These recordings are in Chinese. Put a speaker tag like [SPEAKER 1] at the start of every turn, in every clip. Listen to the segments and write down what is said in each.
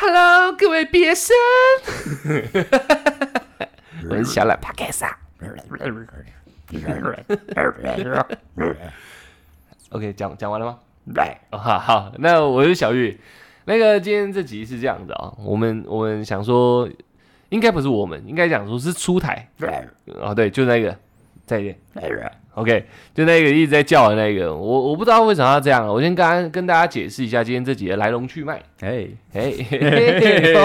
[SPEAKER 1] Hello，各位毕业生， 我是小懒帕克
[SPEAKER 2] 啊
[SPEAKER 1] 萨。OK，讲讲完了吗？哦好好，那我是小玉。那个今天这集是这样子啊、我们我们想说，应该不是我们，应该讲说是出台哦，对，就那个，再见。OK，就那个一直在叫的那个，我我不知道为什么要这样。我先跟跟大家解释一下今天这集的来龙去脉。
[SPEAKER 3] 哎
[SPEAKER 1] 哎，
[SPEAKER 3] 哎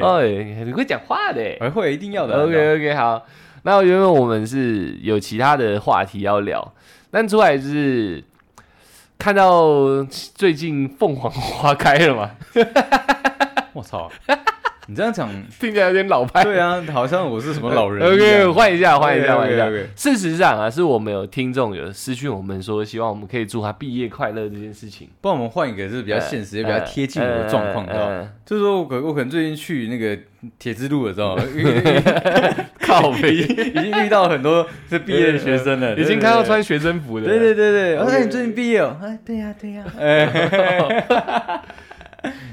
[SPEAKER 1] 哦，很会讲话的。
[SPEAKER 3] 哎，会一定要的啊。
[SPEAKER 1] OK OK，好。那原本我们是有其他的话题要聊，但出来就是看到最近凤凰花开了嘛，
[SPEAKER 3] 我操，你这样 讲，
[SPEAKER 1] 听起来有点老 派。
[SPEAKER 3] 对啊，好像我是什么老人一
[SPEAKER 1] OK，
[SPEAKER 3] 样。
[SPEAKER 1] 换一下，换一下，换一下
[SPEAKER 3] OK，OK，OK。
[SPEAKER 1] 事实上啊，是我们有听众有私讯我们说，希望我们可以祝他毕业快乐这件事情。
[SPEAKER 3] 不然我们换一个是比较现实，也比较贴近我的状况，你知道吗
[SPEAKER 1] 呃
[SPEAKER 3] 就是说我可我可能最近去那个铁之路了，知道 吗？
[SPEAKER 1] 靠
[SPEAKER 3] 已
[SPEAKER 1] 背，
[SPEAKER 3] 经已经遇到很多是毕业的学生了，
[SPEAKER 1] 已经看到穿学生服的，
[SPEAKER 3] 对。对对对对，我
[SPEAKER 1] OK
[SPEAKER 3] 说你最近毕业哦，哎，对呀对呀，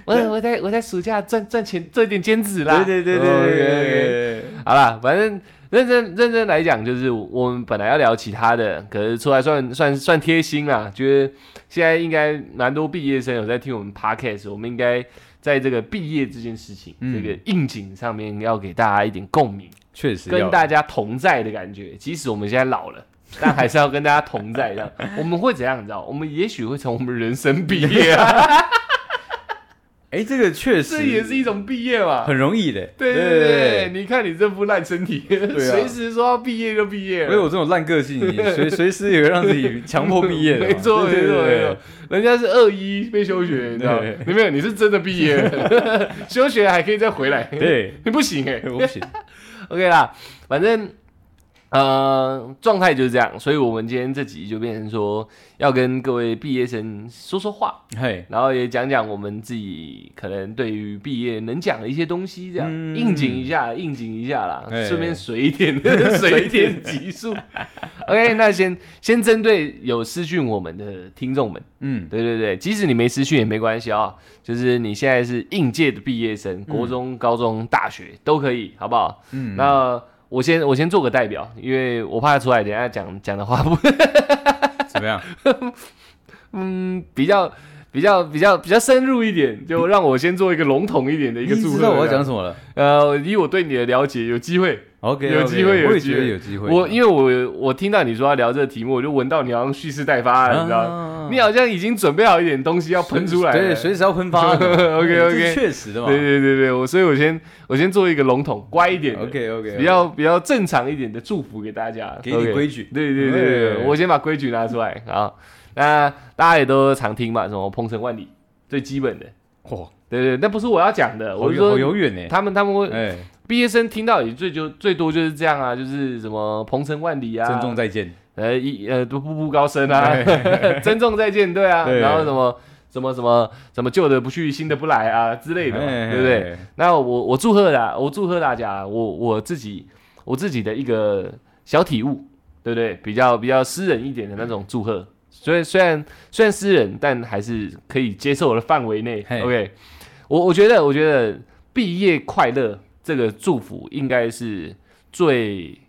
[SPEAKER 1] 我我在我在暑假赚赚钱，做一点兼职啦。
[SPEAKER 3] 对对对对对
[SPEAKER 1] OK，OK
[SPEAKER 3] 对对，
[SPEAKER 1] 好啦，反正认真认真来讲，就是我们本来要聊其他的，可是出来算算算贴心啦，觉得现在应该蛮多毕业生有在听我们 podcast，我们应该在这个毕业这件事情、
[SPEAKER 3] 嗯
[SPEAKER 1] 这个应景上面，要给大家一点共鸣，
[SPEAKER 3] 确实
[SPEAKER 1] 跟
[SPEAKER 3] 要
[SPEAKER 1] 大家同在的感觉。即使我们现在老了。但还是要跟大家同在， 这样我们会怎样？你知道，我们也许会从我们人生毕 业啊，
[SPEAKER 3] 哎，这个确
[SPEAKER 1] 这也
[SPEAKER 3] 实
[SPEAKER 1] 是一种毕业嘛。
[SPEAKER 3] 很容易的，
[SPEAKER 1] 对对对对，你看你这副烂身体，
[SPEAKER 3] 啊
[SPEAKER 1] 随时说要毕业就毕 业了。
[SPEAKER 3] 因为我这种烂个性，你随随时也会让自己强迫毕业的
[SPEAKER 1] 没
[SPEAKER 3] 嘛。
[SPEAKER 1] 错没
[SPEAKER 3] 对
[SPEAKER 1] 错没错，，人家是二一被休学，你知道吗
[SPEAKER 3] 对？
[SPEAKER 1] 你没有，你是真的毕 业了，休学还可以再回来，
[SPEAKER 3] 对，对
[SPEAKER 1] 你不行哎
[SPEAKER 3] 对我不 行。
[SPEAKER 1] ，OK 啦，反正呃状态就是这样，所以我们今天这集就变成说要跟各位毕业生说说话，
[SPEAKER 3] 嘿，
[SPEAKER 1] 然后也讲讲我们自己可能对于毕业能讲的一些东西，这样、
[SPEAKER 3] 嗯
[SPEAKER 1] 应景一下，应景一下啦，
[SPEAKER 3] 哎
[SPEAKER 1] 顺便水一 点， 水一点集数。OK，那先先针对有私讯我们的听众们，
[SPEAKER 3] 嗯，
[SPEAKER 1] 对对对，即使你没私讯也没关系啊、就是你现在是应届的毕业生，国中、高中、大学都可以，好不好？
[SPEAKER 3] 嗯
[SPEAKER 1] 那我先我先做个代表，因为我怕出来等一下讲讲的话不
[SPEAKER 3] 怎么样？
[SPEAKER 1] 嗯，比较比较比较比较深入一点，就让我先做一个笼统一点的一
[SPEAKER 3] 你
[SPEAKER 1] 个祝贺。
[SPEAKER 3] 知道我要讲什么了
[SPEAKER 1] 呃，以我对你的了解，有机会，
[SPEAKER 3] ？OK，
[SPEAKER 1] 有机会
[SPEAKER 3] 我
[SPEAKER 1] 有
[SPEAKER 3] 也
[SPEAKER 1] 机
[SPEAKER 3] 觉
[SPEAKER 1] 会
[SPEAKER 3] 得有机会。
[SPEAKER 1] 我因
[SPEAKER 3] 为
[SPEAKER 1] 为我我听到你说要聊这个题目，我就闻到你好像蓄势待发
[SPEAKER 3] 啊
[SPEAKER 1] 了，你知道吗？你好像已经准备好一点东西要喷出来了。
[SPEAKER 3] 对，随时要喷发的。
[SPEAKER 1] OK，OK
[SPEAKER 3] 这是确实的嘛。
[SPEAKER 1] 对对对对，我所以我先我先做一个笼统乖一点的
[SPEAKER 3] OK OK，
[SPEAKER 1] 比较比较正常一点的祝福给大家，
[SPEAKER 3] 给你
[SPEAKER 1] OK
[SPEAKER 3] 规矩。哎
[SPEAKER 1] 对对对对，
[SPEAKER 3] 对
[SPEAKER 1] 我先把规矩拿出来啊。好那大家也都常听嘛，什么“鹏程万里”最基本的，
[SPEAKER 3] 哇，
[SPEAKER 1] 对对，那不是我要讲的，
[SPEAKER 3] 好
[SPEAKER 1] 我是
[SPEAKER 3] 远好
[SPEAKER 1] 说
[SPEAKER 3] 遥远呢。
[SPEAKER 1] 他们他们会
[SPEAKER 3] 哎，
[SPEAKER 1] 毕业生听到也最就最多就是这样啊，就是什么“鹏程万里”啊，
[SPEAKER 3] 珍重再见。哎
[SPEAKER 1] 呃一呃都步步高升啊， 珍重再见，对啊，
[SPEAKER 3] 对
[SPEAKER 1] 然后什么什么什么什么旧的不去，新的不来啊之类的嘛，对不对？
[SPEAKER 3] 哎？
[SPEAKER 1] 那我我祝贺啦，我祝贺大家，我我自己我自己的一个小体悟，对不对？比较比较私人一点的那种祝贺，所以虽然虽然私人，但还是可以接受的范围内。
[SPEAKER 3] 嘿
[SPEAKER 1] OK，我我觉得我觉得毕业快乐这个祝福应该是最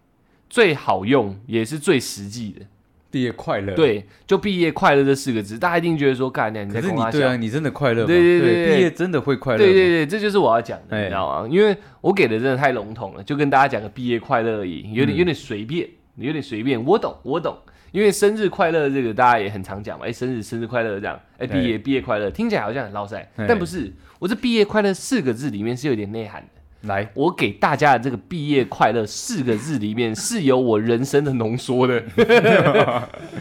[SPEAKER 1] 最好用，也是最实际的。
[SPEAKER 3] 毕业快乐。。
[SPEAKER 1] 对，就毕业快乐这四个字，大家一定觉得说，干娘你
[SPEAKER 3] 可
[SPEAKER 1] 在
[SPEAKER 3] 是
[SPEAKER 1] 跟
[SPEAKER 3] 你
[SPEAKER 1] 我
[SPEAKER 3] 对啊，你真的快乐吗？
[SPEAKER 1] 对对对对
[SPEAKER 3] 毕业真的会快乐。
[SPEAKER 1] 对对，对，这就是我要讲的，
[SPEAKER 3] 哎
[SPEAKER 1] 你知道吗？因为我给的真的太笼统了，就跟大家讲个毕业快乐而已，有点
[SPEAKER 3] 嗯
[SPEAKER 1] 有点随便，有点随便。我懂，我懂。因为生日快乐这个大家也很常讲嘛，哎，生日生日快乐这样，哎，
[SPEAKER 3] 对
[SPEAKER 1] 毕业毕业快乐，听起来好像很捞塞，
[SPEAKER 3] 哎
[SPEAKER 1] 但不是。我这毕业快乐四个字里面是有点内涵的。
[SPEAKER 3] 来，
[SPEAKER 1] 我给大家的这个毕业快乐四个字里面是有我人生的浓缩 的，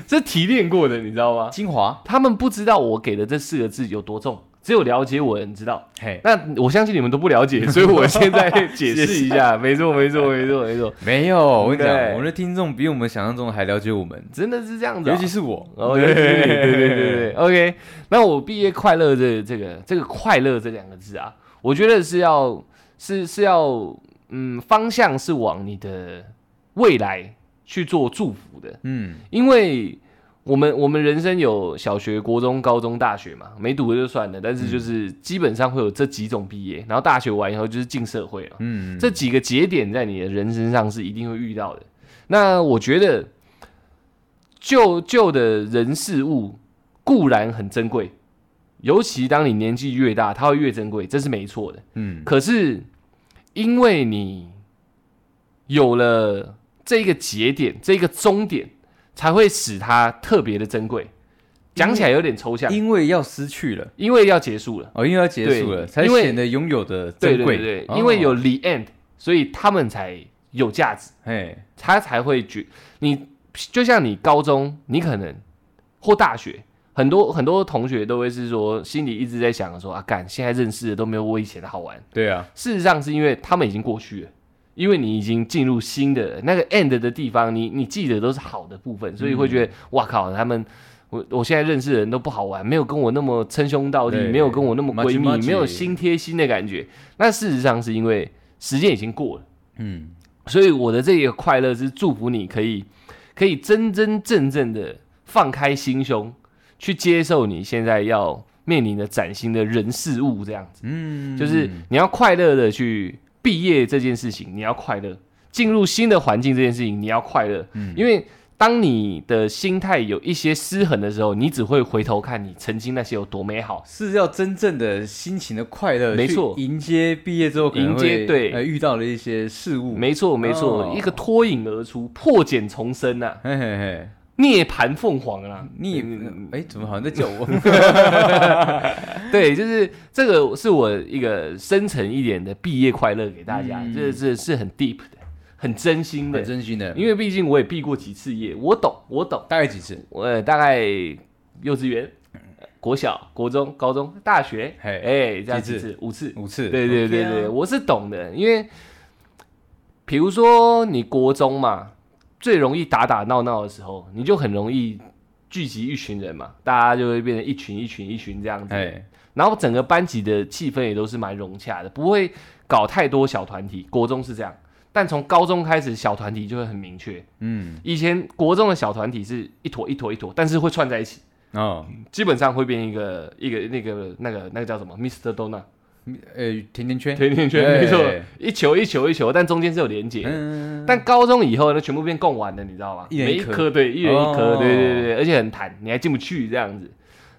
[SPEAKER 1] 这提炼过的，你知道吗？
[SPEAKER 3] 精华。
[SPEAKER 1] 他们不知道我给的这四个字有多重，只有了解我的人知道。
[SPEAKER 3] 嘿，
[SPEAKER 1] 那我相信你们都不了 解，所以我现在解释一下。没错，没错，没错，没错，
[SPEAKER 3] 没有，我跟你讲
[SPEAKER 1] 对，
[SPEAKER 3] 我们的听众比我们想象中还了解我们，
[SPEAKER 1] 真的是这样子、
[SPEAKER 3] 尤
[SPEAKER 1] 哦。
[SPEAKER 3] 其是我。
[SPEAKER 1] 哦，对对对对对对，OK。那我毕业快乐这这个这个快乐这两个字啊，我觉得是要是是要嗯，方向是往你的未来去做祝福的，
[SPEAKER 3] 嗯，
[SPEAKER 1] 因为我们我们人生有小学、国中、高中、大学嘛，没读的就算了，但是就是
[SPEAKER 3] 嗯
[SPEAKER 1] 基本上会有这几种毕业，然后大学完以后就是进社会了。
[SPEAKER 3] 嗯，
[SPEAKER 1] 这几个节点在你的人身上是一定会遇到的。那我觉得旧旧的人事物固然很珍贵，尤其当你年纪越大，它会越珍贵，这是没错的。
[SPEAKER 3] 嗯
[SPEAKER 1] 可是因为你有了这一个节点，这一个终点，才会使它特别的珍贵。讲起来有点抽象，
[SPEAKER 3] 因为要失去了，
[SPEAKER 1] 因为要结束了，
[SPEAKER 3] 哦，因为要结束了，
[SPEAKER 1] 对
[SPEAKER 3] 才
[SPEAKER 1] 因为
[SPEAKER 3] 显得拥有的
[SPEAKER 1] 对
[SPEAKER 3] 珍
[SPEAKER 1] 对
[SPEAKER 3] 贵，
[SPEAKER 1] 对，
[SPEAKER 3] 哦
[SPEAKER 1] 对因为有 the end，所以他们才有价值。
[SPEAKER 3] 嘿，
[SPEAKER 1] 他才会觉你就像你高中，你可能或大学，很多很多同学都会是说心里一直在想说啊，干现在认识的都没有我以前的好玩。
[SPEAKER 3] 对啊，
[SPEAKER 1] 事实上是因为他们已经过去了，因为你已经进入新的那个 end 的地方，你你记得都是好的部分，所以会
[SPEAKER 3] 嗯
[SPEAKER 1] 觉得、哇靠，他们我我现在认识的人都不好玩，没有跟我那么称兄道弟，
[SPEAKER 3] 对
[SPEAKER 1] 没有跟我那么闺
[SPEAKER 3] 麻吉麻
[SPEAKER 1] 蜜，
[SPEAKER 3] 吉
[SPEAKER 1] 没有心贴心的感觉。那事实上是因为时间已经过了。
[SPEAKER 3] 嗯，
[SPEAKER 1] 所以我的这个快乐是祝福你可以可以真真正正的放开心胸，去接受你现在要面临的崭新的人事物，这样子，
[SPEAKER 3] 嗯，
[SPEAKER 1] 就是你要快乐的去毕业这件事情，你要快乐；进入新的环境这件事情，你要快乐，
[SPEAKER 3] 嗯
[SPEAKER 1] 因为。当你的心态有一些失衡的时候，你只会回头看你曾经那些有多美好，
[SPEAKER 3] 是要真正的心情的快乐，
[SPEAKER 1] 没错
[SPEAKER 3] 去迎接毕业之后可能
[SPEAKER 1] 迎接
[SPEAKER 3] 会
[SPEAKER 1] 对
[SPEAKER 3] 呃遇到的一些事物，
[SPEAKER 1] 没错没错，
[SPEAKER 3] 哦
[SPEAKER 1] 一个脱颖而出、破茧重生啊，
[SPEAKER 3] 嘿嘿嘿，
[SPEAKER 1] 涅槃凤凰啊，
[SPEAKER 3] 你
[SPEAKER 1] 嗯
[SPEAKER 3] 哎，怎么好像在 叫我？
[SPEAKER 1] 对，就是这个是我一个深层一点的毕业快乐给大家，
[SPEAKER 3] 嗯
[SPEAKER 1] 这这是很 deep 的，很真心的
[SPEAKER 3] 很，真心的，
[SPEAKER 1] 因为毕竟我也毕过几次业，我懂，我懂。
[SPEAKER 3] 大概几次？
[SPEAKER 1] 我、呃大概幼稚园、国小、国中、高中、大学，哎、
[SPEAKER 3] 嘿
[SPEAKER 1] 这样
[SPEAKER 3] 几
[SPEAKER 1] 几
[SPEAKER 3] 次
[SPEAKER 1] 次，五次，
[SPEAKER 3] 五次，
[SPEAKER 1] 对对对
[SPEAKER 3] OK 啊
[SPEAKER 1] 对，我是懂的，因为比如说你国中嘛，最容易打打闹闹的时候，你就很容易聚集一群人嘛，大家就会变成一群一群一群这样子。
[SPEAKER 3] 哎，
[SPEAKER 1] 然后整个班级的气氛也都是蛮融洽的，不会搞太多小团体。国中是这样，但从高中开始，小团体就会很明确。
[SPEAKER 3] 嗯，
[SPEAKER 1] 以前国中的小团体是一坨一坨一坨，但是会串在一起，
[SPEAKER 3] 哦，
[SPEAKER 1] 基本上会变一个一个那个那个那个叫什么 Mr. Donut
[SPEAKER 3] 呃，甜甜圈，
[SPEAKER 1] 甜甜圈，
[SPEAKER 3] 哎
[SPEAKER 1] 没错，一球一球一球，但中间是有连接的。
[SPEAKER 3] 嗯，
[SPEAKER 1] 但高中以后呢，全部变贡丸的，你知道吗？
[SPEAKER 3] 一人
[SPEAKER 1] 每
[SPEAKER 3] 一颗
[SPEAKER 1] 颗，对，一人一颗，
[SPEAKER 3] 哦
[SPEAKER 1] 对对对，而且很弹，你还进不去这样子。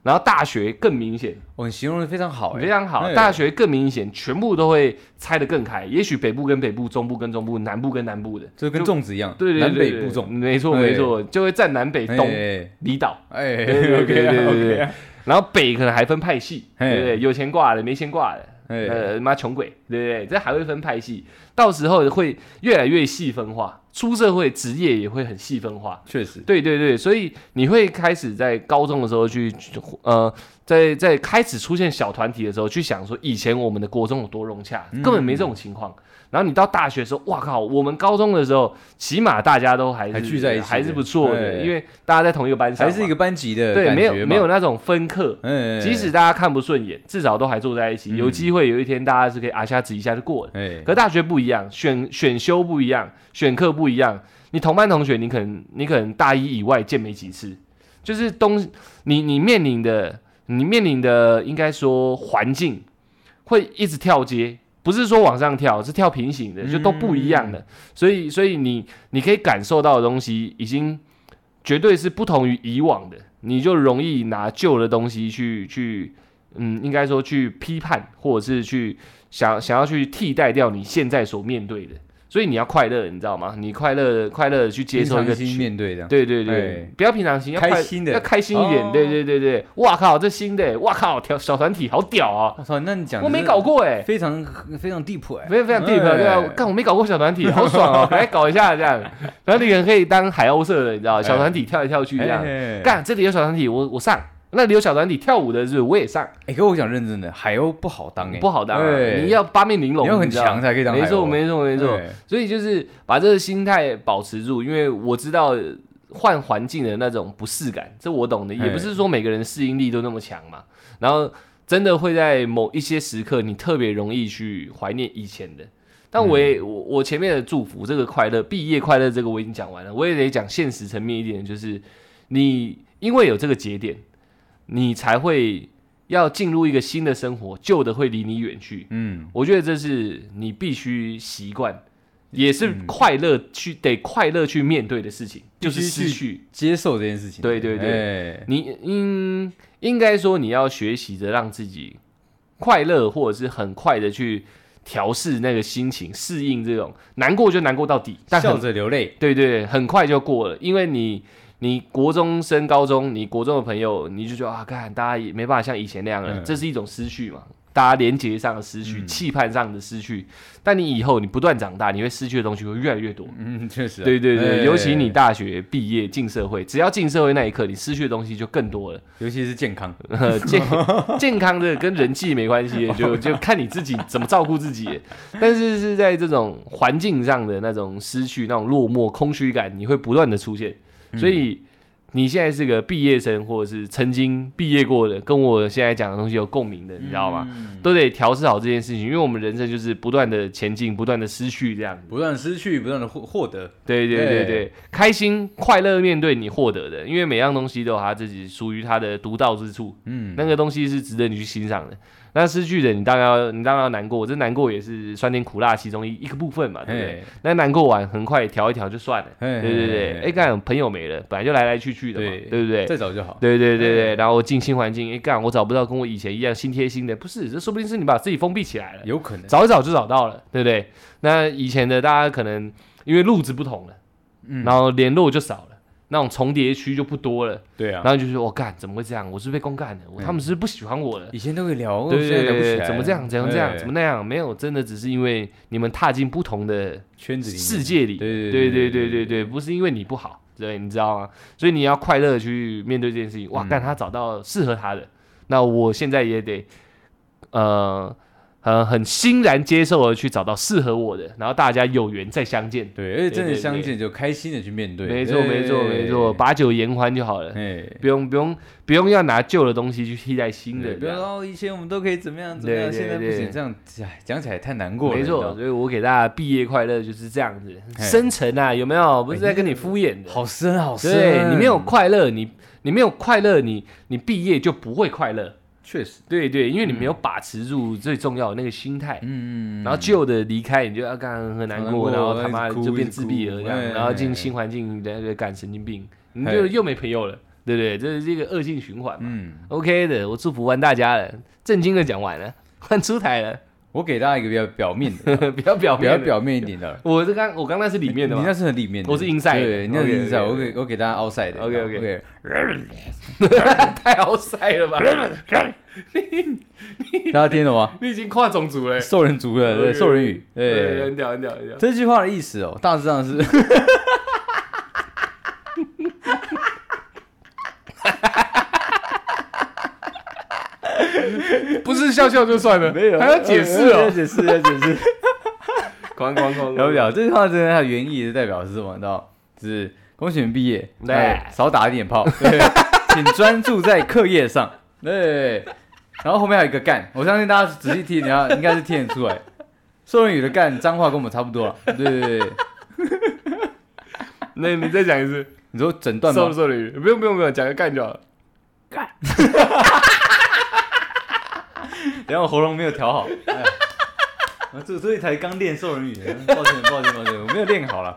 [SPEAKER 1] 然后大学更明显，
[SPEAKER 3] 我形容的非常好，哎
[SPEAKER 1] 非常好。
[SPEAKER 3] 哎
[SPEAKER 1] 大学更明显，全部都会拆得更开。也许北部跟北部，中部跟中部，南部跟南部的，
[SPEAKER 3] 就跟粽子一样，
[SPEAKER 1] 对对对
[SPEAKER 3] 南
[SPEAKER 1] 对
[SPEAKER 3] 北部粽，
[SPEAKER 1] 没错
[SPEAKER 3] 哎
[SPEAKER 1] 没错，就会占南北东
[SPEAKER 3] 哎
[SPEAKER 1] 离岛。
[SPEAKER 3] 哎
[SPEAKER 1] 对对对
[SPEAKER 3] ，OK
[SPEAKER 1] 对对对
[SPEAKER 3] 啊
[SPEAKER 1] 然后北可能还分派系，
[SPEAKER 3] 哎
[SPEAKER 1] 对不对？有钱挂的，没钱挂的，
[SPEAKER 3] ，OK 啊，哎，
[SPEAKER 1] 呃，妈穷鬼，对不对？这还会分派系，到时候会越来越细分化，出社会职业也会很细分化。
[SPEAKER 3] 确实，
[SPEAKER 1] 对对对，所以你会开始在高中的时候去，呃，在在开始出现小团体的时候，去想说以前我们的国中有多融洽，
[SPEAKER 3] 嗯
[SPEAKER 1] 根本没这种情况。然后你到大学的时候，哇靠，我们高中的时候，起码大家都还是
[SPEAKER 3] 还聚在一起
[SPEAKER 1] 还是不错的，
[SPEAKER 3] 对
[SPEAKER 1] 因为大家在同一个班上
[SPEAKER 3] 还
[SPEAKER 1] 嘛，
[SPEAKER 3] 是一个班级的
[SPEAKER 1] 对，
[SPEAKER 3] 感
[SPEAKER 1] 没有
[SPEAKER 3] 觉嘛
[SPEAKER 1] 没有，那种分课。
[SPEAKER 3] 哎，
[SPEAKER 1] 即使大家看不顺眼，至少都还坐在一
[SPEAKER 3] 嗯
[SPEAKER 1] 起。有机会有一天大家是可以啊下指一下就过了。
[SPEAKER 3] 哎，
[SPEAKER 1] 可大学不一样，选选修不一样，选课不一样。你同班同学，你可能你可能大一以外见没几次，就是东你你面临的你面临的应该说环境会一直跳阶，不是说往上跳，是跳平行的，就都不一样的。所以所以你你可以感受到的东西，已经绝对是不同于以往的，你就容易拿旧的东西去去。嗯，应该说去批判，或者是去想想要去替代掉你现在所面对的，所以你要快乐，你知道吗？你快乐快乐地去接受一个
[SPEAKER 3] 平常心
[SPEAKER 1] 群，
[SPEAKER 3] 面对这样，
[SPEAKER 1] 对对对，
[SPEAKER 3] 哎
[SPEAKER 1] 不要平常心，要快
[SPEAKER 3] 开心的
[SPEAKER 1] 要开心一点，
[SPEAKER 3] 哦
[SPEAKER 1] 对对对对，哇靠，这新的，哇靠，条小团体好屌啊，
[SPEAKER 3] 我操，那你讲
[SPEAKER 1] 我
[SPEAKER 3] 的
[SPEAKER 1] 没搞过哎、
[SPEAKER 3] 非常非常地铺哎，
[SPEAKER 1] 非非常 deep，
[SPEAKER 3] 哎
[SPEAKER 1] 对啊，我干我没搞过小团体，好爽哦，来 搞一下这样，然后你可能可以当海鸥社的，你知道，小团体跳来跳去这样，
[SPEAKER 3] 哎，
[SPEAKER 1] 啊干这里有小团体，我我上，那里有小团体跳舞的是不是我也上，
[SPEAKER 3] 哎，可我想认真的，海鸥不好当哎，
[SPEAKER 1] 不好当啊，
[SPEAKER 3] 哎
[SPEAKER 1] 你要八面玲珑，
[SPEAKER 3] 你要很
[SPEAKER 1] 知道
[SPEAKER 3] 强才可以当海鸥，
[SPEAKER 1] 没错没错没错，
[SPEAKER 3] 哎，
[SPEAKER 1] 所以就是把这个心态保持住，因为我知道呃换环境的那种不适感，这我懂的，也
[SPEAKER 3] 哎
[SPEAKER 1] 不是说每个人适应力都那么强嘛。然后真的会在某一些时刻，你特别容易去怀念以前的。但我也、我我前面的祝福，这个快乐，毕业快乐，这个我已经讲完了，我也得讲现实层面一点，就是你因为有这个节点，你才会要进入一个新的生活，旧的会离你远去。
[SPEAKER 3] 嗯，
[SPEAKER 1] 我觉得这是你必须习惯，也是快乐去、得快乐去面对的事情，就是
[SPEAKER 3] 嗯必须
[SPEAKER 1] 失
[SPEAKER 3] 去
[SPEAKER 1] 去。
[SPEAKER 3] 接受这件事情，哎
[SPEAKER 1] 对对
[SPEAKER 3] 对，
[SPEAKER 1] 你应应该说你要学习着让自己快乐，或者是很快的去调试那个心情，适应这种难过就难过到底，但
[SPEAKER 3] 笑
[SPEAKER 1] 很
[SPEAKER 3] 着流泪，
[SPEAKER 1] 对对，很快就过了，因为你你国中升高中，你国中的朋友，你就觉得啊，看大家也没办法像以前那样了，
[SPEAKER 3] 嗯
[SPEAKER 1] 这是一种失去嘛，大家连结上的失去，
[SPEAKER 3] 嗯
[SPEAKER 1] 期盼上的失去，但你以后你不断长大，你会失去的东西会越来越多。
[SPEAKER 3] 嗯， 确实啊，
[SPEAKER 1] 对对对，
[SPEAKER 3] 哎
[SPEAKER 1] 尤其你，大学毕业进社会，只要进社会那一刻，你失去的东西就更多了。
[SPEAKER 3] 尤其是健康，
[SPEAKER 1] 呃， 健健康的跟人际没关系，就就看你自己怎么照顾自己。但是是在这种环境上的那种失去、那种落寞、空虚感，你会不断的出现。所以你现在是个毕业生，或者是曾经毕业过的，跟我现在讲的东西有共鸣的，你知道吗？
[SPEAKER 3] 嗯？
[SPEAKER 1] 都得调试好这件事情，因为我们人生就是不断的前进，不断的失去这样子。
[SPEAKER 3] 不断失去，不断的获获得，
[SPEAKER 1] 对对对
[SPEAKER 3] 对
[SPEAKER 1] 对，开心快乐面对你获得的，因为每样东西都有它自己属于它的独到之处。
[SPEAKER 3] 嗯，
[SPEAKER 1] 那个东西是值得你去欣赏的。那失去的你当然要，你当然要难过，这难过也是酸甜苦辣其中一一个部分嘛，对不对
[SPEAKER 3] 哎？
[SPEAKER 1] 那难过完，很快调一调就算了，
[SPEAKER 3] 哎
[SPEAKER 1] 对对对。哎，干朋友没了，本来就来来去去的嘛
[SPEAKER 3] 对，
[SPEAKER 1] 对不对？
[SPEAKER 3] 再找就好，
[SPEAKER 1] 对对对对，然后进新环境，哎干，我找不到跟我以前一样新贴心的，不是，这说不定是你把自己封闭起来了，
[SPEAKER 3] 有可能，
[SPEAKER 1] 找一找就找到了，对不对？那以前的大家可能因为路子不同了，
[SPEAKER 3] 嗯
[SPEAKER 1] 然后联络就少了，那种重叠区就不多了，
[SPEAKER 3] 对啊
[SPEAKER 1] 然，后就说我哦干怎么会这样？我是被公干的，我
[SPEAKER 3] 嗯
[SPEAKER 1] 他们是不是不喜欢我了。
[SPEAKER 3] 以前都可以聊，
[SPEAKER 1] 对
[SPEAKER 3] 现
[SPEAKER 1] 对
[SPEAKER 3] 在聊不起
[SPEAKER 1] 对，
[SPEAKER 3] 来
[SPEAKER 1] 怎么这样？怎样这样？
[SPEAKER 3] 哎
[SPEAKER 1] 怎么那样？没有，真的只是因为你们踏进不同的
[SPEAKER 3] 圈子里面
[SPEAKER 1] 世界里，对
[SPEAKER 3] 对对
[SPEAKER 1] 对
[SPEAKER 3] 对
[SPEAKER 1] 对
[SPEAKER 3] 对
[SPEAKER 1] 对对，不是因为你不好，对，你知道吗？所以你要快乐地去面对这件事情。哇，
[SPEAKER 3] 嗯
[SPEAKER 1] 干他找到适合他的，那我现在也得，呃，很很欣然接受的去找到适合我的，然后大家有缘再相见。
[SPEAKER 3] 对，而且
[SPEAKER 1] 对
[SPEAKER 3] 真的
[SPEAKER 1] 对
[SPEAKER 3] 相见就开心的去面对，
[SPEAKER 1] 没错没错没错，把酒言欢就好了，
[SPEAKER 3] 哎，
[SPEAKER 1] 不用不用不用要拿旧的东西去替代新的
[SPEAKER 3] 对，
[SPEAKER 1] 这样，
[SPEAKER 3] 不要说哦以前我们都可以怎么样怎么
[SPEAKER 1] 对
[SPEAKER 3] 样，
[SPEAKER 1] 对
[SPEAKER 3] 现在不
[SPEAKER 1] 对
[SPEAKER 3] 行，这样哎讲起来太难过了，
[SPEAKER 1] 没错，
[SPEAKER 3] 你知
[SPEAKER 1] 所以我给大家毕业快乐就是这样子，
[SPEAKER 3] 嘿哎
[SPEAKER 1] 深沉啊，有没有？不是在跟你敷衍的。
[SPEAKER 3] 道，好深好深，
[SPEAKER 1] 对你没有，快乐，你你没有快乐，你你毕业就不会快乐。
[SPEAKER 3] 确实，
[SPEAKER 1] 对对，因为你没有把持住最重要的那个心态，
[SPEAKER 3] 嗯，
[SPEAKER 1] 然后旧的离开，你就要干很难
[SPEAKER 3] 很难
[SPEAKER 1] 过，
[SPEAKER 3] 过哎
[SPEAKER 1] 然后他妈
[SPEAKER 3] 一直哭
[SPEAKER 1] 就变
[SPEAKER 3] 一直
[SPEAKER 1] 自闭了
[SPEAKER 3] 哭
[SPEAKER 1] 这样，
[SPEAKER 3] 嘿
[SPEAKER 1] 然后进
[SPEAKER 3] 嘿
[SPEAKER 1] 新环境，那个干神经病，你
[SPEAKER 3] 嘿
[SPEAKER 1] 就又没朋友了，对不对？这是一个恶性循环嘛。
[SPEAKER 3] 嗯，
[SPEAKER 1] OK 的，我祝福完大家了，正经的讲完了， 换出台了，
[SPEAKER 3] 我给大家一个比较表面的，
[SPEAKER 1] 不要表
[SPEAKER 3] 比较
[SPEAKER 1] 面了
[SPEAKER 3] 表面一点的。
[SPEAKER 1] 我这刚我刚那是 里面的
[SPEAKER 3] 你
[SPEAKER 1] 嘛
[SPEAKER 3] 那，是很里面的，
[SPEAKER 1] 我是 inside
[SPEAKER 3] 对，你那
[SPEAKER 1] OK，OK，
[SPEAKER 3] 是 inside，我
[SPEAKER 1] OK
[SPEAKER 3] 给我给大家 outside 的
[SPEAKER 1] OK，OK
[SPEAKER 3] OK，
[SPEAKER 1] 太好晒了吧？
[SPEAKER 3] 大家听懂吗？
[SPEAKER 1] 你已经跨种族了欸，
[SPEAKER 3] 兽人族的对
[SPEAKER 1] OK，OK
[SPEAKER 3] 兽人语，
[SPEAKER 1] 对，
[SPEAKER 3] 对，
[SPEAKER 1] 很屌很屌很屌。
[SPEAKER 3] 这句话的意思哦，大致上是，
[SPEAKER 1] 不是笑笑就算了，还要解释
[SPEAKER 3] 要
[SPEAKER 1] 哦。
[SPEAKER 3] 解释，要解释。
[SPEAKER 1] 哐哐哐，
[SPEAKER 3] 了不了？这句话真的它的原意是代表是什么？你知道？就是恭喜你们毕业，
[SPEAKER 1] 对
[SPEAKER 3] 哎少打一点炮，对 请专注在课业上。对，然后后面还有一个干，我相信大家仔细听，你要应该是听得出来。宋仁宇的干脏话跟我们差不多了，对对对对。
[SPEAKER 1] 那你再讲一次，
[SPEAKER 3] 你说整段
[SPEAKER 1] 瘦不
[SPEAKER 3] 吗？
[SPEAKER 1] 瘦的鱼？不用不用不用，讲个干就好了。
[SPEAKER 3] 然后喉咙没有调好，哎呀 我这所以才刚练兽人语，抱歉抱歉抱歉，我没有练好了，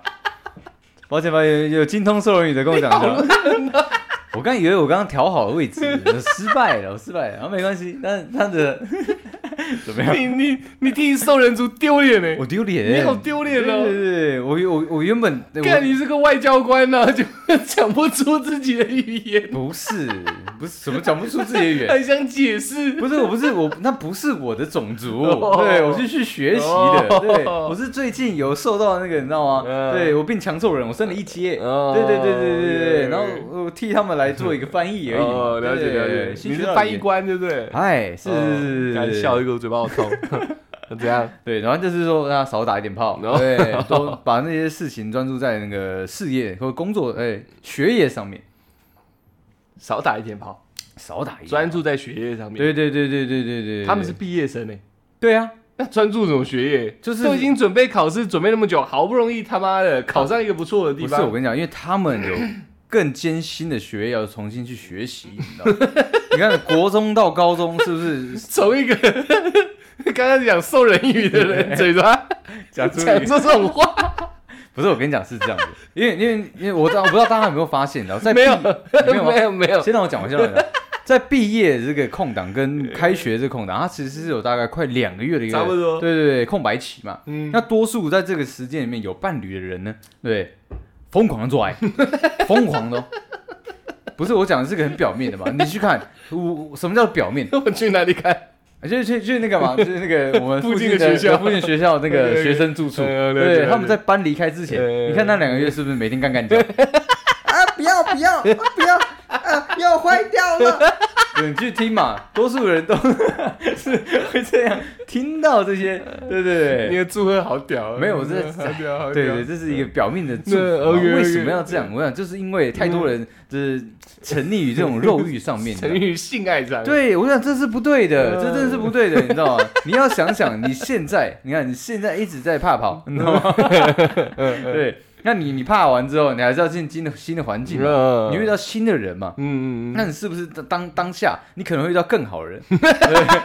[SPEAKER 3] 抱歉抱歉，有精通兽人语的跟我讲一下。我刚以为我刚刚调好了位置，失败了，我失败了，然后没关系，但是 他的怎么 样？
[SPEAKER 1] 你你你替兽人族丢脸呢
[SPEAKER 3] 我？丢脸，
[SPEAKER 1] 你好丢脸哦
[SPEAKER 3] 对对对，我我我原本我
[SPEAKER 1] 看你是个外交官呢， 就讲不出自己的语言，
[SPEAKER 3] 不是不是什么讲不出自己的语言，
[SPEAKER 1] 还想解释。
[SPEAKER 3] 不是，我不是我，那不是我的种族，
[SPEAKER 1] 哦
[SPEAKER 3] 对我是去学习
[SPEAKER 1] 哦
[SPEAKER 3] 的，对我是最近有受到那个，你知道吗？
[SPEAKER 1] 嗯
[SPEAKER 3] 对我变强兽人，我升了一阶，
[SPEAKER 1] 哦
[SPEAKER 3] 对对对对对对，
[SPEAKER 1] 对
[SPEAKER 3] 然后我替他们来做一个翻译而已，
[SPEAKER 1] 哦，了解
[SPEAKER 3] 对
[SPEAKER 1] 了解，
[SPEAKER 3] 新
[SPEAKER 1] 你
[SPEAKER 3] 学
[SPEAKER 1] 是
[SPEAKER 3] 到
[SPEAKER 1] 翻
[SPEAKER 3] 语
[SPEAKER 1] 译
[SPEAKER 3] 言
[SPEAKER 1] 官对不对？
[SPEAKER 3] 哎，是
[SPEAKER 1] 哦
[SPEAKER 3] 是
[SPEAKER 1] 干
[SPEAKER 3] 是是，
[SPEAKER 1] 笑
[SPEAKER 3] 是
[SPEAKER 1] 一个嘴巴好痛， 怎样？
[SPEAKER 3] 对，然后就是说让他少打一点炮，
[SPEAKER 1] 哦
[SPEAKER 3] 对，多把那些事情专注在那个事业或工作，哎，学业上面
[SPEAKER 1] 少打一点炮，
[SPEAKER 3] 少打 一点，
[SPEAKER 1] 专，注在学业上面。
[SPEAKER 3] 对对对对对对对，
[SPEAKER 1] 他们是毕业生呢，
[SPEAKER 3] 对啊，
[SPEAKER 1] 那 专注什么学业？
[SPEAKER 3] 就是
[SPEAKER 1] 都已经准备考试，准备那么久，好不容易他妈的考上一个不错的地
[SPEAKER 3] 不是我
[SPEAKER 1] 方，
[SPEAKER 3] 跟你讲，因为他们有更艰辛的学业要重新去学习，你知道吗？你看国中到高中是不是
[SPEAKER 1] 从一个 刚刚讲授人以鱼的 人嘴巴
[SPEAKER 3] 讲出
[SPEAKER 1] 讲出这种 话，
[SPEAKER 3] 不是，我跟你讲是这样子，因为因为因为我知道我不知道大家有没有发现，你知道在
[SPEAKER 1] 没有
[SPEAKER 3] 毕没有 吗
[SPEAKER 1] 没有没 有，
[SPEAKER 3] 先让我讲完，先让我讲。在毕业这个空档跟开学这个空档，它其实是有大概快两个月的一个
[SPEAKER 1] 差不多
[SPEAKER 3] 对对对，空白期嘛。
[SPEAKER 1] 嗯，
[SPEAKER 3] 那多数在这个时间里面有伴侣的人呢，对，疯狂的做爱， 疯狂的哦、不是我讲的是个很表面的嘛， 你去看，我什么叫表面？
[SPEAKER 1] 我去哪里看？
[SPEAKER 3] 就是去去那个 嘛，就是那个我们
[SPEAKER 1] 附近
[SPEAKER 3] 的
[SPEAKER 1] 的学校
[SPEAKER 3] 附近学校那个
[SPEAKER 1] OK，OK
[SPEAKER 3] 学生住处，
[SPEAKER 1] 嗯了解了
[SPEAKER 3] 对，
[SPEAKER 1] 解
[SPEAKER 3] 他们在搬离开之
[SPEAKER 1] 嗯
[SPEAKER 3] 前，你看那两个月是不是每天干干叫？ 啊，不要不要啊，不要啊，要坏掉了！ 对，你去听嘛，多数人都 是会这样听到这些，对 对
[SPEAKER 1] 你
[SPEAKER 3] 对。
[SPEAKER 1] 的祝贺好屌哦，
[SPEAKER 3] 没有我这
[SPEAKER 1] 好屌，好屌
[SPEAKER 3] 对对，这是一个表面的祝福
[SPEAKER 1] 那
[SPEAKER 3] 嘛。
[SPEAKER 1] OK，OK
[SPEAKER 3] 为什么要这样？我想，就是因为太多人就是沉溺于这种肉欲上 面，你知道
[SPEAKER 1] 成
[SPEAKER 3] 吗
[SPEAKER 1] 语性爱上，，
[SPEAKER 3] 对，我想这是不对的，
[SPEAKER 1] 嗯
[SPEAKER 3] 这真的是不对的，你知道吗？你要想想，你现在，你看你现在一直在 怕跑，你知道吗？
[SPEAKER 1] 嗯
[SPEAKER 3] 对，那你你怕完之后，你还是要进新的新的环境嘛，
[SPEAKER 1] 嗯
[SPEAKER 3] 你遇到新的人嘛，
[SPEAKER 1] 嗯嗯
[SPEAKER 3] 那你是不是当当当下你可能会遇到更好的人？ 对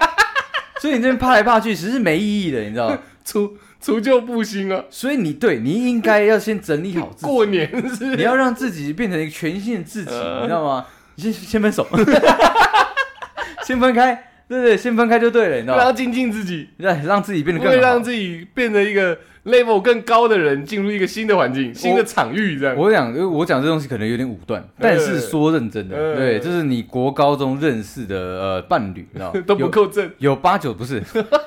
[SPEAKER 3] 所以你这边怕来怕去，其实是没意义的，你知道吗？
[SPEAKER 1] 除除旧布新啊，
[SPEAKER 3] 所以你对你应该要先整理好自己，
[SPEAKER 1] 过年是
[SPEAKER 3] 你要让自己变成一个全新的自己，
[SPEAKER 1] 呃
[SPEAKER 3] 你知道吗？你先先分手， 先分开，对对，先分开就对了，你知 道
[SPEAKER 1] 不
[SPEAKER 3] 吗
[SPEAKER 1] 要？精进自己，
[SPEAKER 3] 让让自己变得
[SPEAKER 1] 啊会
[SPEAKER 3] 更
[SPEAKER 1] 让
[SPEAKER 3] 好。
[SPEAKER 1] 自己变成一个 level 更高的人，进入一个新的环境、新的场域，这样。
[SPEAKER 3] 我讲，因为我讲这东西可能有点武断，但是说认真的，
[SPEAKER 1] 呃？
[SPEAKER 3] 对，这是你国高中认识的呃伴侣，你知道吗
[SPEAKER 1] 都不够正，
[SPEAKER 3] 有有八九不 是，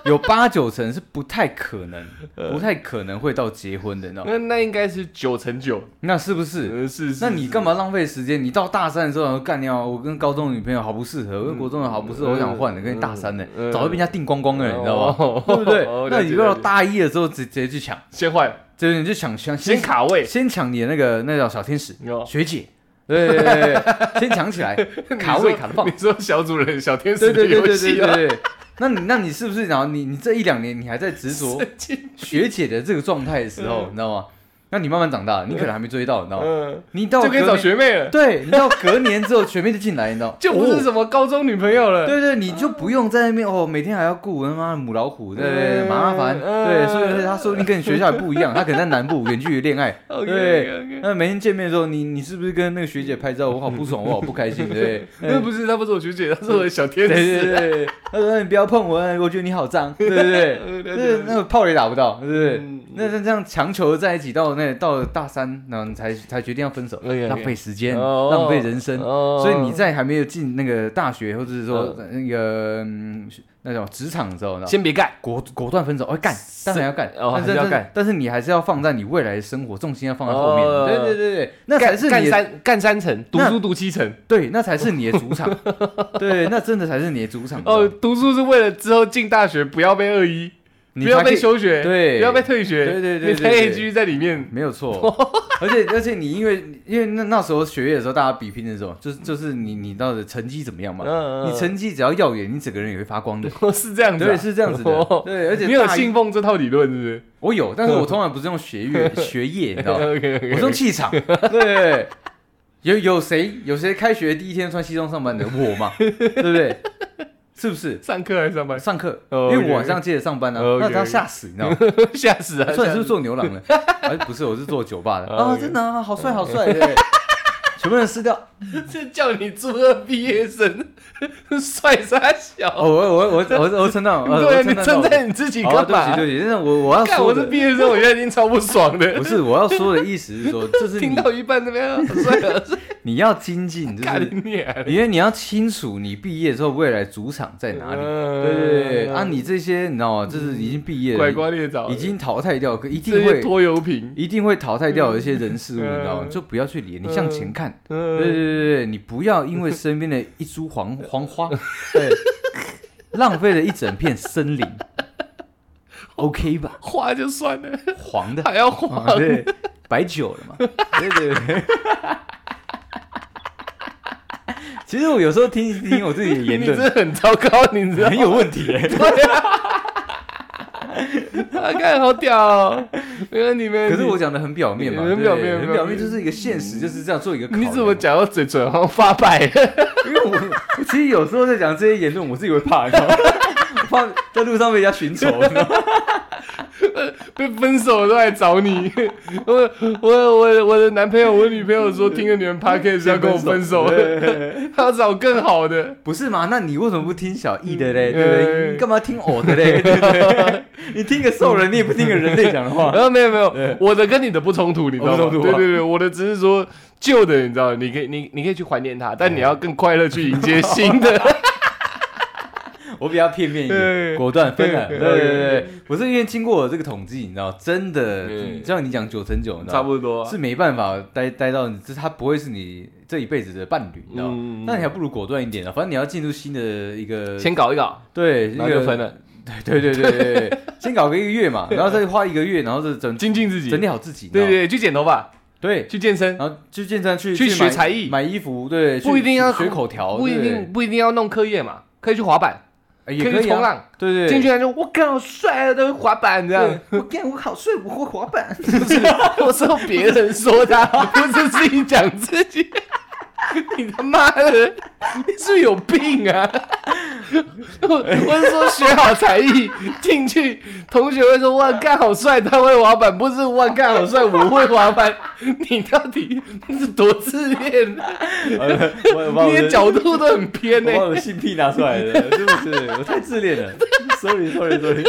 [SPEAKER 3] 有八九成是不太可能，
[SPEAKER 1] 呃
[SPEAKER 3] 不太可能会到结婚的，你知道吗？
[SPEAKER 1] 那那应该是九乘九，
[SPEAKER 3] 那是不是？
[SPEAKER 1] 呃是是。
[SPEAKER 3] 那你干嘛浪费时间？你到大三的时候，然后干掉我跟高中的女朋友好不适合，我跟国中的好不适合，
[SPEAKER 1] 嗯
[SPEAKER 3] 我想换的，跟你大三的
[SPEAKER 1] 嗯
[SPEAKER 3] 早就被人家定光光了，欸你知道吗
[SPEAKER 1] 哦？
[SPEAKER 3] 对不对
[SPEAKER 1] 哦？
[SPEAKER 3] 那
[SPEAKER 1] 了解
[SPEAKER 3] 你到
[SPEAKER 1] 了解
[SPEAKER 3] 大一的时候直直接去抢，
[SPEAKER 1] 先换，
[SPEAKER 3] 就是你就抢抢
[SPEAKER 1] 先卡位，
[SPEAKER 3] 先抢你的那个那叫小天使
[SPEAKER 1] 哦
[SPEAKER 3] 学姐，对对对对，先抢起来，卡位卡得爆
[SPEAKER 1] 你，说小主人小天使
[SPEAKER 3] 对
[SPEAKER 1] 的
[SPEAKER 3] 对对
[SPEAKER 1] 游
[SPEAKER 3] 对对
[SPEAKER 1] 戏啊，
[SPEAKER 3] 对对。那你那你是不是然后你你这一两年你还在执着
[SPEAKER 1] 神经
[SPEAKER 3] 学姐的这个状态的时候，你知道吗？那你慢慢长大，你可能还没追到，你知道吗？
[SPEAKER 1] 嗯，
[SPEAKER 3] 你到
[SPEAKER 1] 就可以
[SPEAKER 3] 隔
[SPEAKER 1] 找
[SPEAKER 3] 年
[SPEAKER 1] 学妹了，
[SPEAKER 3] 对，你到隔年之后，全 面就进来，你知道，
[SPEAKER 1] 就不是
[SPEAKER 3] 哦
[SPEAKER 1] 什么高中女朋友了。
[SPEAKER 3] 对对，你就不用在那边哦，每天还要顾他妈的母老虎，对对对，
[SPEAKER 1] 嗯
[SPEAKER 3] 麻烦，
[SPEAKER 1] 嗯
[SPEAKER 3] 对，所以他说不定跟你学校也不一样，他可能在南部远距离恋 爱，对，
[SPEAKER 1] OK，
[SPEAKER 3] 那每天见面的时候，你你是不是跟那个学姐拍照，我好不爽，我好不开心，对 不
[SPEAKER 1] 那
[SPEAKER 3] 对？
[SPEAKER 1] 不是她不是我学姐，她是我的小天
[SPEAKER 3] 对对
[SPEAKER 1] 使。
[SPEAKER 3] 对对，他说你不要碰我，我觉得你好脏， 对对对，
[SPEAKER 1] 嗯了解
[SPEAKER 3] 对
[SPEAKER 1] 了解
[SPEAKER 3] 那个炮也打不到，对不对
[SPEAKER 1] 嗯？
[SPEAKER 3] 那那这样强求在一起，到那到了大三，然后你才才决定要分手，
[SPEAKER 1] OK，OK
[SPEAKER 3] 浪费时间，
[SPEAKER 1] 哦
[SPEAKER 3] 浪费人生，
[SPEAKER 1] 哦
[SPEAKER 3] 所以你在还没有进那个大学，或者是说呃那个嗯那种职场的时候呢，
[SPEAKER 1] 先别干，
[SPEAKER 3] 果果断分手，哎干，当然要干，
[SPEAKER 1] 哦
[SPEAKER 3] 但
[SPEAKER 1] 还是要
[SPEAKER 3] 但
[SPEAKER 1] 干
[SPEAKER 3] 但是你还是要放在你未来的生活重心要放在后面，
[SPEAKER 1] 哦
[SPEAKER 3] 对对对对，那才
[SPEAKER 1] 干
[SPEAKER 3] 是
[SPEAKER 1] 干
[SPEAKER 3] 你的
[SPEAKER 1] 三干三层，读
[SPEAKER 3] 那
[SPEAKER 1] 书读七层。
[SPEAKER 3] 对，那才是你的主场， 对，那真的才是你的主场，
[SPEAKER 1] 哦，读书是为了之后进大学不要被二一，
[SPEAKER 3] 你
[SPEAKER 1] 不要
[SPEAKER 3] 才可
[SPEAKER 1] 被
[SPEAKER 3] 以
[SPEAKER 1] 休学，
[SPEAKER 3] 对
[SPEAKER 1] 不要被退学，
[SPEAKER 3] 对对对对
[SPEAKER 1] 你才可以
[SPEAKER 3] 对
[SPEAKER 1] 继续在里面。
[SPEAKER 3] 没 有错，而且而且你因为因为那那时候学业的时候，大家比拼的时候，就是就是你你到底成绩怎么样嘛？
[SPEAKER 1] 嗯嗯
[SPEAKER 3] 你成绩只要耀眼，你整个人也会发光的。
[SPEAKER 1] 哦，是这样子、啊，
[SPEAKER 3] 对，是这样子的
[SPEAKER 1] 哦。
[SPEAKER 3] 对，而且
[SPEAKER 1] 你有
[SPEAKER 3] 大一
[SPEAKER 1] 信奉这套理论是
[SPEAKER 3] 我有，但是我通常不是用学 业学业，你知
[SPEAKER 1] 不是
[SPEAKER 3] 道吗？
[SPEAKER 1] ？OK
[SPEAKER 3] 我
[SPEAKER 1] OK，
[SPEAKER 3] 是用气场。对，有有谁有谁开学第一天穿西装上班的我嘛？对不对？是不是？
[SPEAKER 1] 上课还是 上班？
[SPEAKER 3] 上课，因
[SPEAKER 1] 哦
[SPEAKER 3] 为
[SPEAKER 1] OK，OK
[SPEAKER 3] 我晚上接着上班呢，
[SPEAKER 1] 哦
[SPEAKER 3] 那
[SPEAKER 1] ，OK，OK
[SPEAKER 3] 他吓死，你知道吗？
[SPEAKER 1] 吓死 啊！
[SPEAKER 3] 虽然
[SPEAKER 1] 吓
[SPEAKER 3] 是
[SPEAKER 1] 死
[SPEAKER 3] 做牛 郎的，哎，不是，我是做酒吧的
[SPEAKER 1] 哦
[SPEAKER 3] 啊，
[SPEAKER 1] ，OK
[SPEAKER 3] 真的啊，好帅，好帅，对，全部人撕掉。
[SPEAKER 1] 这叫你中二毕业生， 帅啥小？
[SPEAKER 3] 哦，我我我我我称 赞，呃
[SPEAKER 1] 对啊，
[SPEAKER 3] 我
[SPEAKER 1] 你称
[SPEAKER 3] 赞
[SPEAKER 1] 赞你自己
[SPEAKER 3] 到我。好，
[SPEAKER 1] 干
[SPEAKER 3] 哦对不
[SPEAKER 1] 嘛？
[SPEAKER 3] 起对不起，啊但是我我要
[SPEAKER 1] 看
[SPEAKER 3] 说
[SPEAKER 1] 我是
[SPEAKER 3] 的
[SPEAKER 1] 毕业生，我现在已经超不爽的
[SPEAKER 3] 不。是我要说的意思是 说，这是
[SPEAKER 1] 听
[SPEAKER 3] 你
[SPEAKER 1] 到一半那边 好帅啊，
[SPEAKER 3] 你要精进，就
[SPEAKER 1] 干
[SPEAKER 3] 是
[SPEAKER 1] 你娘的！
[SPEAKER 3] 因为你要清楚你毕业之后未来主场在哪里。对对对对，啊，你这些你知道吗？就是已经毕业
[SPEAKER 1] 呃拐
[SPEAKER 3] 了，
[SPEAKER 1] 瓜裂枣，
[SPEAKER 3] 已经淘汰掉，可一定
[SPEAKER 1] 这些
[SPEAKER 3] 会
[SPEAKER 1] 拖油瓶，
[SPEAKER 3] 一定会淘汰掉的一些人事物，你知道吗？
[SPEAKER 1] 嗯
[SPEAKER 3] 就不要去理，你向前看。对对
[SPEAKER 1] 对
[SPEAKER 3] 对对，你不要因为身边的一株黄黄花， 对， 浪费了一整片森林。OK 吧，
[SPEAKER 1] 花就算了，
[SPEAKER 3] 黄的，
[SPEAKER 1] 还要 花
[SPEAKER 3] 啊、对，白酒了嘛。对对对。 其实我有时候听一听我自己的言
[SPEAKER 1] 你真的
[SPEAKER 3] 论，
[SPEAKER 1] 很糟糕，你
[SPEAKER 3] 哎
[SPEAKER 1] 知道
[SPEAKER 3] 很有问题、欸。
[SPEAKER 1] 吗？看好屌哦，没问题，没问
[SPEAKER 3] 可
[SPEAKER 1] 题。
[SPEAKER 3] 是我讲的很表面嘛，
[SPEAKER 1] 很
[SPEAKER 3] 对
[SPEAKER 1] 表面
[SPEAKER 3] 很
[SPEAKER 1] 很表
[SPEAKER 3] 表
[SPEAKER 1] 面
[SPEAKER 3] 面就是一个现实，就是这样做一个。
[SPEAKER 1] 你怎么？讲到嘴唇好像发白了？
[SPEAKER 3] 因为我我其实有时候在讲这些言论，我自己会怕，你知道吗？ 我怕在路上被人家寻仇，你知道 吗？
[SPEAKER 1] 被分手都来找 你。我我我我的男朋友，我的女朋友说听了你 们 podcast 要跟我分手，
[SPEAKER 3] 对对对对
[SPEAKER 1] 他要找更好 的。
[SPEAKER 3] 不是嘛？那你为什么不听小易的嘞？
[SPEAKER 1] 嗯
[SPEAKER 3] 对不
[SPEAKER 1] 对
[SPEAKER 3] 对？你干嘛听我的嘞？ 对不对？你听个兽人，你也不听个人类讲的话
[SPEAKER 1] 然。后没有没有
[SPEAKER 3] 对，
[SPEAKER 1] 我的跟你的不冲突，你知道吗？
[SPEAKER 3] 我不
[SPEAKER 1] 对
[SPEAKER 3] 冲突
[SPEAKER 1] 对
[SPEAKER 3] 啊
[SPEAKER 1] 对，我的只是说旧的，你知道，你可以你你可以去怀念它，但你要更快乐去迎接新的。
[SPEAKER 3] 我比较片面一
[SPEAKER 1] 对
[SPEAKER 3] 点，果断分了。
[SPEAKER 1] 对
[SPEAKER 3] 对
[SPEAKER 1] 对
[SPEAKER 3] 对对，不是因为经过我这个统计，你知道，真的嗯
[SPEAKER 1] 对，
[SPEAKER 3] 像你讲九成九，你知道
[SPEAKER 1] 差不多啊
[SPEAKER 3] 是没办法待待到你，这他不会是你这一辈子的伴侣，你知道
[SPEAKER 1] 嗯
[SPEAKER 3] 吗？那你还不如果断一点啊，反正你要进入新的一个，
[SPEAKER 1] 先搞一搞，
[SPEAKER 3] 对，
[SPEAKER 1] 然后就分
[SPEAKER 3] 了，
[SPEAKER 1] 了，
[SPEAKER 3] 对对对对对，对先搞个一个月嘛，然后再花一个月，然后再整
[SPEAKER 1] 精 进自己。
[SPEAKER 3] 整
[SPEAKER 1] 对
[SPEAKER 3] 理好自己，你知道
[SPEAKER 1] 对对，
[SPEAKER 3] 吗
[SPEAKER 1] 去剪头发，
[SPEAKER 3] 对，
[SPEAKER 1] 去健身，
[SPEAKER 3] 然后去健身去
[SPEAKER 1] 去学
[SPEAKER 3] 买
[SPEAKER 1] 才艺
[SPEAKER 3] 买衣服，对，
[SPEAKER 1] 不
[SPEAKER 3] 去
[SPEAKER 1] 一定要
[SPEAKER 3] 学口条，
[SPEAKER 1] 不一
[SPEAKER 3] 哦对
[SPEAKER 1] 定不一定要弄课业嘛，可以去滑板，
[SPEAKER 3] 哎也
[SPEAKER 1] 可
[SPEAKER 3] 可
[SPEAKER 1] 以去
[SPEAKER 3] 以啊
[SPEAKER 1] 冲，浪。
[SPEAKER 3] 对对，
[SPEAKER 1] 进去他就我靠，好帅啊，都会滑板这样。
[SPEAKER 3] 对，我干，我好帅，我会滑板。
[SPEAKER 1] 我说别人说他， 不是自己讲自己。 你他妈的，你是不是有病 啊！我我是说学好才艺进去，同学会说哇干好帅，他会滑板，不是哇干好帅，我会滑板。 你到底你是多自恋、啊？
[SPEAKER 3] 我把我
[SPEAKER 1] 你的
[SPEAKER 3] 的
[SPEAKER 1] 角度都很 偏欸呢、
[SPEAKER 3] 我把我的性癖拿出来 了，是不是？我太自恋了，sorry sorry sorry。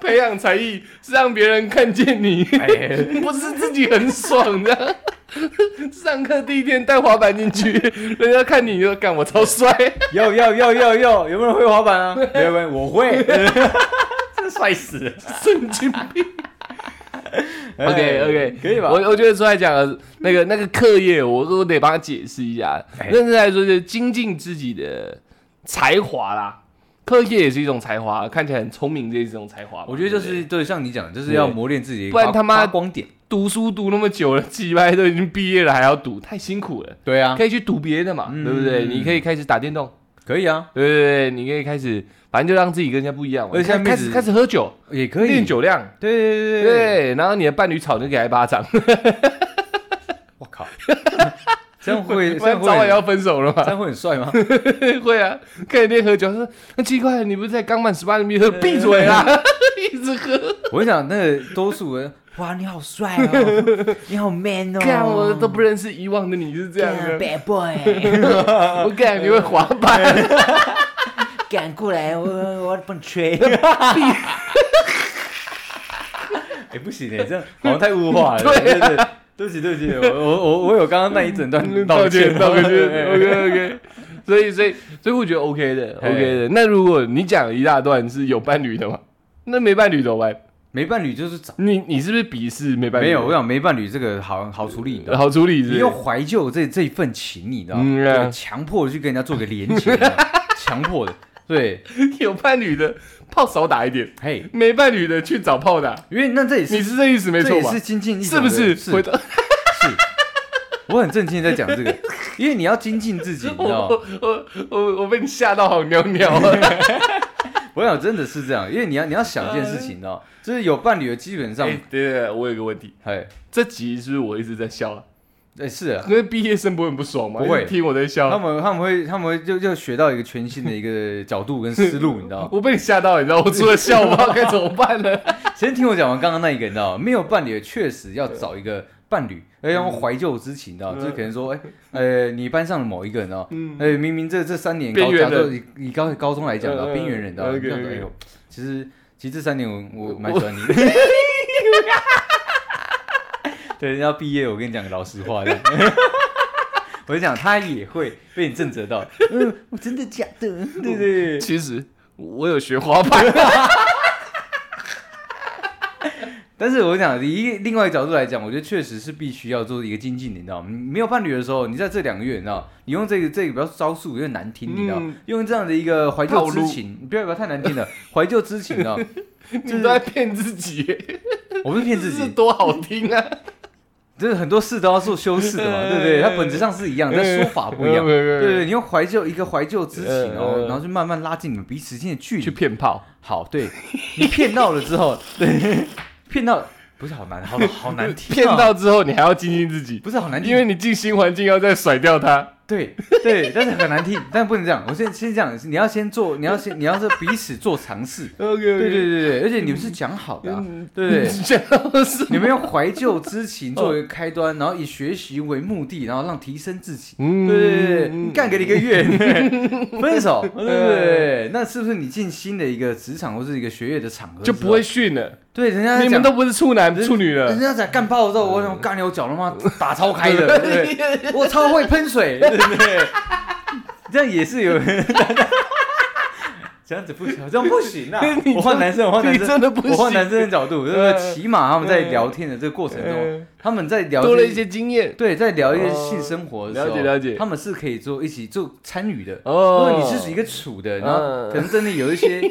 [SPEAKER 1] 培养才艺是让别人看见你。
[SPEAKER 3] 哎，
[SPEAKER 1] 不是自己很爽的。 上课第一天带滑板进去， 人家看你就干我超帅，
[SPEAKER 3] 要要要要要，有没有人会滑板啊？没有没有，我 会，真帅死了。
[SPEAKER 1] 神经病。
[SPEAKER 3] 哎
[SPEAKER 1] OK OK，
[SPEAKER 3] 可以吧？
[SPEAKER 1] 我我觉得出来讲的那个那个课业，我我得帮他解释一下。
[SPEAKER 3] 哎
[SPEAKER 1] 认真来说，就是精进自己的才华啦。课业也是一种才华，看起来很聪明，这也是一种才华嘛。
[SPEAKER 3] 我觉得就
[SPEAKER 1] 对不对
[SPEAKER 3] 是对，像你讲，就是要磨练自己的
[SPEAKER 1] 不然他妈
[SPEAKER 3] 发光点。
[SPEAKER 1] 读书读那么久了，几百都已经毕业了，还要读，太辛苦了。
[SPEAKER 3] 对啊，
[SPEAKER 1] 可以去读别的嘛，
[SPEAKER 3] 嗯
[SPEAKER 1] 对不对？你可以开始打电动，
[SPEAKER 3] 可以啊，
[SPEAKER 1] 对对对，你可以开始，反正就让自己跟人家不一样嘛。
[SPEAKER 3] 而且
[SPEAKER 1] 开
[SPEAKER 3] 像
[SPEAKER 1] 开
[SPEAKER 3] 妹
[SPEAKER 1] 始
[SPEAKER 3] 子
[SPEAKER 1] 开始喝酒，
[SPEAKER 3] 也可以。
[SPEAKER 1] 练，酒量，
[SPEAKER 3] 对对对对。
[SPEAKER 1] 对，然后你的伴侣吵，你就给他一巴掌，
[SPEAKER 3] 我 靠，这样会
[SPEAKER 1] 不
[SPEAKER 3] 这
[SPEAKER 1] 然
[SPEAKER 3] 样
[SPEAKER 1] 早晚
[SPEAKER 3] 会
[SPEAKER 1] 要分手了
[SPEAKER 3] 这
[SPEAKER 1] 嘛。
[SPEAKER 3] 样会很 帅吗？
[SPEAKER 1] 会啊，开始练喝酒，他说那奇怪，你不是才刚满十八年，你喝闭嘴啦，一直喝，
[SPEAKER 3] 我跟你讲，那个多数人，哇，你好 帅哦，你好 man 哦，
[SPEAKER 1] 看我都不认识以往的你是这样
[SPEAKER 3] 啊
[SPEAKER 1] 的，
[SPEAKER 2] bad boy，
[SPEAKER 1] 我感觉会滑 板，
[SPEAKER 2] 赶过来，我我帮你 吹。
[SPEAKER 3] 哎、不行 哎、这样好像太物化
[SPEAKER 1] 啊
[SPEAKER 3] 了。对对对，对不起对不起，我我我我有刚刚那一整段
[SPEAKER 1] 嗯
[SPEAKER 3] 哎
[SPEAKER 1] 道歉道个歉
[SPEAKER 3] 对
[SPEAKER 1] ，OK OK。所以，所以，所以我觉得 OK 的
[SPEAKER 3] 嘿
[SPEAKER 1] ，OK 的。那如果你讲一大段是有伴侣的嘛，那没伴侣怎么办？
[SPEAKER 3] 没伴侣就是找
[SPEAKER 1] 你你是不是鄙视没办法？
[SPEAKER 3] 没有，我想没伴侣这个好好处理，你知道吗
[SPEAKER 1] 好处理是不
[SPEAKER 3] 你
[SPEAKER 1] 是
[SPEAKER 3] 又怀旧这这一份情，你知道吗？
[SPEAKER 1] 嗯啊
[SPEAKER 3] 对强迫去跟人家做个连接， 你知道吗强迫的，对，
[SPEAKER 1] 有伴侣的炮少打一点，
[SPEAKER 3] 嘿，
[SPEAKER 1] 没伴侣的去找炮打，
[SPEAKER 3] 因为那这也
[SPEAKER 1] 你
[SPEAKER 3] 是
[SPEAKER 1] 是这意思没
[SPEAKER 3] 这
[SPEAKER 1] 错
[SPEAKER 3] 也
[SPEAKER 1] 吧
[SPEAKER 3] 是？精进一
[SPEAKER 1] 是
[SPEAKER 3] 种
[SPEAKER 1] 不
[SPEAKER 3] 的，
[SPEAKER 1] 是？
[SPEAKER 3] 是
[SPEAKER 1] 回头
[SPEAKER 3] 是，我很震惊地在讲这 个，因为你要精进自己，你知
[SPEAKER 1] 我
[SPEAKER 3] 道吗？
[SPEAKER 1] 我我我我被你吓到好尿尿 啊！
[SPEAKER 3] 我想真的是这样，因为你要你要想一件事情，你知道吗，就是有伴侣的基本 上
[SPEAKER 1] 哎，对对对，我有个问题，
[SPEAKER 3] 嘿，
[SPEAKER 1] 这集是不是我一直在笑啊？
[SPEAKER 3] 哎是啊，
[SPEAKER 1] 因为毕业生不会很不爽吗？
[SPEAKER 3] 不会
[SPEAKER 1] 一直听我在
[SPEAKER 3] 他
[SPEAKER 1] 笑，
[SPEAKER 3] 们他们会他们会就就学到一个全新的一个角度跟思路，你知道吗？
[SPEAKER 1] 我被你吓到，你知道我除了笑，我不知道该怎么办 了。
[SPEAKER 3] 先听我讲完刚刚那一个，你知道吗？没有伴侣的确实要找一个伴侣，而要用怀旧之情，你知道吗？
[SPEAKER 1] 嗯
[SPEAKER 3] 就是可能说，哎、呃，你班上的某一个人，你知道吗？
[SPEAKER 1] 嗯
[SPEAKER 3] 哎、明明这这三年
[SPEAKER 1] 边
[SPEAKER 3] 高，
[SPEAKER 1] 缘
[SPEAKER 3] 假
[SPEAKER 1] 人
[SPEAKER 3] 设以以高高中来讲，你知
[SPEAKER 1] 嗯
[SPEAKER 3] 道吗边缘人，你知道吗？
[SPEAKER 1] 嗯
[SPEAKER 3] 这样子，哎
[SPEAKER 1] OK，OK
[SPEAKER 3] 呦，其实其实这三年我我
[SPEAKER 1] 我
[SPEAKER 3] 蛮 喜欢你的。对，人家毕业，我跟你讲个老实话，这样 我跟你讲，他也会被你震慑到。嗯，我真的假的？对对对，
[SPEAKER 1] 其实我有学滑板，
[SPEAKER 3] 但是我讲，以另外一个角度来讲，我觉得确实是必须要做一个精进，你知道吗？你没有伴侣的时候，你在这两个月，你知道，你用这个这个比较招数有点难听，你知道，
[SPEAKER 1] 嗯
[SPEAKER 3] 用这样的一个怀
[SPEAKER 1] 套
[SPEAKER 3] 旧
[SPEAKER 1] 路
[SPEAKER 3] 之情，嗯 你不要不要太难听了，怀旧之情，你知道，
[SPEAKER 1] 你都在骗自己，
[SPEAKER 3] 我不是骗
[SPEAKER 1] 这
[SPEAKER 3] 自
[SPEAKER 1] 是
[SPEAKER 3] 己，
[SPEAKER 1] 多好听啊！
[SPEAKER 3] 就是很多事都要做修饰的嘛，对不 对？它本质上是一样，但说法不一样。对对对，你用怀旧一个怀旧之情，然后
[SPEAKER 1] 呃
[SPEAKER 3] 然后就慢慢拉近你们彼此之间的距
[SPEAKER 1] 去
[SPEAKER 3] 离。
[SPEAKER 1] 骗炮，
[SPEAKER 3] 好，对你骗到了之后，对， 骗到不是好难，好好难 听啊，
[SPEAKER 1] 骗到之后你还要精进自己，
[SPEAKER 3] 不是好难听，
[SPEAKER 1] 因为你进新环境要再甩掉它。
[SPEAKER 3] 对对，但是很难听， 但不能这样。我先先这样，你要先做，你要先你要是彼此做尝 试，
[SPEAKER 1] OK，
[SPEAKER 3] 对对对对，而且你们是讲好的、
[SPEAKER 1] 嗯
[SPEAKER 3] 啊，对 不对？
[SPEAKER 1] 对，是
[SPEAKER 3] 你们用怀旧之情作为开端，然后以学习为目的，然后让提升自己。
[SPEAKER 1] 嗯
[SPEAKER 3] 对对对对，干给你一 个月，分手，对不对？那是不是你进新的一个职场或是一个学业的场合
[SPEAKER 1] 就
[SPEAKER 3] 之后
[SPEAKER 1] 不会训了，
[SPEAKER 3] 对人家
[SPEAKER 1] 你
[SPEAKER 3] 在
[SPEAKER 1] 们
[SPEAKER 3] 讲
[SPEAKER 1] 都嗯不是处男处女
[SPEAKER 3] 人
[SPEAKER 1] 了，
[SPEAKER 3] 家在干爆的时候，我想干牛角了吗？打超 开的，对不对？我超会喷水， 对不对？这样也是有， 这样子不行，这样不行 啊
[SPEAKER 1] 你真
[SPEAKER 3] 我换男生，我换男
[SPEAKER 1] 你
[SPEAKER 3] 生，
[SPEAKER 1] 真的不
[SPEAKER 3] 我换
[SPEAKER 1] 行
[SPEAKER 3] 男生的角度，对 不对？
[SPEAKER 1] 嗯
[SPEAKER 3] 起码他们在聊天的这个过程中
[SPEAKER 1] 嗯，
[SPEAKER 3] 他们在聊
[SPEAKER 1] 多了一些经验。
[SPEAKER 3] 对，在聊一些
[SPEAKER 1] 哦
[SPEAKER 3] 性生活的时候，
[SPEAKER 1] 了解了解
[SPEAKER 3] 他们是可以做一起做参与的。
[SPEAKER 1] 哦
[SPEAKER 3] 如果你是一个处的，然后
[SPEAKER 1] 嗯
[SPEAKER 3] 可能真的有 一些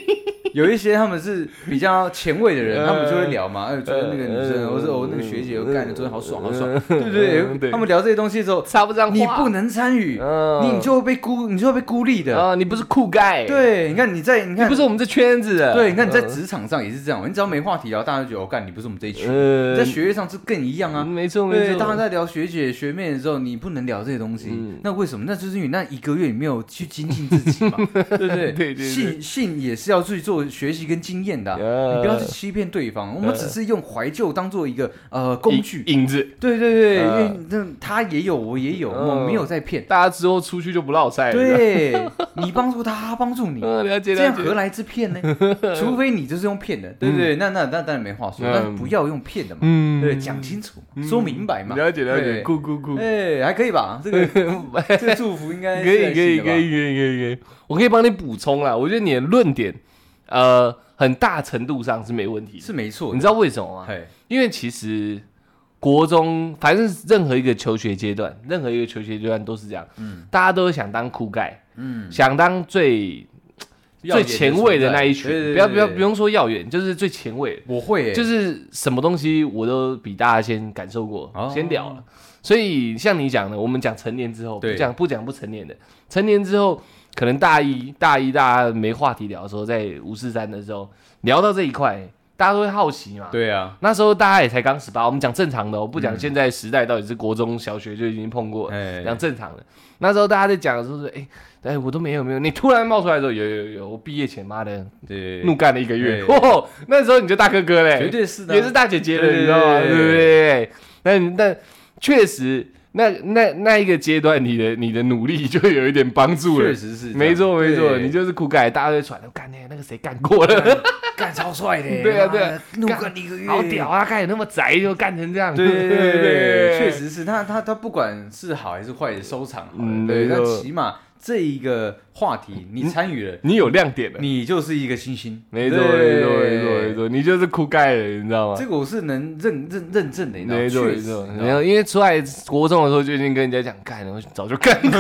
[SPEAKER 3] 有一些他们是比较前卫的人，
[SPEAKER 1] 嗯
[SPEAKER 3] 他们就会聊嘛，哎，昨天那个女生，
[SPEAKER 1] 嗯
[SPEAKER 3] 或者哦那个
[SPEAKER 1] 嗯
[SPEAKER 3] 学姐，
[SPEAKER 1] 嗯
[SPEAKER 3] 我干的昨天好爽好爽，
[SPEAKER 1] 嗯
[SPEAKER 3] 对不对？
[SPEAKER 1] 嗯 对
[SPEAKER 3] 他们聊这些东西的时候，
[SPEAKER 1] 插不上话，
[SPEAKER 3] 你不能参与，
[SPEAKER 1] 嗯
[SPEAKER 3] 你你就会被孤，你就会被孤立的。
[SPEAKER 1] 啊，你不是酷盖，，
[SPEAKER 3] 对，你看你在，你
[SPEAKER 1] 你
[SPEAKER 3] 看
[SPEAKER 1] 不是我们这圈子的，
[SPEAKER 3] 对，你看你在
[SPEAKER 1] 嗯
[SPEAKER 3] 职场上也是这样，你只要没话题聊，大家就觉得哦，干你不是我们这一群。
[SPEAKER 1] 呃
[SPEAKER 3] 你在学业上是更一样啊，
[SPEAKER 1] 没错嗯没
[SPEAKER 3] 对，
[SPEAKER 1] 错，
[SPEAKER 3] 大家在聊学姐学妹的时候，你不能聊这些东西，
[SPEAKER 1] 嗯
[SPEAKER 3] 那为什么？那就是因为那一个月你没有去精进自 己嘛，对不对？
[SPEAKER 1] 对对对
[SPEAKER 3] 性性也是要去做学习跟经验的啊、
[SPEAKER 1] 呃
[SPEAKER 3] 你不要去欺骗对方。我们只是用怀旧当做一个呃工具，
[SPEAKER 1] 影子，
[SPEAKER 3] 对对对，因
[SPEAKER 1] 呃
[SPEAKER 3] 为那他也有，我也有，
[SPEAKER 1] 呃
[SPEAKER 3] 我没有在骗。
[SPEAKER 1] 大家之后出去就不落赛了，
[SPEAKER 3] 对你帮助他，他帮助 你，
[SPEAKER 1] 嗯，了解
[SPEAKER 3] 这
[SPEAKER 1] 了
[SPEAKER 3] 样何
[SPEAKER 1] 解，
[SPEAKER 3] 来之骗呢？除非你就是用骗的，对不对？那那那当然没话说，
[SPEAKER 1] 啊嗯
[SPEAKER 3] 但是不要用骗的嘛，
[SPEAKER 1] 嗯
[SPEAKER 3] 对，讲清楚嘛，说明白嘛，
[SPEAKER 1] 了解了
[SPEAKER 3] 对
[SPEAKER 1] 解，酷酷酷，可
[SPEAKER 3] 哎、还可以吧？这个这个祝福应该
[SPEAKER 1] 以
[SPEAKER 3] 呃是
[SPEAKER 1] 可以可以可
[SPEAKER 3] 还
[SPEAKER 1] 以
[SPEAKER 3] 行的吧
[SPEAKER 1] 可以可以，我可以帮你补充啦，我觉得你的论点，呃，很大程度上是没问题的，
[SPEAKER 3] 是没错
[SPEAKER 1] 你
[SPEAKER 3] 的。
[SPEAKER 1] 知道为什么吗？
[SPEAKER 3] 嘿，
[SPEAKER 1] 因为其实国中，反正任何一个求学阶段，任何一个求学阶段都是这样，
[SPEAKER 3] 嗯
[SPEAKER 1] 大家都想当酷盖，
[SPEAKER 3] 嗯，
[SPEAKER 1] 想当最
[SPEAKER 3] 耀
[SPEAKER 1] 最
[SPEAKER 3] 眼
[SPEAKER 1] 前卫的那一群，
[SPEAKER 3] 存在
[SPEAKER 1] 不要不要不，
[SPEAKER 3] 对对对对
[SPEAKER 1] 用说耀眼，就是最前卫的，
[SPEAKER 3] 我会、欸，
[SPEAKER 1] 就是什么东西我都比大家先感受过，
[SPEAKER 3] 哦
[SPEAKER 1] 先聊了。所以像你讲的，我们讲成年之后，不
[SPEAKER 3] 对
[SPEAKER 1] 讲不讲不成年的，成年之后，可能大一大一大家没话题聊的时候，在五四三的时候聊到这一块，大家都会好奇嘛。
[SPEAKER 3] 对啊，
[SPEAKER 1] 那时候大家也才刚十八，我们讲正常的、哦，不讲现在时代到底是国中小学就已经碰过了，
[SPEAKER 3] 哎、
[SPEAKER 1] 讲正常的。那时候大家在讲的时候是，哎、哎、我都没有没有，你突然冒出来的时候，有有有，我毕业前妈的
[SPEAKER 3] 对，
[SPEAKER 1] 怒干了一个月，
[SPEAKER 3] 对
[SPEAKER 1] 哦， 那时候你就大哥哥嘞，
[SPEAKER 3] 绝对是的啊，
[SPEAKER 1] 也是大姐姐了，
[SPEAKER 3] 对
[SPEAKER 1] 你知道吗？
[SPEAKER 3] 对
[SPEAKER 1] 对
[SPEAKER 3] 对
[SPEAKER 1] 不对？那那确实，那那那一个阶段，你的你的努力就有一点帮助了
[SPEAKER 3] 确，实是这样，
[SPEAKER 1] 没错没错，
[SPEAKER 3] 对
[SPEAKER 1] 你就是苦改，大家都传，干那那个谁干过了。
[SPEAKER 2] 干超帅的，
[SPEAKER 1] 对啊
[SPEAKER 2] 妈的
[SPEAKER 1] 对啊
[SPEAKER 2] 怒
[SPEAKER 1] 干
[SPEAKER 2] 干你一个月，
[SPEAKER 1] 好屌啊！干有那么宅就干成这 样，
[SPEAKER 3] 对对对 对，
[SPEAKER 1] 对
[SPEAKER 3] 确，实是他他他不管是好还是坏的收场好了，
[SPEAKER 1] 嗯没
[SPEAKER 3] 对，那
[SPEAKER 1] 错
[SPEAKER 3] 起码这一个话题你参与了，
[SPEAKER 1] 你有亮点的，
[SPEAKER 3] 你就是一个星星，
[SPEAKER 1] 没错
[SPEAKER 3] 对
[SPEAKER 1] 没错没错没。错，你就是酷盖了，你知道吗
[SPEAKER 3] 这？个我是能认认认证的，你知道吗？
[SPEAKER 1] 没错
[SPEAKER 3] 确
[SPEAKER 1] 没
[SPEAKER 3] 实
[SPEAKER 1] 错，
[SPEAKER 3] 你知道吗
[SPEAKER 1] 然后因为出来国中的时候就已经跟人家讲干了，我早就干 过，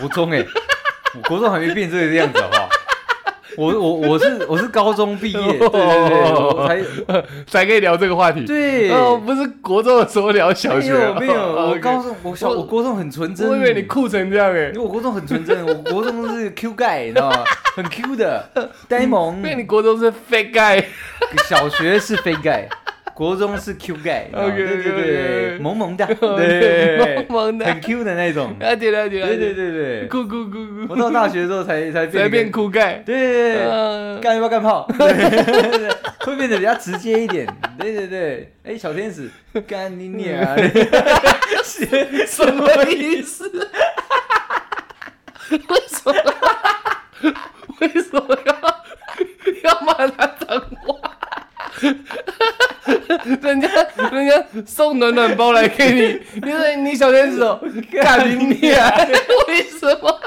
[SPEAKER 3] 国中哎、我国中还没变这个样子，好不好？我我我是我是高中毕业， 对对对，我才
[SPEAKER 1] 才可以聊这个话题。
[SPEAKER 3] 对，
[SPEAKER 1] 哦，不是国中的时候聊小
[SPEAKER 3] 没
[SPEAKER 1] 学哦，
[SPEAKER 3] 有没有，
[SPEAKER 1] 哦
[SPEAKER 3] 我
[SPEAKER 1] OK
[SPEAKER 3] 高中我小
[SPEAKER 1] 我
[SPEAKER 3] 我国中很纯真，
[SPEAKER 1] 我以为你酷成这样哎
[SPEAKER 3] 因为，我国中很纯真，我国中是 Q guy，你知道吗？很 Q 的呆萌
[SPEAKER 1] 因，为你国中是 fake guy，
[SPEAKER 3] 小学是 f a guy，国中是 Q guy，你知道吗
[SPEAKER 1] OK，OK，OK
[SPEAKER 3] 对对对，萌萌的，对，
[SPEAKER 1] 萌萌的，
[SPEAKER 3] 很 Q 的那种，
[SPEAKER 1] 了解了解，了
[SPEAKER 3] 对
[SPEAKER 1] 解
[SPEAKER 3] 对，对对，
[SPEAKER 1] 酷酷酷
[SPEAKER 3] 我
[SPEAKER 1] 酷，
[SPEAKER 3] 到大学之后才才变
[SPEAKER 1] 才
[SPEAKER 3] 一个
[SPEAKER 1] 变，酷盖，
[SPEAKER 3] 对，
[SPEAKER 1] 嗯
[SPEAKER 3] 干要不要干炮？对会变得比较直接一点。对对对，哎，小天使，干你娘！
[SPEAKER 1] 什么意思？ 为什么？为什么要要骂他脏话？ 人家人家送暖暖包来给你，你说你小天使哦，干你娘！ 为什么？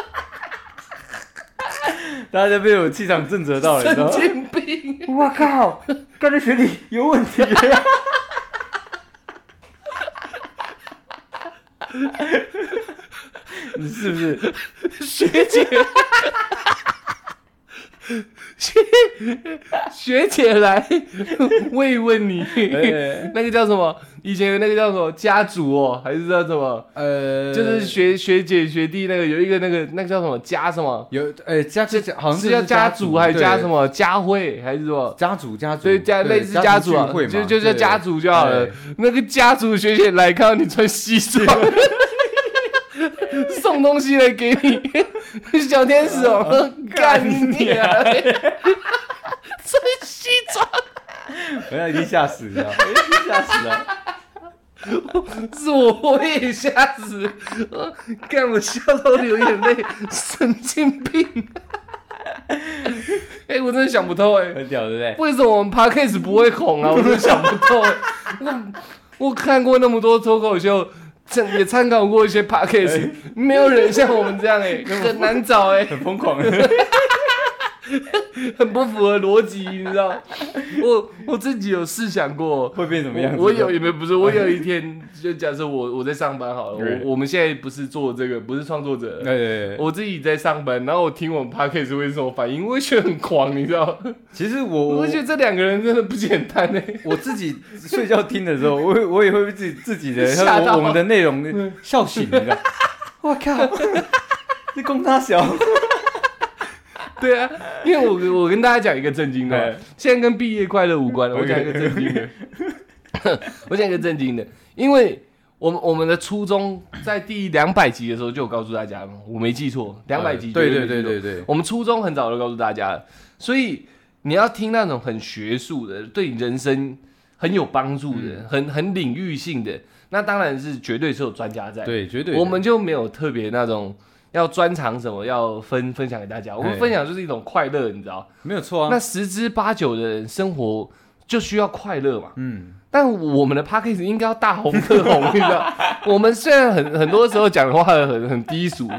[SPEAKER 3] 大家被我气场震慑到了，你知道
[SPEAKER 1] 神
[SPEAKER 3] 吗？
[SPEAKER 1] 经病！
[SPEAKER 3] 我靠，干这学历有问 题。你是不是
[SPEAKER 1] 学姐，学姐来慰问你。
[SPEAKER 3] 哎
[SPEAKER 1] 那个叫什么？以前有那个叫什么家族哦，还是叫什么？
[SPEAKER 3] 呃，
[SPEAKER 1] 就是学学姐学弟那个有一个那个那个叫什么家什么？
[SPEAKER 3] 有呃家这好像
[SPEAKER 1] 是叫家
[SPEAKER 3] 家
[SPEAKER 1] 族还是
[SPEAKER 3] 对
[SPEAKER 1] 家什么家会还是什么？
[SPEAKER 3] 家族家族，
[SPEAKER 1] 所以家
[SPEAKER 3] 对
[SPEAKER 1] 类似家族
[SPEAKER 3] 族
[SPEAKER 1] 啊
[SPEAKER 3] 聚会，嘛
[SPEAKER 1] 就就叫
[SPEAKER 3] 对
[SPEAKER 1] 家族就好了
[SPEAKER 3] 对。
[SPEAKER 1] 那个家族学姐来看到你穿西 装，送东西来给 你，小天使
[SPEAKER 3] 啊
[SPEAKER 1] 哦，干你啊！穿西装
[SPEAKER 3] 人家已经吓死 了，哎吓死了。
[SPEAKER 1] 是我，我也吓死，呃干我笑到流眼泪，神经 病！哎，我真的想不透哎。
[SPEAKER 3] 很屌，对不对？
[SPEAKER 1] 为什么我们 podcast 不会红啊？我都想不透。我我看过那么多脱口秀，参也参考过一 些 podcast，没有人像我们这样 哎、很难找哎、
[SPEAKER 3] 很疯 狂，
[SPEAKER 1] 很不符合逻辑，你知道？我我自己有试想过。
[SPEAKER 3] 会变什么样
[SPEAKER 1] 我
[SPEAKER 3] 子？
[SPEAKER 1] 我有也没有不是，我 有一天就假设我我在上班好了，
[SPEAKER 3] 对
[SPEAKER 1] 我我们现在不是做这个，不是创作者了，
[SPEAKER 3] 呃，
[SPEAKER 1] 我自己在上班，然后我听我们 podcast 会是什么反应，我会觉得很狂，你知道？
[SPEAKER 3] 其实我
[SPEAKER 1] 我
[SPEAKER 3] 我
[SPEAKER 1] 会觉得这两个人真的不简单哎、
[SPEAKER 3] 我自己睡觉听的 时候，我也我也会被自己自己的
[SPEAKER 1] 吓到
[SPEAKER 3] 我我们的内容笑醒，你 知道？我靠， 这公他小，
[SPEAKER 1] 对啊，因为我我跟大家讲一个震惊的
[SPEAKER 3] 哎，
[SPEAKER 1] 现在跟毕业快乐无关了，我
[SPEAKER 3] OK
[SPEAKER 1] 讲一个震惊的， 我讲一个震惊的，因为我们我们的初衷在第两百集的时候就有告诉大家嘛，我没记错，两百集
[SPEAKER 3] 哎对
[SPEAKER 1] 绝
[SPEAKER 3] 对
[SPEAKER 1] 没记
[SPEAKER 3] 对
[SPEAKER 1] 错
[SPEAKER 3] 对对，
[SPEAKER 1] 我们初衷很早就告诉大家了，所以你要听那种很学术的，对你人生很有帮助的，
[SPEAKER 3] 嗯
[SPEAKER 1] 很很领域性的，那当然是绝对是有专家在，
[SPEAKER 3] 对绝对的，
[SPEAKER 1] 我们就没有特别那种要专长什么要分分享给大家，我们
[SPEAKER 3] 哎
[SPEAKER 1] 分享就是一种快乐，你知道？
[SPEAKER 3] 没有错
[SPEAKER 1] 那
[SPEAKER 3] 啊。
[SPEAKER 1] 十之八九的人生活就需要快乐嘛。
[SPEAKER 3] 嗯，
[SPEAKER 1] 但我们的 p a c k a g e 应该要大红特红，你知 道？我们虽然很很多时候讲的话很很低俗，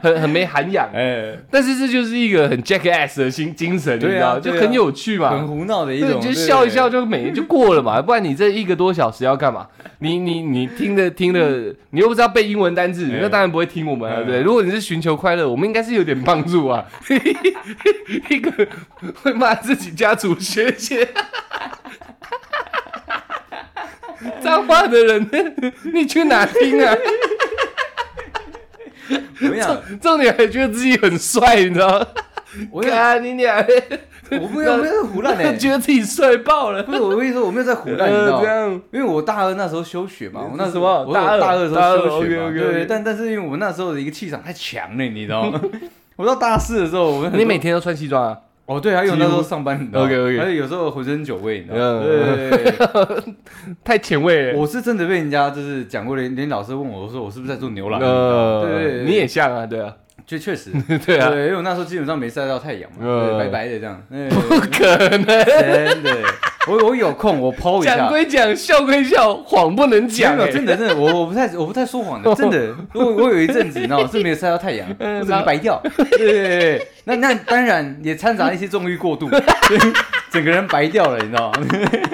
[SPEAKER 1] 很很没涵养，
[SPEAKER 3] 哎，
[SPEAKER 1] 但是这就是一个很 jackass 的心精神，你知
[SPEAKER 3] 对
[SPEAKER 1] 道？
[SPEAKER 3] 啊
[SPEAKER 1] 就
[SPEAKER 3] 对啊
[SPEAKER 1] 很有趣嘛，
[SPEAKER 3] 很胡闹的一
[SPEAKER 1] 对，
[SPEAKER 3] 种，
[SPEAKER 1] 你就
[SPEAKER 3] 对对
[SPEAKER 1] 笑一笑
[SPEAKER 3] 对
[SPEAKER 1] 就每就过了嘛，不然你这一个多小时要干嘛？你你你听的听的，你又不知道背英文单字，
[SPEAKER 3] 哎
[SPEAKER 1] 那当然不会听我们啊，
[SPEAKER 3] 哎
[SPEAKER 1] 对不对？如果你是寻求快乐，我们应该是有点帮助啊。 一个会骂自己家族学姐。脏话的人，你去哪听啊？
[SPEAKER 3] 我跟你讲，
[SPEAKER 1] 重点还觉得自己很帅，你知道吗？
[SPEAKER 3] 我欸跟你讲
[SPEAKER 1] 看你俩，
[SPEAKER 3] 我不要没有胡乱的，
[SPEAKER 1] 觉得自己帅爆了。
[SPEAKER 3] 不是我跟你说，我没有在胡乱，你知道
[SPEAKER 1] 呃，这
[SPEAKER 3] 吗？
[SPEAKER 1] 样
[SPEAKER 3] 因为我大二那时候休学嘛，我那时
[SPEAKER 1] 什
[SPEAKER 3] 候
[SPEAKER 1] 么
[SPEAKER 3] 我
[SPEAKER 1] 大二
[SPEAKER 3] 大二的时
[SPEAKER 1] 大二
[SPEAKER 3] 候休学嘛，
[SPEAKER 1] OK，OK，OK
[SPEAKER 3] 对，但但是因为我们那时候的一个气场太强了，你知道吗？ 我到大四的时候，我们很
[SPEAKER 1] 你
[SPEAKER 3] 多
[SPEAKER 1] 每天都穿西装啊？
[SPEAKER 3] 哦对，还有
[SPEAKER 1] 几乎
[SPEAKER 3] 那时候上班，你知道吗
[SPEAKER 1] OK，OK
[SPEAKER 3] 还有有时候浑身酒味，你知道
[SPEAKER 1] 嗯
[SPEAKER 3] 吗？对对对对，
[SPEAKER 1] 太前卫 了。
[SPEAKER 3] 我是真的被人家就是讲过，连连老师问我说我是不是在做牛郎，
[SPEAKER 1] 呃，
[SPEAKER 3] 对对对
[SPEAKER 1] 你也像啊，对啊，
[SPEAKER 3] 就确实，
[SPEAKER 1] 对啊，
[SPEAKER 3] 对，因为我那时候基本上没晒到太阳嘛，
[SPEAKER 1] 嗯
[SPEAKER 3] 对白白的这样，对
[SPEAKER 1] 不可能。
[SPEAKER 3] 真的，我我有空我剖一
[SPEAKER 1] 讲
[SPEAKER 3] 下。
[SPEAKER 1] 归讲，笑归笑，谎不能讲、欸
[SPEAKER 3] 没有，真
[SPEAKER 1] 的，
[SPEAKER 3] 的，真的，我我不太我不太说 谎的，真的。我我有一阵子，你知道，是没有晒到太阳，
[SPEAKER 1] 嗯
[SPEAKER 3] 我整个白掉。对对对对，那那当然也掺杂一些纵欲过度， 对整个人白掉了，你知道吗？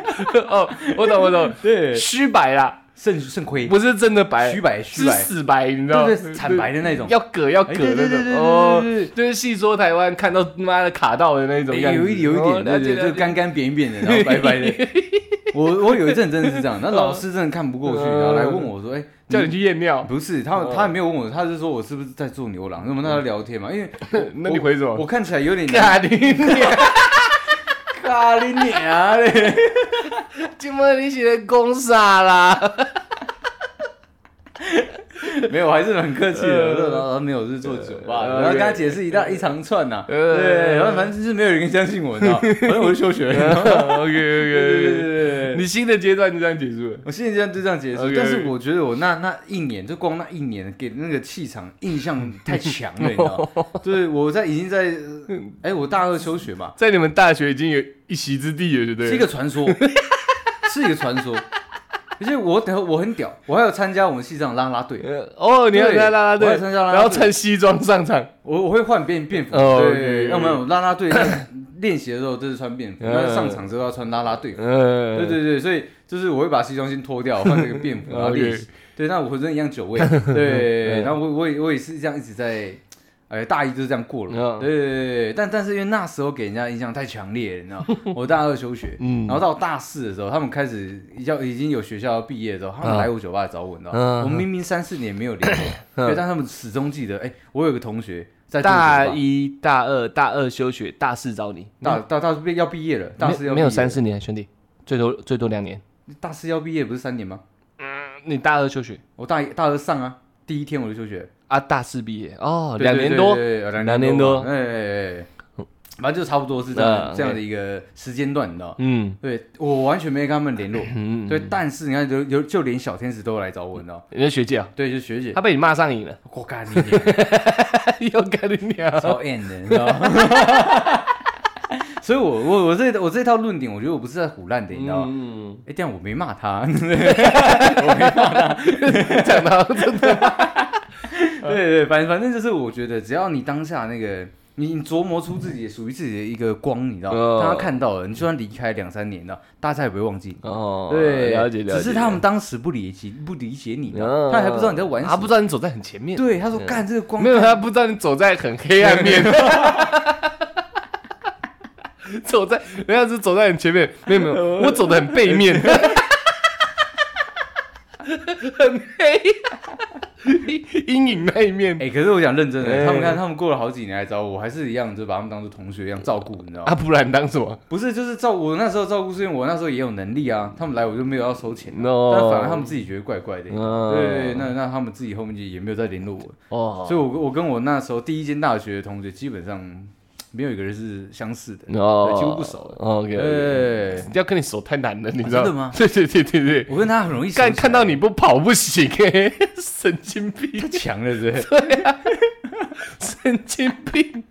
[SPEAKER 1] 哦，我懂，我懂，
[SPEAKER 3] 哎对，
[SPEAKER 1] 虚白啦，
[SPEAKER 3] 肾肾亏，
[SPEAKER 1] 不是真的白，
[SPEAKER 3] 虚白虚
[SPEAKER 1] 是
[SPEAKER 3] 白，
[SPEAKER 1] 死白，你知道吗？
[SPEAKER 3] 对对，惨白的那种。
[SPEAKER 1] 要割要割
[SPEAKER 3] 哎对
[SPEAKER 1] 那
[SPEAKER 3] 对对对
[SPEAKER 1] 种，
[SPEAKER 3] 对
[SPEAKER 1] 哦，
[SPEAKER 3] 对对
[SPEAKER 1] 就是戏说台湾看到妈的卡到的那种
[SPEAKER 3] 对
[SPEAKER 1] 样
[SPEAKER 3] 哎
[SPEAKER 1] 子，
[SPEAKER 3] 有一有
[SPEAKER 1] 哦
[SPEAKER 3] 一点，
[SPEAKER 1] 了
[SPEAKER 3] 对
[SPEAKER 1] 解
[SPEAKER 3] 对，就干干扁扁的，然后白 白的。我我有一阵真的是这样，那老师真的看不过去，
[SPEAKER 1] 嗯
[SPEAKER 3] 然后来问我说：“哎，
[SPEAKER 1] 叫你去验尿，
[SPEAKER 3] 不是他，
[SPEAKER 1] 哦
[SPEAKER 3] 他也没有问我，他是说我是不是在做牛郎？我们大家聊天嘛，因为
[SPEAKER 1] 那你回什
[SPEAKER 3] 我
[SPEAKER 1] 么？
[SPEAKER 3] 看起 来有点
[SPEAKER 1] 卡你娘！
[SPEAKER 3] 咖喱娘嘞，
[SPEAKER 1] 今麦你写的公傻 啦？
[SPEAKER 3] 没有，我还是很客气的。
[SPEAKER 1] 呃
[SPEAKER 3] 我说然后没有，是做酒吧，
[SPEAKER 1] 呃
[SPEAKER 3] 然后跟他解释一大一长串呐。
[SPEAKER 1] 呃
[SPEAKER 3] 对，然后反正就是没有人相信我， 你知道，反正我就休学。
[SPEAKER 1] OK
[SPEAKER 3] 了。对对
[SPEAKER 1] OK
[SPEAKER 3] 对
[SPEAKER 1] OK，
[SPEAKER 3] 对对，
[SPEAKER 1] 你新的阶段就这样结束了。
[SPEAKER 3] 我现在这样就这样解释，
[SPEAKER 1] OK，OK
[SPEAKER 3] 但是我觉得我那那一年，就光那一年给那个气场印象太强了，你知道 吗？对，我在已经在，呃哎，我大二休学嘛，
[SPEAKER 1] 在你们大学已经有一席之地了，对不对？
[SPEAKER 3] 是一个 传说，是一个传说。而且我屌，我很屌，我还有参加我们系上的啦啦队，
[SPEAKER 1] 呃哦，你有
[SPEAKER 3] 对
[SPEAKER 1] 参加啦啦
[SPEAKER 3] 我
[SPEAKER 1] 队，
[SPEAKER 3] 有参加啦啦队
[SPEAKER 1] 然后穿西装上场，
[SPEAKER 3] 我我会换便便服，
[SPEAKER 1] 哦
[SPEAKER 3] 对，
[SPEAKER 1] OK，OK
[SPEAKER 3] 要不然我啦啦队练 习的时候就是穿便服，
[SPEAKER 1] 嗯
[SPEAKER 3] 那上场之后要穿啦啦队服。
[SPEAKER 1] 嗯，
[SPEAKER 3] 对对对，所以就是我会把西装先脱掉，换这个便 服，然后
[SPEAKER 1] OK 嗯
[SPEAKER 3] 练习。对，那我浑身一样酒味，对，然后我我也我也是这样一直在哎，大一就是这样过了。
[SPEAKER 1] 嗯
[SPEAKER 3] 对对对对，但但是因为那时候给人家印象太强烈了，你知道，我大二休学，
[SPEAKER 1] 嗯
[SPEAKER 3] 然后到大四的时候，他们开始要已经有学校要毕业的时候，他们
[SPEAKER 1] 嗯
[SPEAKER 3] 来我酒吧找我，你知道，
[SPEAKER 1] 嗯
[SPEAKER 3] 我们明明三四年没有联络，
[SPEAKER 1] 嗯
[SPEAKER 3] 对，但他们始终记得，哎，我有个同学在
[SPEAKER 1] 大
[SPEAKER 3] 这个酒吧
[SPEAKER 1] 一、大二、大二休学，大四找你。
[SPEAKER 3] 大大大四要毕业了，大四要
[SPEAKER 1] 没没有
[SPEAKER 3] 毕业
[SPEAKER 1] 三
[SPEAKER 3] 了
[SPEAKER 1] 四年，兄弟，最多最多两年。
[SPEAKER 3] 大四要毕业不是三年吗？
[SPEAKER 1] 你大二休学
[SPEAKER 3] 我大一大二上啊，第一天我就休学，
[SPEAKER 1] 啊，大四毕业哦，
[SPEAKER 3] 对
[SPEAKER 1] 两年多。
[SPEAKER 3] 对对对对
[SPEAKER 1] 两
[SPEAKER 3] 两
[SPEAKER 1] 年
[SPEAKER 3] 年
[SPEAKER 1] 多
[SPEAKER 3] 多嘛，哎哎哎，反正就差不多是这样
[SPEAKER 1] 嗯
[SPEAKER 3] 这样的一个时间段，你知道？
[SPEAKER 1] 嗯
[SPEAKER 3] 对我完全没跟他们联络，
[SPEAKER 1] 嗯，
[SPEAKER 3] 对，但是你看，就就就连小天使都来找我，你知道？
[SPEAKER 1] 你是学姐啊，
[SPEAKER 3] 对，就学姐
[SPEAKER 1] 她，被你骂上瘾了，
[SPEAKER 3] 我干你娘，
[SPEAKER 1] 又跟你聊。
[SPEAKER 3] 超 N 的，你知道吗？ 所以我，我我这我这套论点，我觉得我不是在胡乱的，你知道吗？
[SPEAKER 1] 嗯，
[SPEAKER 3] 哎、这样我没骂他，
[SPEAKER 1] 讲到真的，
[SPEAKER 3] 对对，反反正就是我觉得，只要你当下那个，你你琢磨出自己属于自己的一个光，你知道，
[SPEAKER 1] 嗯
[SPEAKER 3] 大家看到了，你就算离开两三年了，大家也不会忘记。
[SPEAKER 1] 哦
[SPEAKER 3] 对，
[SPEAKER 1] 了解了解。
[SPEAKER 3] 只是他们当时不理解，不理解你，
[SPEAKER 1] 嗯，
[SPEAKER 3] 他还不知道你在玩什
[SPEAKER 1] 他不
[SPEAKER 3] 么。
[SPEAKER 1] 知道你走在很前面，
[SPEAKER 3] 对，他说
[SPEAKER 1] 嗯
[SPEAKER 3] 干这个光
[SPEAKER 1] 没有，他不知道你走在很黑暗 面。走在，人家是走在很前面，没有没有，我走的很背面，很黑，阴影那一面。
[SPEAKER 3] 哎、可是我讲认真的，
[SPEAKER 1] 哎
[SPEAKER 3] 他们看他们过了好几年来找我，我还是一样，就把他们当做同学一样照顾，你知道吗？
[SPEAKER 1] 啊，不然当什么
[SPEAKER 3] 不是，就是照我那时候照顾，是因为我那时候也有能力啊，他们来我就没有要收钱、啊，
[SPEAKER 1] ？No，
[SPEAKER 3] 但反而他们自己觉得怪怪的。
[SPEAKER 1] 嗯
[SPEAKER 3] 对，那那他们自己后面就也没有再联络我，
[SPEAKER 1] 哦，
[SPEAKER 3] 所以我我跟我那时候第一间大学的同学基本上没有一个人是相似的。
[SPEAKER 1] 哦，
[SPEAKER 3] 对几乎不熟了
[SPEAKER 1] OK，
[SPEAKER 3] 对，啊
[SPEAKER 1] 要跟你熟太难了，你知道
[SPEAKER 3] 真的吗
[SPEAKER 1] 对对对对对，
[SPEAKER 3] 我跟他很容易熟
[SPEAKER 1] 看
[SPEAKER 3] 起来
[SPEAKER 1] 看到你不跑不行哎，神经病
[SPEAKER 3] 太。强了，对不对？
[SPEAKER 1] 神经病。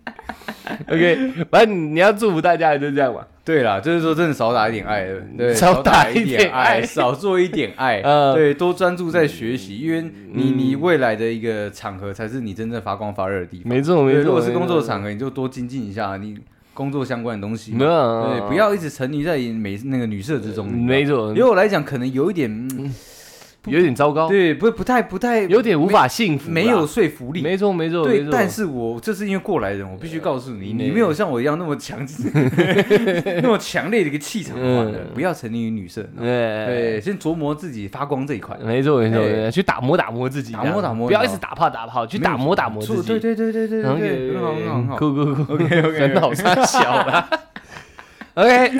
[SPEAKER 1] OK，反正你要祝福大家就这样嘛。
[SPEAKER 3] 对啦，就是说真的少打一点爱，对，
[SPEAKER 1] 嗯少打
[SPEAKER 3] 打
[SPEAKER 1] 一点
[SPEAKER 3] 点
[SPEAKER 1] 爱
[SPEAKER 3] 少做一点爱，
[SPEAKER 1] 嗯
[SPEAKER 3] 对，多专注在学习，因为你
[SPEAKER 1] 嗯
[SPEAKER 3] 你未来的一个场合才是你真正发光发热的地方。
[SPEAKER 1] 没错，没
[SPEAKER 3] 对，
[SPEAKER 1] 错。
[SPEAKER 3] 如果是工作
[SPEAKER 1] 没错，
[SPEAKER 3] 场合，你就多精进一下你工作相关的东西嘛，
[SPEAKER 1] 那
[SPEAKER 3] 对，不要一直沉溺在美那个女色之中。
[SPEAKER 1] 嗯没错
[SPEAKER 3] 因为，我来讲，可能有一点，嗯
[SPEAKER 1] 有点糟糕，
[SPEAKER 3] 对，不不太不太
[SPEAKER 1] 有点无法幸福啦，啊
[SPEAKER 3] 没有说服力。
[SPEAKER 1] 没错，没错，没
[SPEAKER 3] 对
[SPEAKER 1] 错，。
[SPEAKER 3] 但是我这是因为过来人，我必须告诉你，
[SPEAKER 1] 嗯
[SPEAKER 3] 你没有像我一样那么强， 那么强烈的一个气场的话呢
[SPEAKER 1] 嗯
[SPEAKER 3] 不要沉溺于女色。
[SPEAKER 1] 哎，
[SPEAKER 3] 对，先琢磨自己发光这一块，
[SPEAKER 1] 没错，没错，
[SPEAKER 3] 哎
[SPEAKER 1] 没错去打磨打磨自己，
[SPEAKER 3] 打磨
[SPEAKER 1] 这样
[SPEAKER 3] 打磨啊
[SPEAKER 1] 不要一直打炮打炮，去打磨打磨自己。啊
[SPEAKER 3] 对对对对
[SPEAKER 1] 嗯
[SPEAKER 3] 对对对，很好很好很好。
[SPEAKER 1] 酷酷酷
[SPEAKER 3] OK，OK，OK
[SPEAKER 1] 很好，太小 了。OK，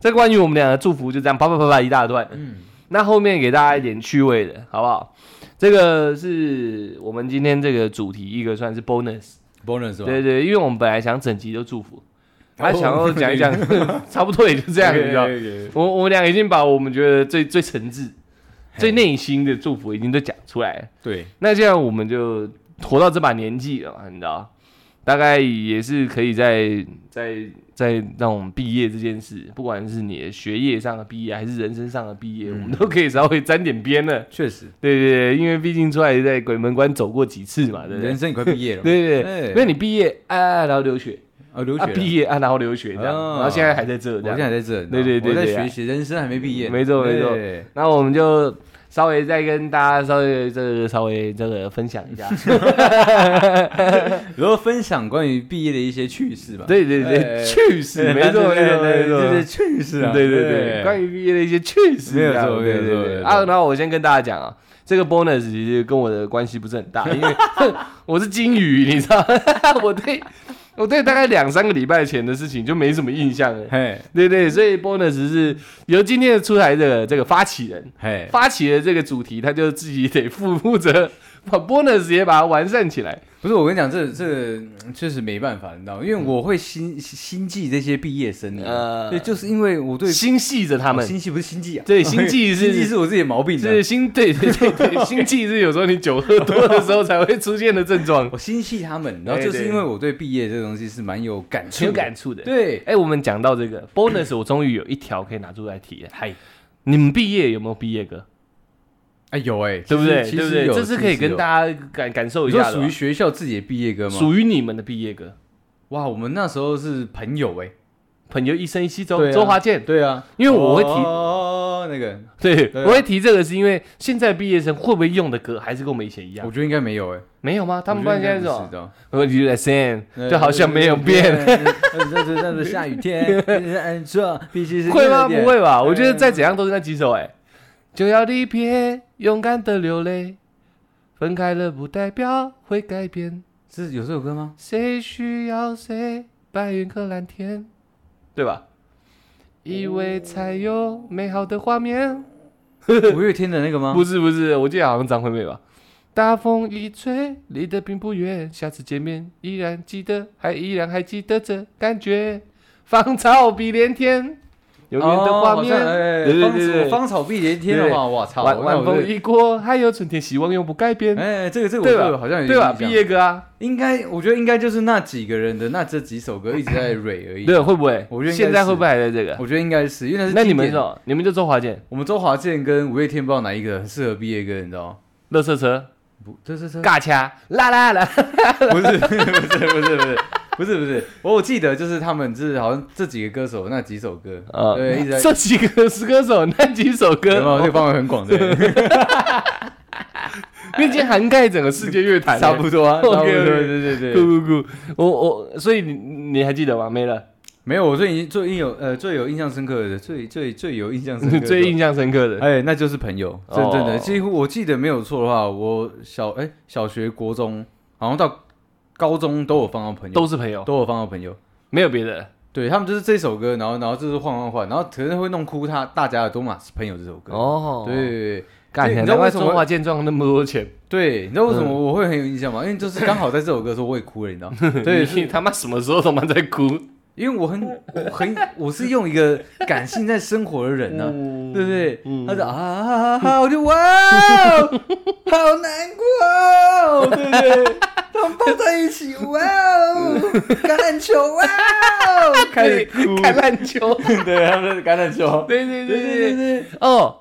[SPEAKER 1] 这关于我们俩的祝福就这样，啪啪啪啪一大段。嗯，那后面给大家一点趣味的，好不好？这个是我们今天这个主题一个算是 bonus，
[SPEAKER 3] bonus 吧
[SPEAKER 1] 对对，因为我们本来想整集都祝福，
[SPEAKER 3] 哦
[SPEAKER 1] 还想要讲一讲， 差不多也就这样，你知道。我我们俩已经把我们觉得最最诚挚、最内心的祝福已经都讲出来了。
[SPEAKER 3] 对，
[SPEAKER 1] 那这样我们就活到这把年纪了嘛，你知道，大概也是可以在在在那种毕业这件事，不管是你的学业上的毕业，还是人生上的毕
[SPEAKER 3] 嗯
[SPEAKER 1] 业，我们都可以稍微沾点边了。
[SPEAKER 3] 确实，
[SPEAKER 1] 对对对，因为毕竟出来在鬼门关走过几次嘛，对不对
[SPEAKER 3] 人？生也快毕业了嘛，
[SPEAKER 1] 对对对，因为你毕业啊，啊然后留学，
[SPEAKER 3] 啊，留
[SPEAKER 1] 啊
[SPEAKER 3] 学了，
[SPEAKER 1] 毕业啊，然后留学这样，
[SPEAKER 3] 哦
[SPEAKER 1] 然后现在还在这
[SPEAKER 3] 我
[SPEAKER 1] 这样。
[SPEAKER 3] 现在在这，你知
[SPEAKER 1] 对
[SPEAKER 3] 道
[SPEAKER 1] 对对
[SPEAKER 3] 我在
[SPEAKER 1] 对啊
[SPEAKER 3] 学习，人生还没毕业，哎
[SPEAKER 1] 没错没错
[SPEAKER 3] 对
[SPEAKER 1] 那我们就稍微再跟大家稍微这个稍微这个分享一下，
[SPEAKER 3] 然后分享关于毕业的一些趣事吧，
[SPEAKER 1] 对对对，
[SPEAKER 3] 哎
[SPEAKER 1] 趣事，没错没错没错，
[SPEAKER 3] 就是趣事啊，
[SPEAKER 1] 对对对，关
[SPEAKER 3] 于
[SPEAKER 1] 于毕业的一些趣事
[SPEAKER 3] 没有
[SPEAKER 1] 啊，对
[SPEAKER 3] 错没有
[SPEAKER 1] 对
[SPEAKER 3] 错
[SPEAKER 1] 对
[SPEAKER 3] 没有错
[SPEAKER 1] 啊，然后我先跟大家讲啊，这个 bonus 其实跟我的关系不是很大，因为 我是金鱼，你知道， 我对我对大概两三个礼拜前的事情就没什么印象了。
[SPEAKER 3] 嘿
[SPEAKER 1] 对对，所以 bonus 是由今天的出台的这个发起人
[SPEAKER 3] 嘿，
[SPEAKER 1] 发起的这个主题，他就自己得负负责把 bonus 也把它完善起来。
[SPEAKER 3] 不是我跟你讲，这这嗯确实没办法，你
[SPEAKER 1] 嗯
[SPEAKER 3] 知道吗，因为我会心心悸这些毕业生
[SPEAKER 1] 呃
[SPEAKER 3] 啊，对，就是因为我对
[SPEAKER 1] 心系着他们，
[SPEAKER 3] 心悸不是心悸啊，
[SPEAKER 1] 对心悸是
[SPEAKER 3] 心悸是我自己的毛病啊，
[SPEAKER 1] 是心对对对 对，心悸是有时候你酒喝多的时候才会出现的症状，
[SPEAKER 3] 我心系他们，然后
[SPEAKER 1] 对
[SPEAKER 3] 就是
[SPEAKER 1] 对
[SPEAKER 3] 因为我对毕业这东西是蛮有感触，
[SPEAKER 1] 挺有感，触的。，
[SPEAKER 3] 对，
[SPEAKER 1] 哎、我们讲到这个 bonus，我终于有一条可以拿出来提了。
[SPEAKER 3] 嗨，
[SPEAKER 1] 你们毕业有没有毕业歌？
[SPEAKER 3] 哎有哎，
[SPEAKER 1] 对不对？
[SPEAKER 3] 其实
[SPEAKER 1] 对不对？
[SPEAKER 3] 有
[SPEAKER 1] 这是可以跟大家感感受一
[SPEAKER 3] 你说
[SPEAKER 1] 下的
[SPEAKER 3] 属于
[SPEAKER 1] 吧，
[SPEAKER 3] 学校自己的毕业歌吗？
[SPEAKER 1] 属于你们的毕业歌。
[SPEAKER 3] 哇，我们那时候是朋友哎、
[SPEAKER 1] 朋友一生一起走
[SPEAKER 3] 对，啊
[SPEAKER 1] 周华健。
[SPEAKER 3] 对啊，
[SPEAKER 1] 因为我会提
[SPEAKER 3] 哦那个，
[SPEAKER 1] 对，
[SPEAKER 3] 对啊
[SPEAKER 1] 我会提这个是因为现在毕业生会不会用的歌还是跟我们以前一样
[SPEAKER 3] 我？觉得应该没有哎，
[SPEAKER 1] 没有吗？他们班现在是什么？
[SPEAKER 3] 道，
[SPEAKER 1] 我觉得 Sam
[SPEAKER 3] 呃
[SPEAKER 1] 就好像没有变，。
[SPEAKER 3] 那那那那下雨天，没错，必须是
[SPEAKER 1] 会吗？
[SPEAKER 3] 热点
[SPEAKER 1] 不会吧？我觉得
[SPEAKER 3] 嗯
[SPEAKER 1] 再怎样都是那几首哎、就要离别，勇敢的流泪，分开了不代表会改变，
[SPEAKER 3] 是有这首歌吗？
[SPEAKER 1] 谁需要谁，白云和蓝天，对吧？以为才有美好的画面，
[SPEAKER 3] 五月天的那个吗？
[SPEAKER 1] 不是不是，我记得好像张惠妹吧。大风一吹，离得并不远，下次见面依然记得，还依然还记得这感觉，芳草碧连天，永远
[SPEAKER 3] 哦
[SPEAKER 1] 的画面。
[SPEAKER 3] 对
[SPEAKER 1] 对对对对
[SPEAKER 3] 芳哎草碧连天的话，我操，
[SPEAKER 1] 晚晚
[SPEAKER 3] 那我
[SPEAKER 1] 风
[SPEAKER 3] 这
[SPEAKER 1] 一过，还有春天，希望永不改变，
[SPEAKER 3] 哎，这个这个我
[SPEAKER 1] 对吧
[SPEAKER 3] 就好像有
[SPEAKER 1] 对吧？
[SPEAKER 3] 印象
[SPEAKER 1] 毕业歌啊，
[SPEAKER 3] 应该，我觉得应该就是那几个人的那这几首歌一直在蕊而已。
[SPEAKER 1] 对，会不会？
[SPEAKER 3] 我觉得应该
[SPEAKER 1] 现在
[SPEAKER 3] 是
[SPEAKER 1] 会不会还在这个？
[SPEAKER 3] 我觉得应该是，因为那是
[SPEAKER 1] 那你
[SPEAKER 3] 经
[SPEAKER 1] 们
[SPEAKER 3] 典
[SPEAKER 1] 是什么？你们就周华健，
[SPEAKER 3] 我们周华健跟五月天不知道哪一个很适合毕业歌，你知道吗？
[SPEAKER 1] 乐色车，
[SPEAKER 3] 不，这是这
[SPEAKER 1] 尬掐，啦啦啦，
[SPEAKER 3] 不是不是不是不是不是不是，我我记得就是他们是好像这几个歌手那几首歌，
[SPEAKER 1] 啊
[SPEAKER 3] 对，一直 在
[SPEAKER 1] 这哦几个是歌手，那几首
[SPEAKER 3] 有没有这
[SPEAKER 1] 歌，
[SPEAKER 3] 个范围很广对，
[SPEAKER 1] 你已经涵盖整个世界乐坛了，
[SPEAKER 3] 差不多啊，差不多，
[SPEAKER 1] OK，OK
[SPEAKER 3] 对对对
[SPEAKER 1] 酷
[SPEAKER 3] 对，
[SPEAKER 1] 酷酷！我我，所以你你还记得吗？没了，
[SPEAKER 3] 没有我最最印有呃最有印象深刻的最最最有印象深刻的
[SPEAKER 1] 最印象深刻的
[SPEAKER 3] 哎，那就是朋友，真
[SPEAKER 1] 哦
[SPEAKER 3] 真的，几乎我记得没有错的话，我小哎小学、国中，好像到高中都有放到朋友，
[SPEAKER 1] 都是朋友，
[SPEAKER 3] 都有放到朋友。
[SPEAKER 1] 没有别的
[SPEAKER 3] 对他们就是这首歌，然后然后就是换换换，然后可能会弄哭他大家的都嘛是朋友这首歌。
[SPEAKER 1] 哦。
[SPEAKER 3] 对，对
[SPEAKER 1] 干，
[SPEAKER 3] 你知道
[SPEAKER 1] 难怪
[SPEAKER 3] 为什么
[SPEAKER 1] 中华健赚那么多钱，
[SPEAKER 3] 对，你知道为什么我会很有印象吗？因为就是刚好在这首歌的时候我也哭了， 你知道？对，
[SPEAKER 1] 你他妈什么时候他妈在哭？
[SPEAKER 3] 因为我很我很我是用一个感性在生活的人呢、对不对？他说啊，我就哇哦，好难过 哦，对不对？他们抱在一起，哇哦，橄榄球，哇哦，开始哭，
[SPEAKER 1] 看篮球，
[SPEAKER 3] 对，他们是橄榄球，
[SPEAKER 1] 对对
[SPEAKER 3] 对
[SPEAKER 1] 对对。
[SPEAKER 3] 对对，
[SPEAKER 1] 哦，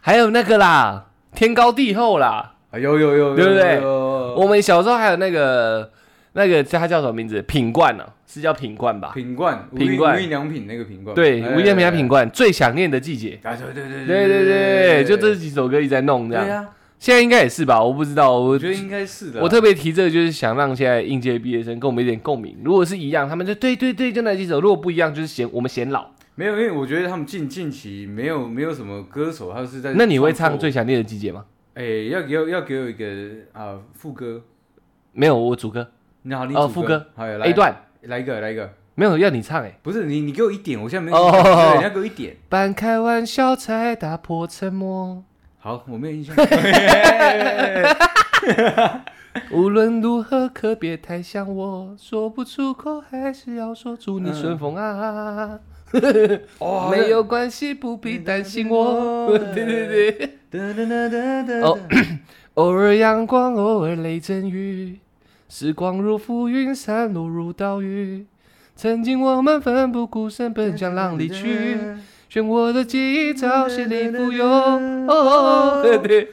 [SPEAKER 1] 还有那个啦，天高地厚啦。
[SPEAKER 3] 啊有有有，
[SPEAKER 1] 对不对
[SPEAKER 3] 有有
[SPEAKER 1] 我们小时候还有那个那个，他叫什么名字？品冠呢、是叫品冠吧？
[SPEAKER 3] 品冠，
[SPEAKER 1] 品冠
[SPEAKER 3] 无印良品那个品冠，
[SPEAKER 1] 对，
[SPEAKER 3] 哎
[SPEAKER 1] 吴彦平的品，冠，最想念的季节。
[SPEAKER 3] 哎哎哎啊，对对对
[SPEAKER 1] 对对对，就这几首歌一直在弄这
[SPEAKER 2] 啊
[SPEAKER 3] 对
[SPEAKER 1] 样。
[SPEAKER 3] 呀，
[SPEAKER 1] 现在应该也是吧？我不知道，我
[SPEAKER 3] 我觉得应该是的啊，
[SPEAKER 1] 我特别提这个，就是想让现在应届毕业生跟我们一点共鸣。如果是一样，他们就对对对，就那几首；如果不一样，就是嫌我们嫌老。
[SPEAKER 3] 没有，因为我觉得他们近近期没有没有什么歌手，他是在
[SPEAKER 1] 那你会唱
[SPEAKER 3] 创作
[SPEAKER 1] 《最想念的季节》吗？
[SPEAKER 3] 哎、要给我要给我一个啊副歌，
[SPEAKER 1] 没有，我主歌
[SPEAKER 3] 你好，你
[SPEAKER 1] 哦
[SPEAKER 3] 主
[SPEAKER 1] 副歌
[SPEAKER 3] 好来
[SPEAKER 1] A 段
[SPEAKER 3] 来一个来一个，
[SPEAKER 1] 没有要你唱哎、
[SPEAKER 3] 不是你你给我一点，我现在没有
[SPEAKER 1] 哦
[SPEAKER 3] 印象，对你要给我一点，
[SPEAKER 1] 半开玩笑才打破沉 默，
[SPEAKER 3] 好，我没有印 象，
[SPEAKER 1] 无论如何可别太想我，说不出口还是要说祝你顺风啊。
[SPEAKER 3] 哦
[SPEAKER 1] 没有关系，不必担心我。对对对。
[SPEAKER 3] 哒哒哒哒
[SPEAKER 2] 啊
[SPEAKER 3] 哒，
[SPEAKER 1] 哦 偶尔阳光，偶尔雷阵雨，时光如浮云，散落如岛屿。曾经我们奋不顾身奔向浪里去，漩涡的记忆潮汐里浮游。哦，对 对，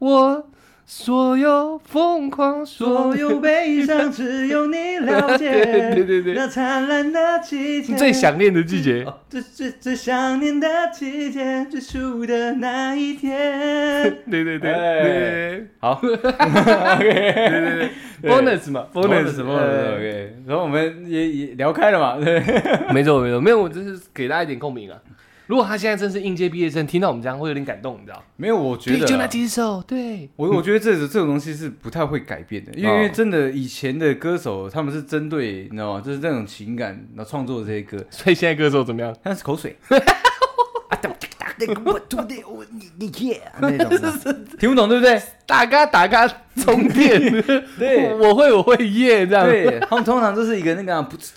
[SPEAKER 1] 我所有疯狂，所
[SPEAKER 4] 所
[SPEAKER 1] 有
[SPEAKER 4] 有悲伤只有你了解。
[SPEAKER 1] 对对对
[SPEAKER 4] 那灿烂的季节，
[SPEAKER 1] 最想念的季节。
[SPEAKER 4] 最最最想念的季节，最初的那一天。
[SPEAKER 1] 嗯对对对
[SPEAKER 3] 哎
[SPEAKER 1] 对
[SPEAKER 3] 好
[SPEAKER 1] 对，bonus 嘛，bonus
[SPEAKER 3] ，bonus
[SPEAKER 1] 哎
[SPEAKER 3] bonus
[SPEAKER 1] 呃
[SPEAKER 3] OK，然后我们也也聊开了嘛， 对，
[SPEAKER 1] 没错没错，没有，我只是给大家一点共鸣啊。如果他现在真是应届毕业生，听到我们这样会有点感动，你知道？
[SPEAKER 3] 没有，我觉得
[SPEAKER 1] 对就
[SPEAKER 3] 啦
[SPEAKER 1] 那几首，对，
[SPEAKER 3] 我我觉得这种这种东西是不太会改变的，因为
[SPEAKER 1] 哦
[SPEAKER 3] 因为真的以前的歌手他们是针对你知道吗？就是那种情感，然后创作这些歌，
[SPEAKER 1] 所以现在歌手怎么样？
[SPEAKER 3] 但是口水
[SPEAKER 2] 那个我吐的，我你你耶那种的。
[SPEAKER 3] 听不懂，对不对？
[SPEAKER 1] 打嘎打嘎充 电，
[SPEAKER 3] 对
[SPEAKER 1] 我我会我会耶这样。
[SPEAKER 3] 对，他们通常就是一个那个啊不是，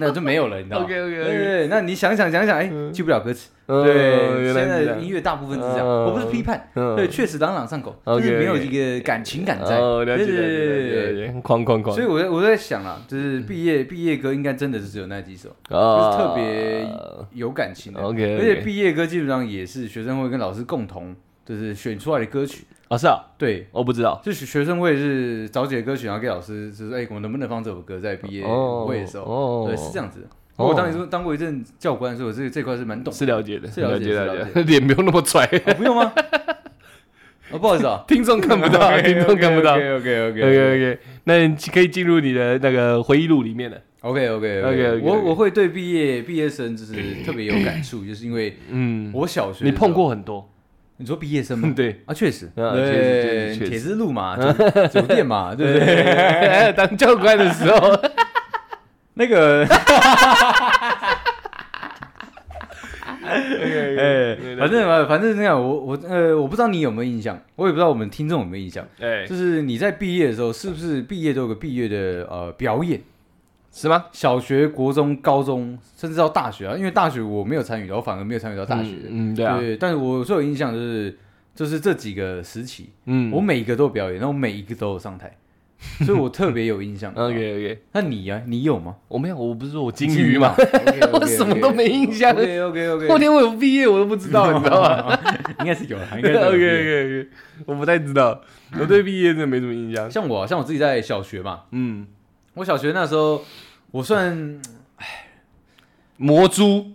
[SPEAKER 3] 那就没有了，你知道吗
[SPEAKER 1] OK，OK，OK
[SPEAKER 3] 对对对，那你想想想想，哎，记不了歌词。
[SPEAKER 1] 嗯
[SPEAKER 3] 对，
[SPEAKER 1] 原来
[SPEAKER 3] 现
[SPEAKER 1] 是
[SPEAKER 3] 在
[SPEAKER 1] 这
[SPEAKER 3] 的
[SPEAKER 1] 样
[SPEAKER 3] 音乐大部分是这样，
[SPEAKER 1] 嗯
[SPEAKER 3] 我不是批判，
[SPEAKER 1] 嗯
[SPEAKER 3] 对，确实朗朗上口，就
[SPEAKER 1] OK，
[SPEAKER 3] 是没有
[SPEAKER 1] OK
[SPEAKER 3] 一个感情感在。
[SPEAKER 1] 哦，了
[SPEAKER 3] 对
[SPEAKER 1] 解
[SPEAKER 3] 对
[SPEAKER 1] 了解了
[SPEAKER 3] 对
[SPEAKER 1] 解
[SPEAKER 3] 对对。
[SPEAKER 1] 了解，哐哐哐，
[SPEAKER 3] 所以我在我在想啦，就是毕业毕业歌应该真的是只有那几首。
[SPEAKER 1] 啊
[SPEAKER 3] 就是特别有感情的。
[SPEAKER 1] OK，OK
[SPEAKER 3] 而且毕业歌基本上也是学生会跟老师共同就是选出来的歌曲，
[SPEAKER 1] 哦是啊，
[SPEAKER 3] 对，
[SPEAKER 1] 我不知道。
[SPEAKER 3] 就是学生会是找几个歌曲，然后给老师就是哎，我们能不能放这首歌在毕业
[SPEAKER 1] 哦
[SPEAKER 3] 会的时候，
[SPEAKER 1] 哦
[SPEAKER 3] 对，是这样子的。
[SPEAKER 1] 哦
[SPEAKER 3] 我当时当过一阵教官，所以我这这块是蛮懂的。
[SPEAKER 1] 是了解的，
[SPEAKER 3] 是了解
[SPEAKER 1] 解
[SPEAKER 3] 是了
[SPEAKER 1] 了
[SPEAKER 3] 解
[SPEAKER 1] 解，脸不用那么拽，
[SPEAKER 3] 哦不用吗？ 哦，不好意思啊，
[SPEAKER 1] 听众看不到， 听众看不到。
[SPEAKER 3] OK OK
[SPEAKER 1] OK OK，那你可以进入你的那个回忆录里面了。
[SPEAKER 3] OK OK
[SPEAKER 1] OK，OK，OK
[SPEAKER 3] 我我会对毕业毕业生就是特别有感触，就是因为
[SPEAKER 1] 嗯，
[SPEAKER 3] 我小学的
[SPEAKER 1] 你
[SPEAKER 3] 时候
[SPEAKER 1] 碰？过很多，？
[SPEAKER 3] 你说毕业生 吗
[SPEAKER 1] 对
[SPEAKER 3] 啊，确实，
[SPEAKER 1] 啊确实确
[SPEAKER 3] 对，
[SPEAKER 1] 实确实
[SPEAKER 3] 铁之路嘛，酒酒店嘛，对不对？
[SPEAKER 1] 当教官的时候，
[SPEAKER 3] 那个，哎，反正嘛反正那样，我我呃，我不知道你有没有印象，我也不知道我们听众有没有印象，
[SPEAKER 1] 哎
[SPEAKER 3] 就，是你在毕业的时候，是不是毕业都有个毕业的呃表演？
[SPEAKER 1] 是吗？
[SPEAKER 3] 小学、国中、高中，甚至到大学啊，因为大学我没有参与到，我反而没有参与到大学。
[SPEAKER 1] 嗯，嗯对啊，
[SPEAKER 3] 对，但是我最有印象就是就是这几个时期，
[SPEAKER 1] 嗯，
[SPEAKER 3] 我每一个都有表演，然后每一个都有 上台，所以我特别有印象。
[SPEAKER 1] OK OK，
[SPEAKER 3] 那你呀、你有吗？
[SPEAKER 1] 我没有，我不是说我金鱼 嘛，
[SPEAKER 3] OK，OK，OK
[SPEAKER 1] 我什么都没印象，
[SPEAKER 3] OK OK
[SPEAKER 1] 我
[SPEAKER 3] OK，
[SPEAKER 1] 连我有毕业我都不知道，你知道吗
[SPEAKER 3] 应该是有啊，应该
[SPEAKER 1] ？OK
[SPEAKER 3] 是有
[SPEAKER 1] OK OK，我不太知道，我对毕业真的没什么印象。
[SPEAKER 3] 像我啊、像我自己在小学嘛，
[SPEAKER 1] 嗯，
[SPEAKER 3] 我小学那时候，我算
[SPEAKER 1] 魔珠，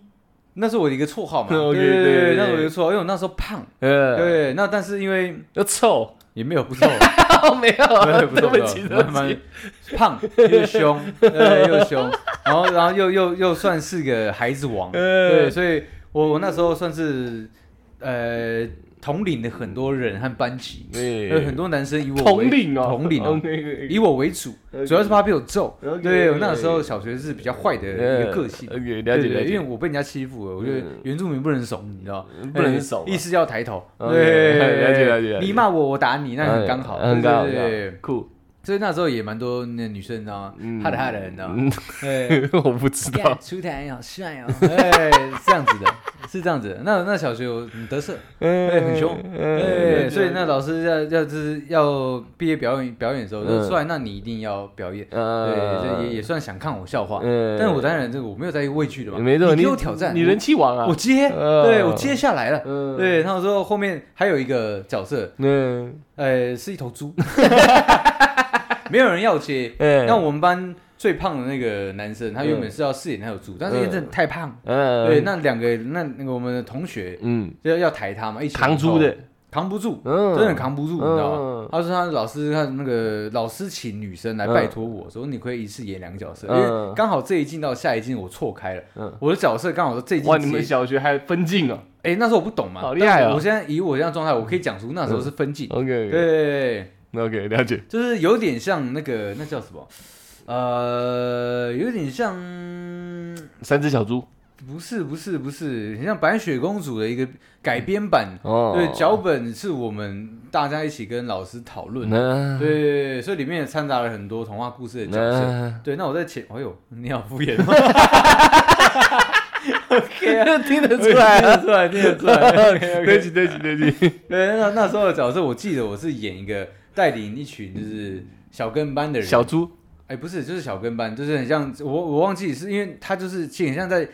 [SPEAKER 3] 那是我的一个 绰号嘛。
[SPEAKER 1] OK，
[SPEAKER 3] 对
[SPEAKER 1] 对对
[SPEAKER 3] 对，
[SPEAKER 1] 对
[SPEAKER 3] 那是我的一个绰号，因为我那时候胖。
[SPEAKER 1] 呃，
[SPEAKER 3] 对，那但是因为
[SPEAKER 1] 要 臭，
[SPEAKER 3] 也没有不 错，
[SPEAKER 1] 哦，没有啊，对
[SPEAKER 3] 对不错，
[SPEAKER 1] 不起，
[SPEAKER 3] 不
[SPEAKER 1] 对
[SPEAKER 3] 错
[SPEAKER 1] 不
[SPEAKER 3] 蛮
[SPEAKER 1] 起，
[SPEAKER 3] 胖又凶， 对，又凶，然后然后又又又算是个孩子王，
[SPEAKER 1] 呃
[SPEAKER 3] 对，所以我我那时候算是呃统领了很多人和班级，有很
[SPEAKER 1] 对，
[SPEAKER 3] 多男生以我为
[SPEAKER 1] 统领哦，
[SPEAKER 3] 统领哦，
[SPEAKER 1] ，OK，
[SPEAKER 3] 以我为主，
[SPEAKER 1] OK
[SPEAKER 3] 主要是怕被我揍。
[SPEAKER 1] OK，
[SPEAKER 3] 对我那时候小学是比较坏的一个个性。
[SPEAKER 1] ，OK，了呃
[SPEAKER 3] 对
[SPEAKER 1] 解
[SPEAKER 3] 对
[SPEAKER 1] 了
[SPEAKER 3] 对，
[SPEAKER 1] 解，
[SPEAKER 3] 因为我被人家欺负了，我觉得
[SPEAKER 1] 嗯
[SPEAKER 3] 原住民不能怂，你知道
[SPEAKER 1] 嗯，不能怂啊
[SPEAKER 3] 意识要抬头。
[SPEAKER 1] OK，
[SPEAKER 3] 对，
[SPEAKER 1] 了解了解了解
[SPEAKER 3] 你骂我，我打你，那很刚好，
[SPEAKER 1] 嗯很刚好
[SPEAKER 3] 对对对对
[SPEAKER 1] 酷，
[SPEAKER 3] 所以那时候也蛮多那女生，你知道吗
[SPEAKER 1] 嗯？
[SPEAKER 3] 怕的怕的，你知道吗？
[SPEAKER 1] 嗯，
[SPEAKER 3] 对，
[SPEAKER 1] 我不知道
[SPEAKER 3] 干，出台好帅哦，哎，是这样子的，是这样子的。那那小学我很得瑟，哎，很凶，
[SPEAKER 1] 嗯
[SPEAKER 3] 哎，所以那老师要要就是要毕业表演表演的时候，就
[SPEAKER 1] 嗯
[SPEAKER 3] 出来，那你一定要表演。对，
[SPEAKER 1] 呃
[SPEAKER 3] 这也也算想看我笑话，
[SPEAKER 1] 嗯
[SPEAKER 3] 但是我当然这个我没有在意畏惧的嘛，
[SPEAKER 1] 没错，
[SPEAKER 3] 你
[SPEAKER 1] 你
[SPEAKER 3] 给我挑战，
[SPEAKER 1] 你人气王啊
[SPEAKER 3] 我，接，
[SPEAKER 1] 呃
[SPEAKER 3] 对我接下来了，
[SPEAKER 1] 嗯，
[SPEAKER 3] 对，然后说后面还有一个角色，
[SPEAKER 1] 嗯，
[SPEAKER 3] 呃，是一头猪， 没有人要接。
[SPEAKER 1] 嗯
[SPEAKER 3] 那我们班最胖的那个男生，他原本是要饰演那头猪，但是因为真的太胖，
[SPEAKER 1] 嗯，
[SPEAKER 3] 对，那两个那那个我们的同学
[SPEAKER 1] 嗯，
[SPEAKER 3] 就要要抬他嘛，一起
[SPEAKER 1] 扛猪的，
[SPEAKER 3] 扛不住，
[SPEAKER 1] 嗯，
[SPEAKER 3] 真的扛不住，你知道吗
[SPEAKER 1] 嗯？
[SPEAKER 3] 他说他老师看那个老师请女生来
[SPEAKER 1] 嗯
[SPEAKER 3] 拜托我说，你可以一次演两个角色，因
[SPEAKER 1] 嗯
[SPEAKER 3] 为刚好这一镜到下一镜我错开了
[SPEAKER 1] 嗯，
[SPEAKER 3] 我的角色刚好这一
[SPEAKER 1] 哇，
[SPEAKER 3] 镜
[SPEAKER 1] 你们
[SPEAKER 3] 接，
[SPEAKER 1] 小学还分镜哦
[SPEAKER 3] 哎，那时候我不懂嘛，
[SPEAKER 1] 好厉害哦嗯
[SPEAKER 3] 但我现在以我这样状态，我可以讲出那时候是分镜，对
[SPEAKER 1] ，OK
[SPEAKER 3] 对对。
[SPEAKER 1] OK，了解，
[SPEAKER 3] 就是有点像那个那叫什么，呃，有点像，
[SPEAKER 1] 三只小猪，
[SPEAKER 3] 不是不是不是，很像白雪公主的一个改编版。
[SPEAKER 1] 哦，
[SPEAKER 3] 对，脚本是我们大家一起跟老师讨论的。
[SPEAKER 1] 那
[SPEAKER 3] 对对，对所以里面也掺杂了很多童话故事的角色。
[SPEAKER 1] 那
[SPEAKER 3] 对，那我在前，哎呦，你好敷衍哦，
[SPEAKER 1] 听得出
[SPEAKER 3] 听
[SPEAKER 1] 来啊，
[SPEAKER 3] 得出来，听得出来。
[SPEAKER 1] 对不起 对不起对不起，
[SPEAKER 3] 对，那那时候的角色，我记得我是演一个带领一群就是小跟班的人，
[SPEAKER 1] 小猪，
[SPEAKER 3] 哎，不是，就是小跟班，就是很像我，我忘记是因为他就是其实很像在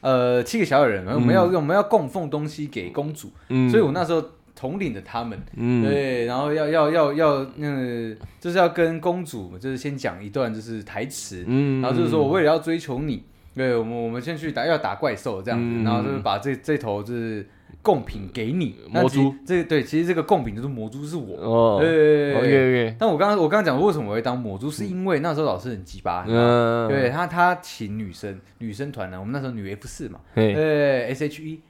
[SPEAKER 3] 呃七个小矮人，我们要、我们要供奉东西给公主，
[SPEAKER 1] 嗯，
[SPEAKER 3] 所以我那时候统领着他们，
[SPEAKER 1] 嗯，
[SPEAKER 3] 对，然后要要要要那、就是要跟公主就是先讲一段就是台词，
[SPEAKER 1] 嗯，
[SPEAKER 3] 然后就是说我为了要追求你，对我们我们先去打要打怪兽这样子，
[SPEAKER 1] 嗯
[SPEAKER 3] 然后就是把这这头就是贡品给你，那
[SPEAKER 1] 魔
[SPEAKER 3] 其实
[SPEAKER 1] 珠
[SPEAKER 3] 这对其实这个贡品就是魔珠是我，
[SPEAKER 1] 哦
[SPEAKER 3] 对对对
[SPEAKER 1] ，OK
[SPEAKER 3] 对
[SPEAKER 1] OK，
[SPEAKER 3] 但我刚刚我刚刚讲为什么我会当魔猪，是因为那时候老师很鸡巴，
[SPEAKER 1] 嗯，
[SPEAKER 3] 对他他请女生女生团啊呢，我们那时候女 F 四嘛，
[SPEAKER 1] 嘿，
[SPEAKER 3] 对 S H E，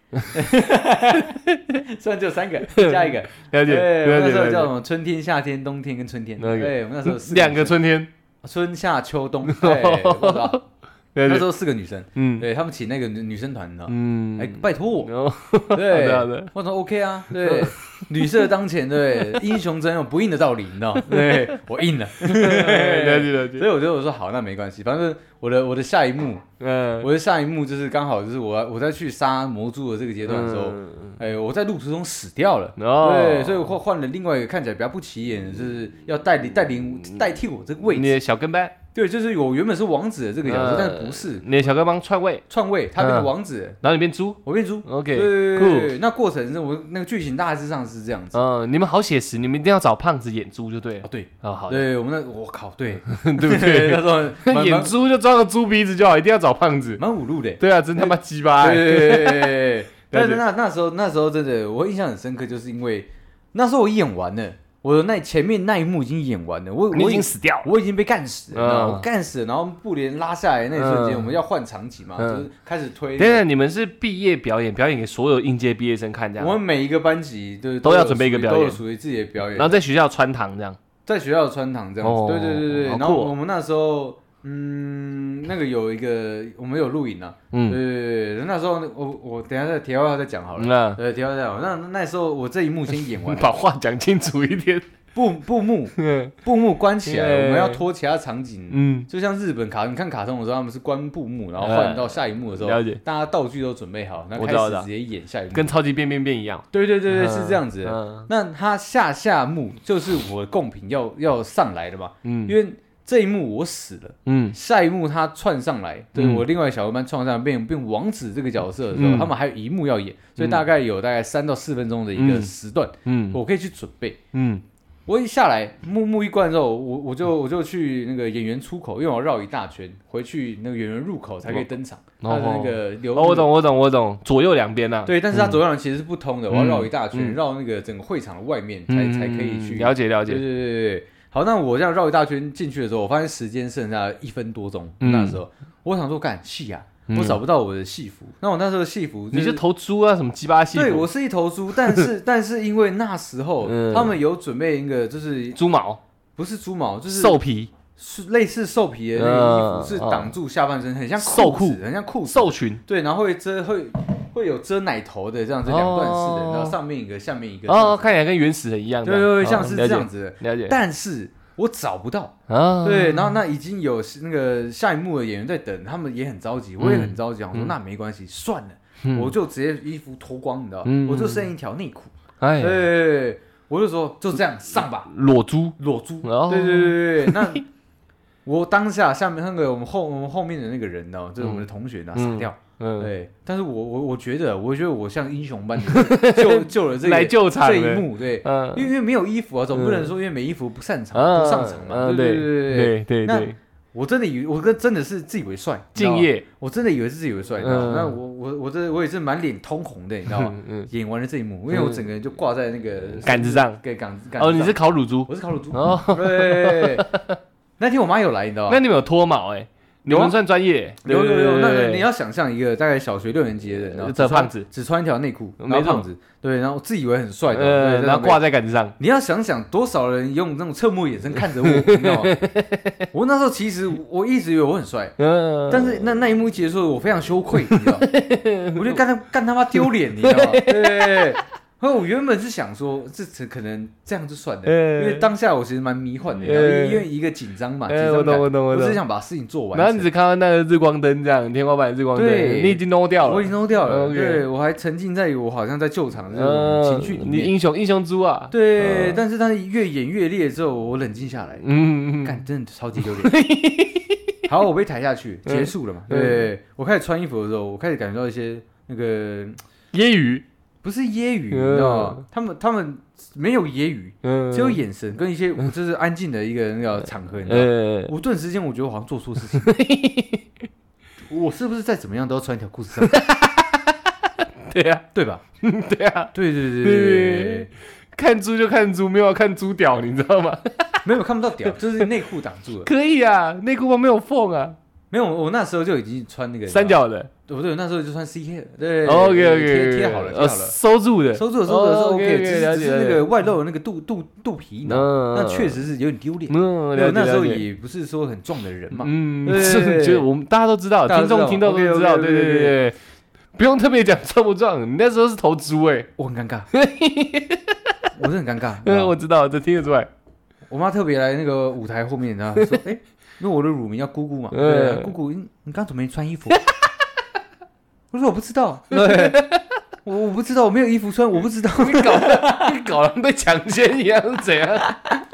[SPEAKER 3] 虽然只 有三个，加一个，
[SPEAKER 1] 了解
[SPEAKER 3] 对，我们
[SPEAKER 1] 了
[SPEAKER 3] 那时候
[SPEAKER 1] 解
[SPEAKER 3] 叫
[SPEAKER 1] 了
[SPEAKER 3] 什
[SPEAKER 1] 解，
[SPEAKER 3] 么春天、夏天、冬天跟春天，
[SPEAKER 1] 了解
[SPEAKER 3] 对，我们那时候有 四
[SPEAKER 1] 两个
[SPEAKER 3] 女生
[SPEAKER 1] 春天，
[SPEAKER 3] 春夏 秋冬，对，我知道
[SPEAKER 1] 了
[SPEAKER 3] 那
[SPEAKER 1] 解
[SPEAKER 3] 时，候四个女生，
[SPEAKER 1] 嗯
[SPEAKER 3] 对他们请那个女女生团呢，
[SPEAKER 1] 嗯，
[SPEAKER 3] 哎，拜 托我，
[SPEAKER 1] 然后
[SPEAKER 3] 对，
[SPEAKER 1] 好的
[SPEAKER 3] 我说 OK 啊，对，女色当前，对，英雄真有不硬的道理，你知 道，对我硬了。
[SPEAKER 1] 了解了
[SPEAKER 3] 所
[SPEAKER 1] 解，
[SPEAKER 3] 以我就我说好，那没关系，反正我的我的下一幕，
[SPEAKER 1] 嗯，
[SPEAKER 3] 我的下一幕就是刚好就是我我在去杀魔蛛的这个阶段的时候，哎、我在路途中死掉了。
[SPEAKER 1] 嗯哦
[SPEAKER 3] 对，所以我换换了另外一个看起来比较不起眼的，就是要代理代理代替我这个位
[SPEAKER 1] 你
[SPEAKER 3] 置。
[SPEAKER 1] 的小跟班，
[SPEAKER 3] 对，就是我原本是王子的这个角色，
[SPEAKER 1] 呃
[SPEAKER 3] 但是不是
[SPEAKER 1] 你的小丐帮篡位，
[SPEAKER 3] 篡位，他变成
[SPEAKER 1] 嗯
[SPEAKER 3] 王子，
[SPEAKER 1] 然后你变猪
[SPEAKER 3] 我变猪。对
[SPEAKER 1] ，OK，
[SPEAKER 3] 对对
[SPEAKER 1] 酷
[SPEAKER 3] 对对那过程是我那个剧情大致上是这样子。
[SPEAKER 1] 嗯，你们好写实，你们一定要找胖子演猪就对
[SPEAKER 3] 哦
[SPEAKER 1] 了，。
[SPEAKER 3] 对，
[SPEAKER 1] 哦，好的，
[SPEAKER 3] 对我们那我靠，对
[SPEAKER 1] 对不
[SPEAKER 3] 对，
[SPEAKER 1] 对
[SPEAKER 3] 那？时候 蛮
[SPEAKER 1] 演
[SPEAKER 3] 蛮
[SPEAKER 1] 猪就装个猪鼻子就好，一定要找胖子。
[SPEAKER 3] 蛮五路的。
[SPEAKER 1] 对啊，真他妈鸡巴欸！
[SPEAKER 3] 对对对对对。但
[SPEAKER 1] 了
[SPEAKER 3] 是
[SPEAKER 1] 解
[SPEAKER 3] 那那时候那时候真的我印象很深刻，就是因为那时候我演完了，我的那前面那一幕已经演完了，我
[SPEAKER 1] 你
[SPEAKER 3] 我
[SPEAKER 1] 已经死掉了。
[SPEAKER 3] 我已经被干死了，你知道
[SPEAKER 1] 嗯
[SPEAKER 3] 吗我干死了，然后布帘拉下来那一瞬
[SPEAKER 1] 嗯
[SPEAKER 3] 间，我们要换场景嘛，
[SPEAKER 1] 嗯
[SPEAKER 3] 就是开始推。
[SPEAKER 1] 等等，你们是毕业表演，表演给所有应届毕业生看这样
[SPEAKER 3] 我，们每一个班级就是
[SPEAKER 1] 都要
[SPEAKER 3] 有
[SPEAKER 1] 准备一个
[SPEAKER 3] 属于
[SPEAKER 1] 表演
[SPEAKER 3] 都有属于自己的表演
[SPEAKER 1] 然，后在学校穿堂这样。
[SPEAKER 3] 在学校穿堂这样
[SPEAKER 1] 哦
[SPEAKER 3] 子。对对对对，
[SPEAKER 1] 好酷哦
[SPEAKER 3] 然后我们那时候，嗯，那个有一个我们有录影啊，对
[SPEAKER 1] 嗯，
[SPEAKER 3] 对对对，那时候我我等一下再题外话再讲好了。
[SPEAKER 1] 那
[SPEAKER 3] 对，题外话再讲。那那时候我这一幕先演完
[SPEAKER 1] 嗯啊 ，把话讲清楚一点。
[SPEAKER 3] 布 布幕
[SPEAKER 1] 嗯
[SPEAKER 3] 布幕关起来，
[SPEAKER 1] 耶
[SPEAKER 3] 我们要拖其他场景。
[SPEAKER 1] 嗯，
[SPEAKER 3] 就像日本卡，你看卡通的时候，他们是关布幕，然后换到下一幕的时候，
[SPEAKER 1] 嗯了解
[SPEAKER 3] 大家道具都准备好，那
[SPEAKER 1] 我
[SPEAKER 3] 开
[SPEAKER 1] 知道
[SPEAKER 3] 始
[SPEAKER 1] 的
[SPEAKER 3] 直接演 下一幕。
[SPEAKER 1] 跟超级变变变一样。
[SPEAKER 3] 对对对对，
[SPEAKER 1] 嗯
[SPEAKER 3] 是这样子的。
[SPEAKER 1] 嗯
[SPEAKER 3] 那他下下幕就是我的贡品要要上来的嘛，
[SPEAKER 1] 嗯
[SPEAKER 3] 因为这一幕我死了，
[SPEAKER 1] 嗯
[SPEAKER 3] 下一幕他窜上来，对
[SPEAKER 1] 嗯
[SPEAKER 3] 我另外小伙伴窜上来变变王子这个角色的时候，
[SPEAKER 1] 嗯
[SPEAKER 3] 他们还有一幕要演，所以大概有大概三到四分钟的一个
[SPEAKER 1] 嗯
[SPEAKER 3] 时段，
[SPEAKER 1] 嗯
[SPEAKER 3] 我可以去准备。
[SPEAKER 1] 嗯
[SPEAKER 3] 我一下来幕幕一关之后，我我就我就去那个演员出口，因为我要绕一大圈回去那个演员入口才可以登场。他
[SPEAKER 1] 哦
[SPEAKER 3] 的那个流、
[SPEAKER 1] 哦，我懂，我懂，我懂，左右两边啊呐。
[SPEAKER 3] 对，但是它左右两其实是不通的，我要
[SPEAKER 1] 嗯
[SPEAKER 3] 绕一大圈，
[SPEAKER 1] 嗯
[SPEAKER 3] 绕那个整个会场的外面才、
[SPEAKER 1] 嗯，
[SPEAKER 3] 才可以去。
[SPEAKER 1] 了解了
[SPEAKER 3] 对
[SPEAKER 1] 解。
[SPEAKER 3] 对对对对。好，那我这样绕一大圈进去的时候，我发现时间剩下一分多钟。
[SPEAKER 1] 嗯
[SPEAKER 3] 那时候我想说，干戏啊，
[SPEAKER 1] 嗯
[SPEAKER 3] 我找不到我的戏服。那我那时候的戏服、
[SPEAKER 1] 你
[SPEAKER 3] 是
[SPEAKER 1] 就投猪啊，什么鸡巴戏服？
[SPEAKER 3] 对我是一头猪， 但是但是因为那时候、
[SPEAKER 1] 嗯
[SPEAKER 3] 他们有准备一个，就是
[SPEAKER 1] 猪毛、
[SPEAKER 3] 不是猪毛，就是
[SPEAKER 1] 兽皮、
[SPEAKER 3] 是类似兽皮的那个衣
[SPEAKER 1] 嗯
[SPEAKER 3] 服，是挡住下半身，很像
[SPEAKER 1] 兽
[SPEAKER 3] 裤子
[SPEAKER 1] 裤
[SPEAKER 3] 很像裤子。
[SPEAKER 1] 兽裙。
[SPEAKER 3] 对，然后会遮会会有遮奶头的这样子两段式的，
[SPEAKER 1] 哦
[SPEAKER 3] 然后上面一个，下面一个。
[SPEAKER 1] 哦，，看起来跟原始人一样。
[SPEAKER 3] 对对对，
[SPEAKER 1] 哦
[SPEAKER 3] 像是这样
[SPEAKER 1] 了
[SPEAKER 3] 子的。
[SPEAKER 1] 解。了解。
[SPEAKER 3] 但是我找不到，
[SPEAKER 1] 啊，
[SPEAKER 3] 对，然后那已经有那个下一幕的演员在等，他们也很着急，我也很着急，我说
[SPEAKER 1] 嗯
[SPEAKER 3] 那没关系，算了，
[SPEAKER 1] 嗯
[SPEAKER 3] 我就直接衣服脱光，你知道
[SPEAKER 1] 嗯，
[SPEAKER 3] 我就剩一条内裤，
[SPEAKER 1] 哎，
[SPEAKER 3] 对，我就说就这样上吧，
[SPEAKER 1] 裸猪，
[SPEAKER 3] 裸猪，
[SPEAKER 1] 哦
[SPEAKER 3] 对对对对对，那 我当下下面那个我们后我们后面的那个人呢，就是我们的同学呢，
[SPEAKER 1] 嗯
[SPEAKER 3] 傻掉。
[SPEAKER 1] 嗯，
[SPEAKER 3] 对，但是我我我觉得，我觉得我像英雄般的救救了这个
[SPEAKER 1] 来救场
[SPEAKER 3] 这一
[SPEAKER 1] 了
[SPEAKER 3] 幕，对，
[SPEAKER 1] 嗯
[SPEAKER 3] 因为因为没有衣服啊，总不能
[SPEAKER 1] 嗯
[SPEAKER 3] 说因为没衣服不擅长
[SPEAKER 1] 啊
[SPEAKER 3] 不上场嘛，
[SPEAKER 1] 嗯
[SPEAKER 3] 对
[SPEAKER 1] 对
[SPEAKER 3] 对对。
[SPEAKER 1] 对对
[SPEAKER 3] 那
[SPEAKER 1] 对，
[SPEAKER 3] 我真的以为我跟真的是自以为帅，你知道
[SPEAKER 1] 敬
[SPEAKER 3] 吗，
[SPEAKER 1] 业，
[SPEAKER 3] 我真的以为是自以为帅，你知道吗
[SPEAKER 1] 嗯
[SPEAKER 3] 那我我我这我也是满脸通红的，你知道吗？
[SPEAKER 1] 嗯嗯，
[SPEAKER 3] 演完了这一幕，因为我整个人就挂在那个
[SPEAKER 1] 杆子上，
[SPEAKER 3] 给杆子杆子
[SPEAKER 1] 哦，你
[SPEAKER 3] 上
[SPEAKER 1] 是烤乳猪，
[SPEAKER 3] 我是烤乳猪，
[SPEAKER 1] 哦，
[SPEAKER 3] 对。 那天我妈有来，你知道
[SPEAKER 1] 那
[SPEAKER 3] 吗？
[SPEAKER 1] 你们有脱毛哎，你
[SPEAKER 3] 哦有啊
[SPEAKER 1] 们算专业，
[SPEAKER 3] 有有
[SPEAKER 1] 对
[SPEAKER 3] 有，
[SPEAKER 1] 对
[SPEAKER 3] 那
[SPEAKER 1] 对
[SPEAKER 3] 那
[SPEAKER 1] 对
[SPEAKER 3] 你要想象一个大概小学六年级的人，然
[SPEAKER 1] 呃
[SPEAKER 3] 后
[SPEAKER 1] 这
[SPEAKER 3] 只穿
[SPEAKER 1] 胖子
[SPEAKER 3] 只穿一条内裤，
[SPEAKER 1] 没
[SPEAKER 3] 然后
[SPEAKER 1] 错
[SPEAKER 3] 胖子，对，然后自以为很帅的，
[SPEAKER 1] 呃，
[SPEAKER 3] 对，
[SPEAKER 1] 然后挂。在杆子上，
[SPEAKER 3] 你要想想多少人用那种侧目眼神看着我，你知道吗？ 我那时候其实我一直以为我很帅，
[SPEAKER 1] 嗯，
[SPEAKER 3] 但是那那一幕一结束，我非常羞愧，你知 道吗？我就干他干他妈丢脸，你知道吗？对。然后我原本是想说，这这可能这样就算了，
[SPEAKER 1] 呃
[SPEAKER 3] 因为当下我其实蛮迷幻的，
[SPEAKER 1] 呃
[SPEAKER 3] 因为一个紧张嘛，紧
[SPEAKER 1] 呃我
[SPEAKER 3] 张
[SPEAKER 1] 懂
[SPEAKER 3] 感，
[SPEAKER 1] 我懂我
[SPEAKER 3] 我只
[SPEAKER 1] 懂
[SPEAKER 3] 是想把事情做完
[SPEAKER 1] 然后
[SPEAKER 3] 成。
[SPEAKER 1] 你只看到那个日光灯这样，天花板的日光灯，
[SPEAKER 3] 对
[SPEAKER 1] 你已经 no 掉
[SPEAKER 3] 我
[SPEAKER 1] 了嗯
[SPEAKER 3] 已，经弄掉了，
[SPEAKER 1] OK
[SPEAKER 3] 对我还沉浸在于我好像在救场的这种
[SPEAKER 1] 嗯
[SPEAKER 3] 情绪，里
[SPEAKER 1] 你
[SPEAKER 3] 面。
[SPEAKER 1] 英雄英雄猪啊，
[SPEAKER 3] 对，
[SPEAKER 1] 嗯
[SPEAKER 3] 但是但是越演越烈之后，我冷静下来，
[SPEAKER 1] 嗯，嗯嗯
[SPEAKER 3] 干真的超级 丢脸。好，我被抬下去，
[SPEAKER 1] 嗯
[SPEAKER 3] 结束了嘛？
[SPEAKER 1] 嗯
[SPEAKER 3] 对我开始穿衣服的时候，我开始感觉到一些那个
[SPEAKER 1] 揶揄，
[SPEAKER 3] 不是揶揄，
[SPEAKER 1] 嗯
[SPEAKER 3] 你知道吗？他们他们没有揶
[SPEAKER 1] 嗯，
[SPEAKER 3] 揄，只有眼啊神跟一些就是安静的一个那个场合，你知道吗？
[SPEAKER 1] 呃，
[SPEAKER 3] 我顿时间我觉得我好像做错事情， 我是不是再怎么样都要穿一条裤子上场，
[SPEAKER 1] 对啊，
[SPEAKER 3] 对吧？
[SPEAKER 1] 对啊，
[SPEAKER 3] 对对对对对对对，
[SPEAKER 1] 看猪就看猪，没有要看猪屌，你知道吗？
[SPEAKER 3] 没有看不到屌，就是内裤挡住了。
[SPEAKER 1] 可以啊，内裤旁边有缝啊，
[SPEAKER 3] 没有，我那时候就已经穿那个哦
[SPEAKER 1] 三，角的
[SPEAKER 3] 对不对？那时候就穿 CK 了，对
[SPEAKER 1] OK
[SPEAKER 3] 贴
[SPEAKER 1] OK，呃
[SPEAKER 3] 贴好了，贴好了，
[SPEAKER 1] 收住的，
[SPEAKER 3] 收住了，收住了是
[SPEAKER 1] 哦
[SPEAKER 3] OK，只
[SPEAKER 1] 了
[SPEAKER 3] 是只
[SPEAKER 1] 解
[SPEAKER 3] 是那
[SPEAKER 1] 了
[SPEAKER 3] 个
[SPEAKER 1] 解，
[SPEAKER 3] 外露的那个肚肚肚皮，呢，
[SPEAKER 1] 嗯，
[SPEAKER 3] 那确，实是有点丢脸。
[SPEAKER 1] 嗯，
[SPEAKER 3] 对
[SPEAKER 1] 了解，
[SPEAKER 3] 我那时候
[SPEAKER 1] 了解
[SPEAKER 3] 也不是说很壮的人嘛，
[SPEAKER 1] 嗯，
[SPEAKER 3] 对
[SPEAKER 1] 是就是我们大家都知道，
[SPEAKER 3] 大家
[SPEAKER 1] 听
[SPEAKER 3] 都知道
[SPEAKER 1] 众听到都
[SPEAKER 3] OK，OK，
[SPEAKER 1] 知道，对
[SPEAKER 3] OK，OK，
[SPEAKER 1] 对对对，不用特别讲壮不壮，你那时候是头猪哎，
[SPEAKER 3] 我很 尴尬，我是很尴尬。你
[SPEAKER 1] 嗯，
[SPEAKER 3] 知 道
[SPEAKER 1] 我
[SPEAKER 3] 吗
[SPEAKER 1] 知道，这听得出来，
[SPEAKER 3] 我妈特别来那个舞台后面，然后说：“哎，因为我的乳名叫姑姑嘛，
[SPEAKER 1] 嗯
[SPEAKER 3] 对，姑姑，你你刚怎么没穿衣服？” 我说：“我不知道， 对 我我不知道，我没
[SPEAKER 1] 哎
[SPEAKER 3] 有衣服穿，我不知道。”
[SPEAKER 1] 你搞你搞得跟被强奸一样是怎样？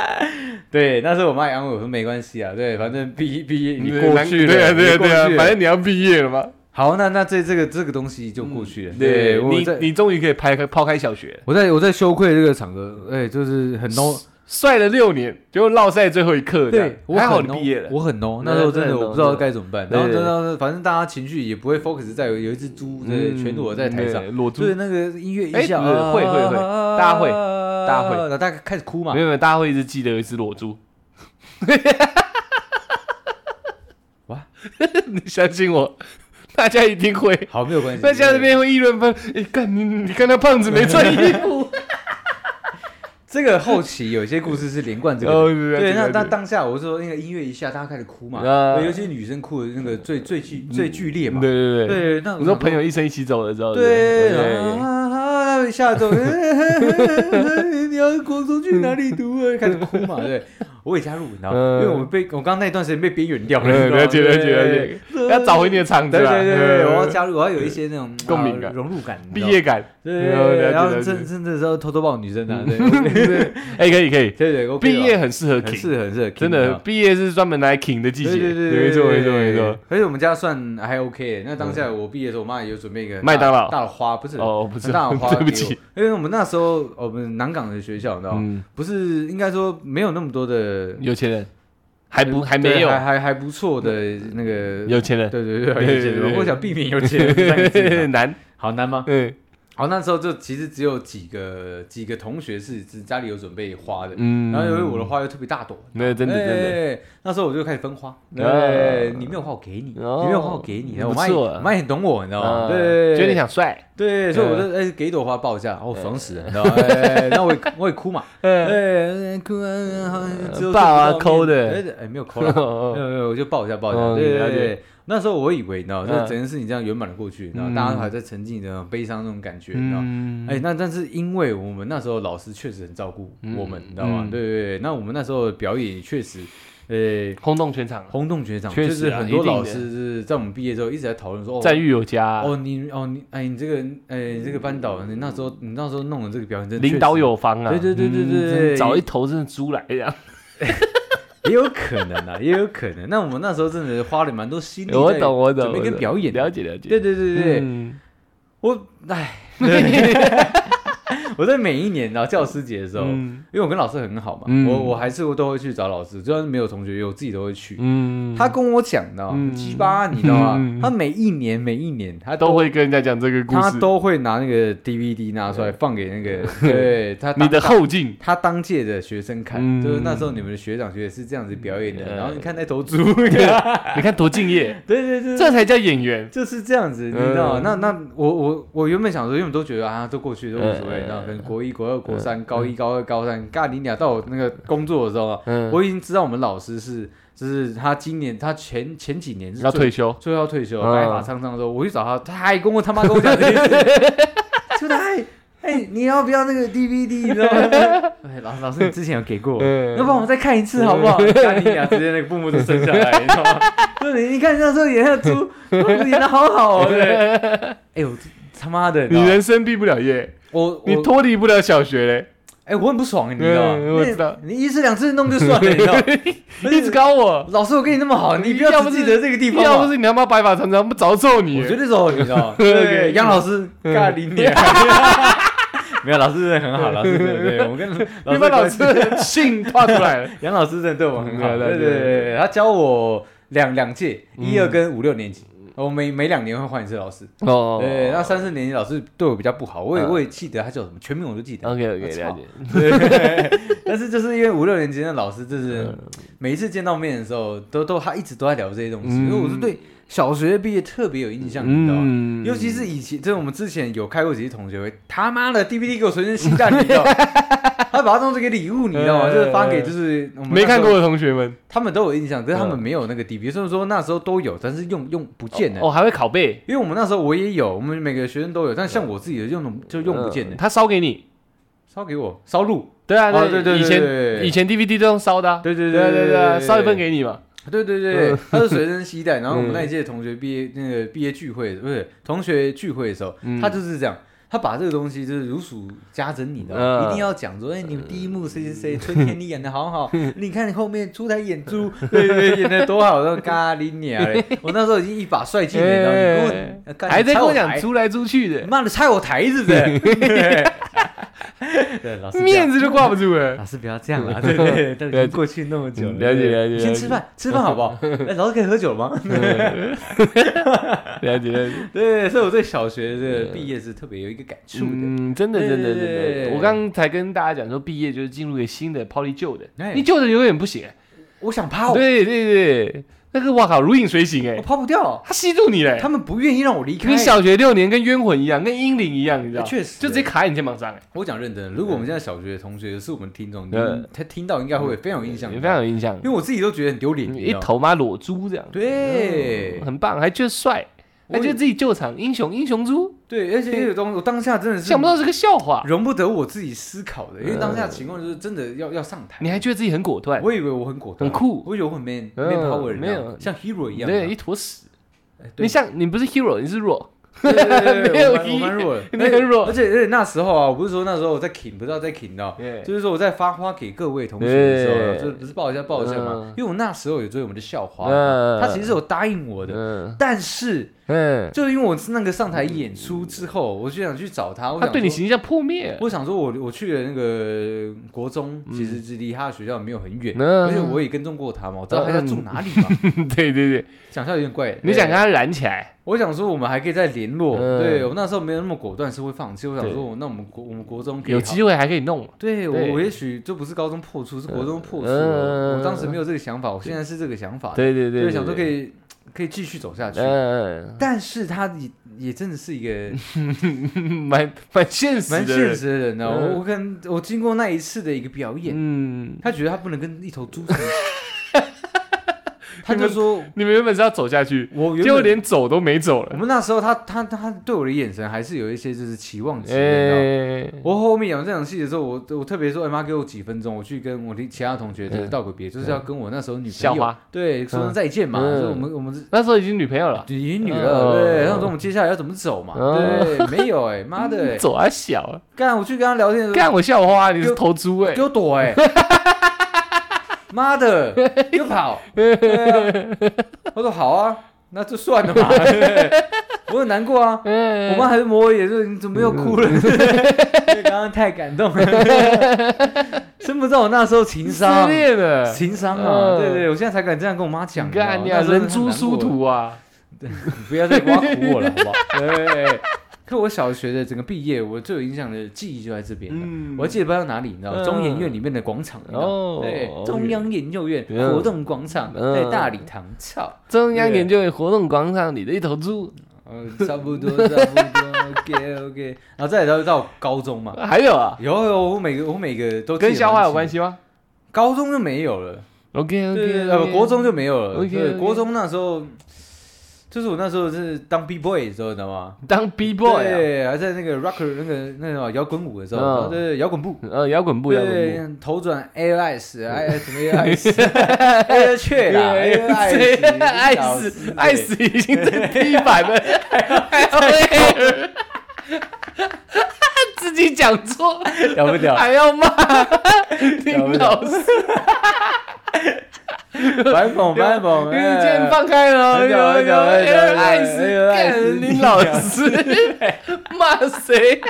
[SPEAKER 3] 对，那时候我妈也安慰我说没关系啊，对，反正毕毕业你
[SPEAKER 1] 对
[SPEAKER 3] 过
[SPEAKER 1] 难
[SPEAKER 3] 去了，
[SPEAKER 1] 对啊，对啊，
[SPEAKER 3] 你过
[SPEAKER 1] 对啊
[SPEAKER 3] 去，了
[SPEAKER 1] 反正你要毕业了嘛。
[SPEAKER 3] 好，那那这这个这个东西就过去了。
[SPEAKER 1] 对
[SPEAKER 3] 我
[SPEAKER 1] 你
[SPEAKER 3] 在，
[SPEAKER 1] 你终于可以拍开抛开小学了，
[SPEAKER 3] 我在我在羞愧这个场合，哎、就是很 no，
[SPEAKER 1] 帅了六年，结果落赛最后一刻这样，
[SPEAKER 3] 对，我
[SPEAKER 1] 还好
[SPEAKER 3] 很
[SPEAKER 1] 你
[SPEAKER 3] no，
[SPEAKER 1] 毕业了，
[SPEAKER 3] 我很 no，
[SPEAKER 1] 对
[SPEAKER 3] 那时候真的
[SPEAKER 1] 真的
[SPEAKER 3] 我
[SPEAKER 1] no，
[SPEAKER 3] 不知道该怎么办，
[SPEAKER 1] 真
[SPEAKER 3] 然
[SPEAKER 1] 的
[SPEAKER 3] 后等到反正大家情绪也不会 focus 在有有一只猪对全裸在台上，
[SPEAKER 1] 嗯嗯对裸
[SPEAKER 3] 就是
[SPEAKER 1] 猪，
[SPEAKER 3] 那个音乐
[SPEAKER 1] 哎
[SPEAKER 3] 一下，
[SPEAKER 1] 不是
[SPEAKER 3] 啊
[SPEAKER 1] 会会会大家会大家会
[SPEAKER 3] 然后大家开始哭嘛
[SPEAKER 1] 没，有没有，大家会一直记得有一只裸 猪。
[SPEAKER 3] 哇，
[SPEAKER 1] 你相信我，大家一定会。
[SPEAKER 3] 好没有关系，
[SPEAKER 1] 那下面会议论纷，哎，干你你看那胖子没穿衣服，
[SPEAKER 3] 这个后期有些故事是连贯这
[SPEAKER 1] 哦
[SPEAKER 3] 个
[SPEAKER 1] 对对
[SPEAKER 3] 的，对，那
[SPEAKER 1] 对
[SPEAKER 3] 那当下我说那个音乐一下，大家开始哭嘛，
[SPEAKER 1] 啊
[SPEAKER 3] 对尤其女生哭的那个最最剧最剧烈嘛，
[SPEAKER 1] 对对对，
[SPEAKER 3] 对，那
[SPEAKER 1] 你说
[SPEAKER 3] 想
[SPEAKER 1] 朋友一生一起走了之后，对
[SPEAKER 3] 对，然后啊啊啊吓 走，你要国中去哪里读啊？开始哭嘛，对，我也加入，你知道，
[SPEAKER 1] 嗯
[SPEAKER 3] 因为我被我刚刚那一段时间被边缘掉了，你
[SPEAKER 1] 嗯
[SPEAKER 3] 知道吗
[SPEAKER 1] 了解了解了解，要找回你的场子
[SPEAKER 3] 对对
[SPEAKER 1] 啦，
[SPEAKER 3] 对对，我要
[SPEAKER 1] 嗯
[SPEAKER 3] 加入，我要有一些那种
[SPEAKER 1] 共鸣
[SPEAKER 3] 啊
[SPEAKER 1] 感
[SPEAKER 3] 融入感，你知
[SPEAKER 1] 毕
[SPEAKER 3] 道
[SPEAKER 1] 业感，嗯了
[SPEAKER 3] 对，
[SPEAKER 1] 解
[SPEAKER 3] 然
[SPEAKER 1] 了
[SPEAKER 3] 后
[SPEAKER 1] 解
[SPEAKER 3] 真真的时候偷偷抱女生啊，对
[SPEAKER 1] 哎，可以可以，
[SPEAKER 3] 对对，我
[SPEAKER 1] 毕业很适合
[SPEAKER 3] 很
[SPEAKER 1] king，
[SPEAKER 3] 适合很适合，
[SPEAKER 1] 真的，毕业是专门拿来 king 的季
[SPEAKER 3] 你
[SPEAKER 1] 节，
[SPEAKER 3] 知道吗。对对对，
[SPEAKER 1] 没错没错没错。。
[SPEAKER 3] 而且我们家算还 OK，那当下我毕业的时候，我妈也有准备一个
[SPEAKER 1] 麦当劳
[SPEAKER 3] 大的花，不是
[SPEAKER 1] 哦，不是，
[SPEAKER 3] 很大的 花，哦
[SPEAKER 1] 对不起，，
[SPEAKER 3] 因为我们那时候我们南港的学校，你知道吗？
[SPEAKER 1] 嗯，
[SPEAKER 3] 不是应该说没有那么多的，
[SPEAKER 1] 有钱人还不还没
[SPEAKER 3] 对
[SPEAKER 1] 有
[SPEAKER 3] 还还还不错的那个，
[SPEAKER 1] 有钱人
[SPEAKER 3] 对对
[SPEAKER 1] 对
[SPEAKER 3] 对，有钱
[SPEAKER 1] 对对
[SPEAKER 3] 人，我想避免有钱人这三个字你知道吗，
[SPEAKER 1] 难，
[SPEAKER 3] 好难吗？
[SPEAKER 1] 嗯
[SPEAKER 3] 好，那时候就其实只有几个几个同学是只家里有准备花的，
[SPEAKER 1] 嗯，
[SPEAKER 3] 然后因为我的花又特别大朵。
[SPEAKER 1] 没有真的真的，
[SPEAKER 3] 哎那时候我就开始分花，
[SPEAKER 1] 啊
[SPEAKER 3] 对，你没有花我给你，你
[SPEAKER 1] 哦
[SPEAKER 3] 没有花我给你，我
[SPEAKER 1] 不
[SPEAKER 3] 妈也
[SPEAKER 1] 错啊
[SPEAKER 3] 我妈也很懂我，你知道
[SPEAKER 1] 嗯
[SPEAKER 3] 吗？哎对对，对
[SPEAKER 1] 觉得你想帅，
[SPEAKER 3] 对，所以我
[SPEAKER 1] 对
[SPEAKER 3] 就哎、给一朵花报价，哦，爽死了，你知道吗？哎 那我也我 也哭嘛，哎哭啊，好像只有
[SPEAKER 1] 抱啊
[SPEAKER 3] 这个
[SPEAKER 1] 抠的
[SPEAKER 3] 哎哎没 有抠了，没有没有，我就抱一下抱一
[SPEAKER 1] 哦
[SPEAKER 3] 下，对
[SPEAKER 1] 了
[SPEAKER 3] 对
[SPEAKER 1] 解
[SPEAKER 3] 对。那时候我以为，你知道，这
[SPEAKER 1] 嗯
[SPEAKER 3] 整件事情这样圆满的过去，你知道，
[SPEAKER 1] 嗯
[SPEAKER 3] 大家都还在沉浸着悲伤那种感觉，你知道。
[SPEAKER 1] 嗯，
[SPEAKER 3] 哎，那但是因为我们那时候老师确实很照顾我们，你知道吗？
[SPEAKER 1] 嗯
[SPEAKER 3] 对对对，那我们那时候的表演也确实，呃，
[SPEAKER 1] 轰动全场，
[SPEAKER 3] 轰动全场，
[SPEAKER 1] 确
[SPEAKER 3] 就
[SPEAKER 1] 实
[SPEAKER 3] 是
[SPEAKER 1] 啊
[SPEAKER 3] 很
[SPEAKER 1] 一
[SPEAKER 3] 多
[SPEAKER 1] 定
[SPEAKER 3] 老
[SPEAKER 1] 的
[SPEAKER 3] 师是在我们毕业之后一直在讨论说，哦，
[SPEAKER 1] 赞誉有加，
[SPEAKER 3] 哦，你哦你哎，你这个哎，你这个班导，你那时候你那时候弄的这个表演真的
[SPEAKER 1] 领导有方啊，
[SPEAKER 3] 对对对对
[SPEAKER 1] 嗯
[SPEAKER 3] 对对
[SPEAKER 1] 找一头真的猪来这样，
[SPEAKER 3] 确 实也有可能啊，也有可能。那我们那时候真的花了蛮多心力，
[SPEAKER 1] 我懂我懂，
[SPEAKER 3] 准备
[SPEAKER 1] 我
[SPEAKER 3] 跟
[SPEAKER 1] 懂
[SPEAKER 3] 表演。
[SPEAKER 1] 了解了解，
[SPEAKER 3] 对对对对，对
[SPEAKER 1] 嗯
[SPEAKER 3] 我 哎，对我在每一年然啊后教师节的时候，
[SPEAKER 1] 嗯
[SPEAKER 3] 因为我跟老师很好嘛，
[SPEAKER 1] 嗯
[SPEAKER 3] 我我还是都会去找老师，就算是没有同学约，我自己都会去。
[SPEAKER 1] 嗯，
[SPEAKER 3] 他跟我讲的
[SPEAKER 1] 嗯，
[SPEAKER 3] 鸡巴，你知道吗
[SPEAKER 1] 嗯？
[SPEAKER 3] 他每一年每一年，他
[SPEAKER 1] 都会跟人家讲这个故
[SPEAKER 3] 他
[SPEAKER 1] 事，
[SPEAKER 3] 都会拿那个 DVD 拿出来放给 那个，对他
[SPEAKER 1] 你
[SPEAKER 3] 当
[SPEAKER 1] 的后劲，
[SPEAKER 3] 他当届的学生看，
[SPEAKER 1] 嗯
[SPEAKER 3] 就是那时候你们的学长学姐是这样子表演的，
[SPEAKER 1] 嗯
[SPEAKER 3] 然后你看那 头猪，
[SPEAKER 1] 你看多敬业，
[SPEAKER 3] 对 对对，
[SPEAKER 1] 这才叫演员，
[SPEAKER 3] 就是这样子，你知道吗？
[SPEAKER 1] 嗯
[SPEAKER 3] 那那我我我原本想说，因为我们都觉得啊，都过去都无所谓，
[SPEAKER 1] 嗯
[SPEAKER 3] 你知道，可能国一、国二、国三、高一、高二、高三，尬你俩到我那个工作的时候啊，
[SPEAKER 1] 嗯，
[SPEAKER 3] 我已经知道我们老师是，就是他今年他前前几年是
[SPEAKER 1] 要
[SPEAKER 3] 最
[SPEAKER 1] 退休，
[SPEAKER 3] 最后要退休，
[SPEAKER 1] 嗯
[SPEAKER 3] 白发苍苍的时候，我去找他，他还跟我他妈跟我讲这件事， 就他还哎，你要不要那个 DVD？你知道吗？ 哎，老老师，你之前有给过我，
[SPEAKER 1] 嗯
[SPEAKER 3] 要不然我再看一次好不好？看你俩直接那个布幕都剩下来，你知道吗？ 就是你你看那时候演那个猪，演的好 好哦，对。哎呦，他妈的，你知
[SPEAKER 1] 你
[SPEAKER 3] 道吗
[SPEAKER 1] 人生毕不了业，
[SPEAKER 3] 我
[SPEAKER 1] 你
[SPEAKER 3] 我
[SPEAKER 1] 脱离不了小学嘞。
[SPEAKER 3] 哎，我很不爽，你知道吗？
[SPEAKER 1] 嗯我知道
[SPEAKER 3] 你你一次两次弄就算了，你知道吗？
[SPEAKER 1] 一直搞我，
[SPEAKER 3] 老师，我跟你那么好，你不
[SPEAKER 1] 要
[SPEAKER 3] 要
[SPEAKER 1] 不
[SPEAKER 3] 只
[SPEAKER 1] 是
[SPEAKER 3] 记得这个地方嘛，
[SPEAKER 1] 要不是你他妈白发长长，不早揍你
[SPEAKER 3] 我。觉得走，你 知道吗？
[SPEAKER 1] 对
[SPEAKER 3] 对，杨老师
[SPEAKER 1] 嗯
[SPEAKER 3] 尬你 脸。没有，老师真的很好，老师真的对 我跟
[SPEAKER 1] 你把老师 的姓画出来了，
[SPEAKER 3] 杨老师真的对我很
[SPEAKER 1] 对对
[SPEAKER 3] 好，对对
[SPEAKER 1] 对对
[SPEAKER 3] 对，他教我两两届，
[SPEAKER 1] 嗯
[SPEAKER 3] 一二跟五六年级，我每每两年会换一次老师。
[SPEAKER 1] 哦
[SPEAKER 3] 对，那三四年级老师对我比较不好，我也
[SPEAKER 1] 嗯
[SPEAKER 3] 我也记得他叫什么全名我都记得，
[SPEAKER 1] OK OK
[SPEAKER 3] 我
[SPEAKER 1] 了
[SPEAKER 3] 操
[SPEAKER 1] 解，
[SPEAKER 3] 但是就是因为五六年级的老师，
[SPEAKER 1] 嗯
[SPEAKER 3] 就是每一次见到面的时候，都都他一直都在聊这些东西，
[SPEAKER 1] 嗯
[SPEAKER 3] 因为我是对小学毕业特别有印象，你知道吗？
[SPEAKER 1] 嗯
[SPEAKER 3] 尤其是以前，就是我们之前有开过几次同学会，他妈的 DVD 给我存成新蛋，你 知道吗？ 他把它当成一个礼物，你知道吗？就是发给就是我们
[SPEAKER 1] 呃没
[SPEAKER 3] 那时
[SPEAKER 1] 看
[SPEAKER 3] 候
[SPEAKER 1] 过，的同学们
[SPEAKER 3] 他们都有印象，可是他
[SPEAKER 1] 嗯
[SPEAKER 3] 们没有那个 DVD，所以说那时候都有，但是用用不见的。
[SPEAKER 1] 哦，还会拷贝，
[SPEAKER 3] 因为我们那时候我也有，我们每个学生都有，但像我自己的用的就用不见的
[SPEAKER 1] 哦嗯，他烧给你。
[SPEAKER 3] 烧给我烧录，
[SPEAKER 1] 对啊，
[SPEAKER 3] 哦对对
[SPEAKER 1] 以
[SPEAKER 3] 对对
[SPEAKER 1] 前
[SPEAKER 3] 对
[SPEAKER 1] 以前 DVD 都用烧的啊，
[SPEAKER 3] 对对
[SPEAKER 1] 对啊
[SPEAKER 3] 对
[SPEAKER 1] 对对啊，烧一份给你嘛。
[SPEAKER 3] 对对对
[SPEAKER 1] 嗯，
[SPEAKER 3] 他是随身携带。然后我
[SPEAKER 1] 嗯
[SPEAKER 3] 们那一届同学毕业那个毕业聚会，不是同学聚会的时候
[SPEAKER 1] 嗯，
[SPEAKER 3] 他就是这样。他把这个东西就是如数家珍，你的、
[SPEAKER 1] 嗯
[SPEAKER 3] 一定要讲说，哎、你们第一幕谁谁谁，春天你演的好 好，你看你后面出台演猪，对对对，演的多好，然后咖喱鸟 嘞，我那时候已经一把帅气脸了，你跟我呃干
[SPEAKER 1] 哎还在跟我，
[SPEAKER 3] 你拆
[SPEAKER 1] 讲
[SPEAKER 3] 台
[SPEAKER 1] 出来出去
[SPEAKER 3] 你
[SPEAKER 1] 的，
[SPEAKER 3] 妈的拆我台是不是？ 对，老师不要
[SPEAKER 1] 面子都挂不住 了。
[SPEAKER 3] 老师不要这样啊，对对对，
[SPEAKER 1] 了
[SPEAKER 3] 但
[SPEAKER 1] 解
[SPEAKER 3] 过去那么久了，
[SPEAKER 1] 嗯了解了解
[SPEAKER 3] 先
[SPEAKER 1] 了
[SPEAKER 3] 吃
[SPEAKER 1] 解
[SPEAKER 3] 饭，吃饭好 不好？哎，老师可以喝酒吗？
[SPEAKER 1] 了解了解，
[SPEAKER 3] 对，所以我对小学的毕业是特别有一个感触的。
[SPEAKER 1] 嗯，真的
[SPEAKER 3] 对
[SPEAKER 1] 真的
[SPEAKER 3] 对
[SPEAKER 1] 真
[SPEAKER 3] 对
[SPEAKER 1] 的，我刚才跟大家讲说，毕业就是进入一个新的，抛离旧的
[SPEAKER 3] 哎，哦
[SPEAKER 1] 你旧的永远不行。
[SPEAKER 3] 我想抛，
[SPEAKER 1] 对对对，那个哇靠，如影随形哎
[SPEAKER 3] 我，抛不掉，
[SPEAKER 1] 他吸住你嘞
[SPEAKER 3] 哦他，们不愿意让我离开。
[SPEAKER 1] 跟小学六年跟冤魂一样，跟阴灵一样，你知道，
[SPEAKER 3] 哎确实
[SPEAKER 1] 就直接卡在你肩膀上哎，
[SPEAKER 3] 我讲认真的，如果我们现在小学的同学是我们听众，你
[SPEAKER 1] 嗯
[SPEAKER 3] 他听到应该会非常有印象，
[SPEAKER 1] 你非常，有印象
[SPEAKER 3] 因为，我自己都觉得很丢脸，
[SPEAKER 1] 你
[SPEAKER 3] 你
[SPEAKER 1] 一
[SPEAKER 3] 知道吗。
[SPEAKER 1] 头妈裸猪这样，
[SPEAKER 3] 哦对
[SPEAKER 1] 嗯很棒，还觉得帅，
[SPEAKER 3] 我
[SPEAKER 1] 还觉
[SPEAKER 3] 也
[SPEAKER 1] 得自己救场英雄英雄猪，
[SPEAKER 3] 对，而且这个东西我当下真的是
[SPEAKER 1] 想不到嗯是个笑话，
[SPEAKER 3] 容不得我自己思考的，因为当下情况就是真的要要上台，
[SPEAKER 1] 你还觉得自己很果断，
[SPEAKER 3] 我以为我很果断，
[SPEAKER 1] 哎很酷
[SPEAKER 3] 我以为我很 man
[SPEAKER 1] 嗯
[SPEAKER 3] man power，
[SPEAKER 1] 没有
[SPEAKER 3] 像 hero 一样啊，
[SPEAKER 1] 对，一坨屎，
[SPEAKER 3] 哎对
[SPEAKER 1] 你像你不是 hero，你是弱，
[SPEAKER 3] 对对对 对
[SPEAKER 1] 没有
[SPEAKER 3] 我蛮我
[SPEAKER 1] 一
[SPEAKER 3] 蛮弱的，
[SPEAKER 1] 你很弱
[SPEAKER 3] 而且而且那时候啊，我不是说那时候我在 king，不知道在 king 到
[SPEAKER 1] 对，
[SPEAKER 3] 就是说我在发花给各位同学的时候啊，
[SPEAKER 1] 对
[SPEAKER 3] 就是不是报一下报一下嘛
[SPEAKER 1] 嗯，
[SPEAKER 3] 因为我那时候有追我们的校花
[SPEAKER 1] 嗯，
[SPEAKER 3] 他其实有答应我的，
[SPEAKER 1] 嗯
[SPEAKER 3] 但是
[SPEAKER 1] 嗯，
[SPEAKER 3] 就是因为我是那个上台演出之后，我就想去找他，我
[SPEAKER 1] 他
[SPEAKER 3] 想
[SPEAKER 1] 对你
[SPEAKER 3] 说
[SPEAKER 1] 形象破灭，
[SPEAKER 3] 我想说我，我去了那个国中，其实是离他的学校没有很远，
[SPEAKER 1] 嗯
[SPEAKER 3] 而且我也跟踪过他嘛，我知道他家住哪里嘛。
[SPEAKER 1] 对对对，
[SPEAKER 3] 讲校有点怪，
[SPEAKER 1] 你想跟他
[SPEAKER 3] 看？
[SPEAKER 1] 燃起来，
[SPEAKER 3] 我想说我们还可以再联络。
[SPEAKER 1] 嗯
[SPEAKER 3] 对我那时候没有那么果断，是会放弃。我想
[SPEAKER 1] 对
[SPEAKER 3] 说，我那我们国我们国中可以
[SPEAKER 1] 有
[SPEAKER 3] 好
[SPEAKER 1] 机会还可以弄，
[SPEAKER 3] 对我
[SPEAKER 1] 对
[SPEAKER 3] 我也许就不是高中破处，是国中破处
[SPEAKER 1] 嗯
[SPEAKER 3] 了。我当时没有这个想法，我现在是这个想法。
[SPEAKER 1] 对对对，
[SPEAKER 3] 想说可
[SPEAKER 1] 对，
[SPEAKER 3] 以可以继续走下去。
[SPEAKER 1] 嗯
[SPEAKER 3] 但是他也也真的是 一个
[SPEAKER 1] 嗯，蛮蛮现实的，
[SPEAKER 3] 蛮现，实的人呢、
[SPEAKER 1] 嗯
[SPEAKER 3] 我我跟我经过那一次的一个表演，
[SPEAKER 1] 嗯。
[SPEAKER 3] 他觉得他不能跟一头猪 在一起他就说
[SPEAKER 1] 你们原本是要走下去，
[SPEAKER 3] 我原
[SPEAKER 1] 结果
[SPEAKER 3] 本
[SPEAKER 1] 连走都没走
[SPEAKER 3] 我
[SPEAKER 1] 了。
[SPEAKER 3] 们那时候他他他对我的眼神还是有一些就是期望值。欸
[SPEAKER 1] 哎，
[SPEAKER 3] 我后面演完这场戏的时候，我我特别说，哎妈，给我几分钟，我去跟我的其他同学就是道个别，就是要跟我那时候女
[SPEAKER 1] 校
[SPEAKER 3] 朋友
[SPEAKER 1] 花
[SPEAKER 3] 对说声再见嘛，
[SPEAKER 1] 嗯
[SPEAKER 3] 所以我们我们是
[SPEAKER 1] 那时候已经女朋友了，
[SPEAKER 3] 已经女
[SPEAKER 1] 嗯
[SPEAKER 3] 了，对，然后说我们接下来要怎么走嘛，
[SPEAKER 1] 嗯
[SPEAKER 3] 对，没有哎，妈的，
[SPEAKER 1] 走啊小啊，
[SPEAKER 3] 干我去跟他聊天的时候，
[SPEAKER 1] 干我校花，你是头猪哎
[SPEAKER 3] 给，我 躲哎、欸！妈的，又 跑！对啊我说好啊，那就 算了嘛。 对我很难过啊，我
[SPEAKER 1] 我
[SPEAKER 3] 妈还是摸我眼，说你怎么又哭
[SPEAKER 1] 嗯
[SPEAKER 3] 了？ 因为刚刚太感动了， 真不知道我那时候情
[SPEAKER 1] 失，
[SPEAKER 3] 商
[SPEAKER 1] 恋了，
[SPEAKER 3] 情商啊！
[SPEAKER 1] 嗯
[SPEAKER 3] 对对，我现在才敢这样跟我妈讲。
[SPEAKER 1] 干
[SPEAKER 3] 你知道
[SPEAKER 1] 呀，
[SPEAKER 3] 吗
[SPEAKER 1] 啊人猪殊，途啊，
[SPEAKER 3] 你不要再挖苦我了， 好不好？对。可我小学的整个毕业，我最有影响的记忆就在这边了。
[SPEAKER 1] 嗯
[SPEAKER 3] 我还记得不知道哪里，你知道，
[SPEAKER 1] 嗯
[SPEAKER 3] 中研院里面的广场，你知道
[SPEAKER 1] 哦
[SPEAKER 3] 对，中央研究院
[SPEAKER 1] 嗯
[SPEAKER 3] 活动广场
[SPEAKER 1] 嗯
[SPEAKER 3] 在大礼堂，操，
[SPEAKER 1] 中央研究院活动广场里的一头猪，
[SPEAKER 3] 呃，差不多，差不多 ，OK OK，然后再来到到高中嘛，
[SPEAKER 1] 还有啊，
[SPEAKER 3] 有有，我每个我每个都记得
[SPEAKER 1] 跟校花有
[SPEAKER 3] 蛮
[SPEAKER 1] 关
[SPEAKER 3] 清
[SPEAKER 1] 系吗
[SPEAKER 3] 楚，高中就没有了，
[SPEAKER 1] ？OK
[SPEAKER 3] 对，
[SPEAKER 1] OK，
[SPEAKER 3] 呃，国中就没有了，
[SPEAKER 1] OK，
[SPEAKER 3] 对，
[SPEAKER 1] OK
[SPEAKER 3] 国中那时候。就是我那时候是当 B boy 的时候，你知道吗
[SPEAKER 1] 当 B boy 啊，
[SPEAKER 3] 对，还在那个 rocker 那个那个什么摇滚舞的时
[SPEAKER 1] 嗯
[SPEAKER 3] 候，然后对摇滚部，
[SPEAKER 1] 呃，摇滚步摇滚步，
[SPEAKER 3] 对，头转 A S I 什么 A S A 去啦 A S
[SPEAKER 1] 爱死爱死已经在地板了，还要自己讲错。
[SPEAKER 3] 屌不屌？
[SPEAKER 1] 还要骂林老师，
[SPEAKER 3] 蛮猛蛮猛！
[SPEAKER 1] 林健放开了，
[SPEAKER 3] 很屌
[SPEAKER 1] 有
[SPEAKER 3] 很屌
[SPEAKER 1] 有
[SPEAKER 3] 很屌很屌
[SPEAKER 1] 爱死
[SPEAKER 3] 哎呦爱死
[SPEAKER 1] 干林老师，骂谁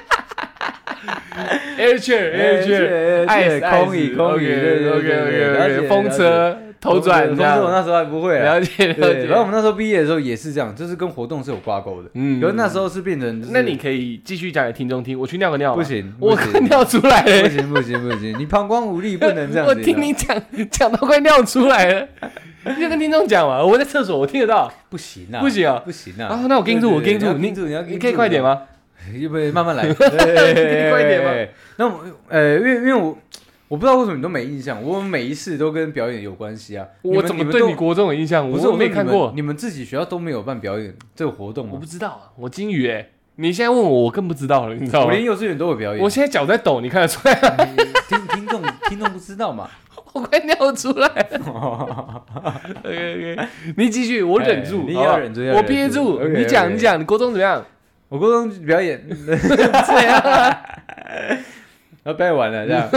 [SPEAKER 1] ？Air chair，Air chair，
[SPEAKER 3] Air chair，
[SPEAKER 1] 爱死爱
[SPEAKER 3] Air chair，
[SPEAKER 1] 死
[SPEAKER 3] 空椅空椅
[SPEAKER 1] ，OK
[SPEAKER 3] 对对
[SPEAKER 1] OK
[SPEAKER 3] 对了
[SPEAKER 1] OK
[SPEAKER 3] 解
[SPEAKER 1] OK，风车头转
[SPEAKER 3] 风
[SPEAKER 1] 这
[SPEAKER 3] 筝我
[SPEAKER 1] 样，
[SPEAKER 3] 那时候还不会啊。
[SPEAKER 1] 了解了
[SPEAKER 3] 对，
[SPEAKER 1] 解。
[SPEAKER 3] 然后我们那时候毕业的时候也是这样，就是跟活动是有挂钩的。
[SPEAKER 1] 嗯
[SPEAKER 3] 嗯，可是那时候是变 成就是，
[SPEAKER 1] 那你可以继续讲给听众听，我去尿个尿吧，
[SPEAKER 3] 不行
[SPEAKER 1] 我
[SPEAKER 3] 不行
[SPEAKER 1] 快尿出来
[SPEAKER 3] 不
[SPEAKER 1] 了。
[SPEAKER 3] 行不行不行，你膀胱无力，不能这样
[SPEAKER 1] 我
[SPEAKER 3] 子。
[SPEAKER 1] 听你讲讲到快尿出来了，你就跟听众讲嘛，我在厕所，我听得到。
[SPEAKER 3] 不行啊，
[SPEAKER 1] 不行啊
[SPEAKER 3] 不行啊。
[SPEAKER 1] 啊，那我盯住，我
[SPEAKER 3] 对
[SPEAKER 1] 盯
[SPEAKER 3] 对
[SPEAKER 1] 住，
[SPEAKER 3] 对你要盯住，你要盯
[SPEAKER 1] 你
[SPEAKER 3] 住
[SPEAKER 1] 可以快点？吗？
[SPEAKER 3] 要不要 慢慢来？对对对
[SPEAKER 1] 快点吗
[SPEAKER 3] 对那我呃，因为因为我我不知道为什么你都没印象，我每一次都跟表演有关系啊。
[SPEAKER 1] 我
[SPEAKER 3] 们
[SPEAKER 1] 怎
[SPEAKER 3] 你
[SPEAKER 1] 么
[SPEAKER 3] 们
[SPEAKER 1] 对
[SPEAKER 3] 都
[SPEAKER 1] 你国中有印象？
[SPEAKER 3] 不
[SPEAKER 1] 我
[SPEAKER 3] 是
[SPEAKER 1] 说我没
[SPEAKER 3] 说
[SPEAKER 1] 看
[SPEAKER 3] 你们
[SPEAKER 1] 过，
[SPEAKER 3] 你们自己学校都没有办表演这个活动
[SPEAKER 1] 我
[SPEAKER 3] 吗
[SPEAKER 1] 不？知道啊，我金鱼哎，你现在问我，我更不知道了，你知道
[SPEAKER 3] 我
[SPEAKER 1] 吗？
[SPEAKER 3] 连幼稚园都有表演。
[SPEAKER 1] 我现在脚在抖，你看得出来吗？
[SPEAKER 3] 听听众听众不知道嘛？
[SPEAKER 1] 我快尿出来了。OK OK，你继续，我忍
[SPEAKER 3] 哎
[SPEAKER 1] 住，
[SPEAKER 3] 你
[SPEAKER 1] 好不好
[SPEAKER 3] 哎要忍住要
[SPEAKER 1] 我
[SPEAKER 3] 忍
[SPEAKER 1] 憋
[SPEAKER 3] 住
[SPEAKER 1] 住。
[SPEAKER 3] ，OK，
[SPEAKER 1] 你讲，
[SPEAKER 3] OK
[SPEAKER 1] 你讲，你国中怎么样？
[SPEAKER 3] 我高中表演这样、 啊，然后表演完了这样。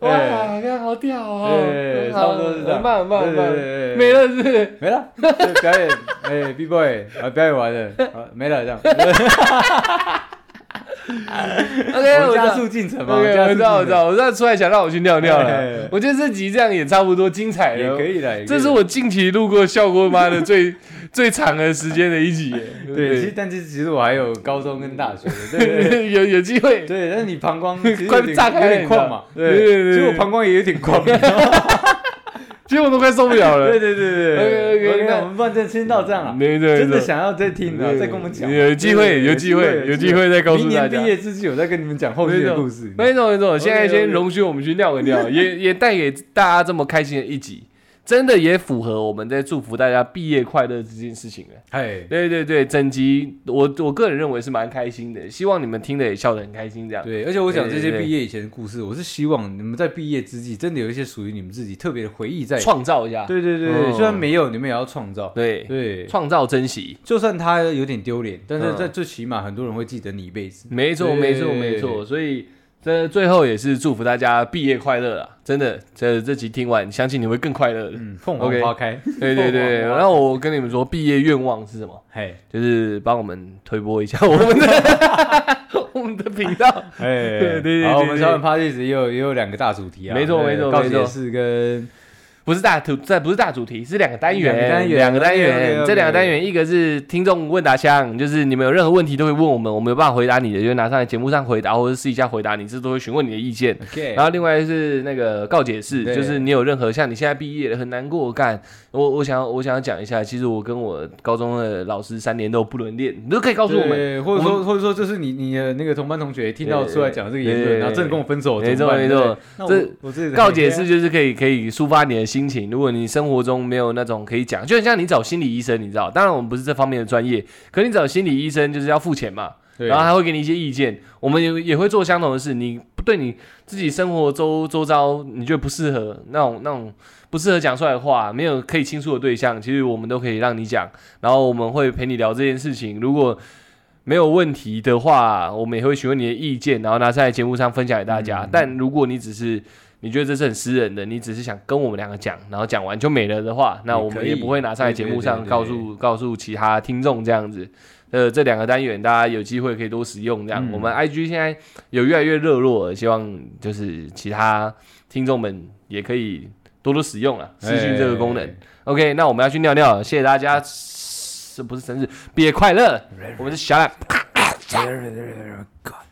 [SPEAKER 1] 哇，你看好屌哦！
[SPEAKER 3] 对，哎差不多是这样，
[SPEAKER 1] 很棒很棒
[SPEAKER 3] 对
[SPEAKER 1] 很棒，
[SPEAKER 3] 对对对
[SPEAKER 1] 没了是不是？
[SPEAKER 3] 没了，就表演，哎，B boy，啊，表演完了，啊，没了这 样。
[SPEAKER 1] OK，
[SPEAKER 3] 我
[SPEAKER 1] 哎我知
[SPEAKER 3] 加
[SPEAKER 1] 道
[SPEAKER 3] 速。进程嘛，
[SPEAKER 1] OK，
[SPEAKER 3] 加
[SPEAKER 1] 我
[SPEAKER 3] 速
[SPEAKER 1] 知
[SPEAKER 3] 进程
[SPEAKER 1] 道，我知道，我知道，出来想让我去尿尿了
[SPEAKER 3] 哎。
[SPEAKER 1] 我觉得这集这样也差不多精彩
[SPEAKER 3] 也
[SPEAKER 1] 了
[SPEAKER 3] 可。以的。
[SPEAKER 1] 这是我近期路过效果妈的最最长的时间的一集耶。对不
[SPEAKER 3] 对，其实
[SPEAKER 1] 对，
[SPEAKER 3] 但是其实我还有高中跟大学的，对 对对
[SPEAKER 1] 有有机会。
[SPEAKER 3] 对，但是你膀胱其实 有
[SPEAKER 1] 快
[SPEAKER 3] 点
[SPEAKER 1] 炸开了
[SPEAKER 3] 有点旷嘛，
[SPEAKER 1] 你知道对对对
[SPEAKER 3] 其实我膀胱也有点旷，你知道 吗
[SPEAKER 1] 其实我都快受不了了。嗯
[SPEAKER 3] 对对对对
[SPEAKER 1] OK，OK，
[SPEAKER 3] OK，
[SPEAKER 1] 那
[SPEAKER 3] 那我们不然就先到这样了。
[SPEAKER 1] 没错，
[SPEAKER 3] 真的
[SPEAKER 1] 没错
[SPEAKER 3] 想要再听啊的，再跟我们讲。
[SPEAKER 1] 有机会
[SPEAKER 3] 对
[SPEAKER 1] 有机会有机会再告诉
[SPEAKER 3] 明
[SPEAKER 1] 大
[SPEAKER 3] 年
[SPEAKER 1] 家
[SPEAKER 3] 毕业之际，我再跟你们讲后续的故事。
[SPEAKER 1] 没错没错，现在
[SPEAKER 3] OK，OK
[SPEAKER 1] 先容许我们去尿个尿，也也带给大家这么开心的一集，真的也符合我们在祝福大家毕业快乐这件事情了。
[SPEAKER 3] 哎，
[SPEAKER 1] 对对对，整集我我个人认为是蛮开心的，希望你们听的也笑得很开心。这样，
[SPEAKER 3] 对，而且我讲这
[SPEAKER 1] 对对
[SPEAKER 3] 些
[SPEAKER 1] 对
[SPEAKER 3] 毕业以前的故事，我是希望你们在毕业之际，真的有一些属于你们自己特别的回忆在。
[SPEAKER 1] 创造一下，
[SPEAKER 3] 对对对对，
[SPEAKER 1] 嗯
[SPEAKER 3] 虽然没有，你们也要创造。
[SPEAKER 1] 对
[SPEAKER 3] 对，
[SPEAKER 1] 创造珍惜，
[SPEAKER 3] 就算他有点丢脸，但是
[SPEAKER 1] 嗯
[SPEAKER 3] 在最起码很多人会记得你一辈子。
[SPEAKER 1] 没错
[SPEAKER 3] 对
[SPEAKER 1] 没错没错。所以这最后也是祝福大家毕业快乐啊！真的，这这集听完，相信你会更快乐的。
[SPEAKER 3] 嗯，凤凰
[SPEAKER 1] OK
[SPEAKER 3] 花开，
[SPEAKER 1] 对对对，
[SPEAKER 3] 凤凰花
[SPEAKER 1] 然后我跟你们说，毕业愿望是什么？
[SPEAKER 3] 嘿，
[SPEAKER 1] 就是帮我们推播一下 我们的我们的 频 道。
[SPEAKER 3] 哎，
[SPEAKER 1] 对对对
[SPEAKER 3] 好，
[SPEAKER 1] 对
[SPEAKER 3] 我们
[SPEAKER 1] 对
[SPEAKER 3] 小碗 party 也有也有两个大主题啊，
[SPEAKER 1] 没错
[SPEAKER 3] 对
[SPEAKER 1] 没错
[SPEAKER 3] 告
[SPEAKER 1] 没错
[SPEAKER 3] 解释跟
[SPEAKER 1] 不是大主，这不是大主题，是两个单元，
[SPEAKER 3] 两个单元
[SPEAKER 1] 两个单元
[SPEAKER 3] OK，OK，OK
[SPEAKER 1] 这两个单元，一个是听众问答箱，就是你们有任何问题都会问我们，我们有办法回答你的，就拿上来节目上回答，或者私底下回答你，这都会询问你的意见。
[SPEAKER 3] OK，
[SPEAKER 1] 然后另外是那个告解室，
[SPEAKER 3] 对
[SPEAKER 1] 就是你有任何像你现在毕业了很难过，干我我想要我想要讲一下，其实我跟我高中的老师三年都不伦恋，你都可以告诉我们，
[SPEAKER 3] 对或者
[SPEAKER 1] 我
[SPEAKER 3] 说或者说就是你你的那个同班同学听到出来讲这个言
[SPEAKER 1] 对对
[SPEAKER 3] 论，然后真的跟我分手，
[SPEAKER 1] 没错
[SPEAKER 3] 怎么办
[SPEAKER 1] 没错，这
[SPEAKER 3] 对不对那我我自己
[SPEAKER 1] 告解释就是可以可以抒发你的心情。如果你生活中没有那种可以讲，就很像你找心理医生，你知道，当然我们不是这方面的专业，可你找心理医生就是要付钱嘛，
[SPEAKER 3] 对
[SPEAKER 1] 然后他会给你一些意见。我们也也会做相同的事，你不对你自己生活周周遭你觉得不适合那种那种不适合讲出来的话，没有可以倾诉的对象，其实我们都可以让你讲，然后我们会陪你聊这件事情。如果没有问题的话，我们也会询问你的意见，然后拿在节目上分享给大家。但如果你只是你觉得这是很私人的，你只是想跟我们两个讲，然后讲完就没了的话，那
[SPEAKER 3] 也
[SPEAKER 1] 我
[SPEAKER 3] 可
[SPEAKER 1] 们
[SPEAKER 3] 以
[SPEAKER 1] 也不会拿上来节
[SPEAKER 3] 对
[SPEAKER 1] 目
[SPEAKER 3] 对
[SPEAKER 1] 上
[SPEAKER 3] 对
[SPEAKER 1] 告诉告诉其他听众这样子。呃，这两个单元大家有机会可以多使用，这样、
[SPEAKER 3] 嗯
[SPEAKER 1] 我们 IG 现在有越来越热络了，希望就是其他听众们也可以多多使用啊，私讯这个功能。
[SPEAKER 3] 哎
[SPEAKER 1] OK，那我们要去尿尿了，谢谢大家，是不是生日？毕业快乐！我们是小懒。
[SPEAKER 2] God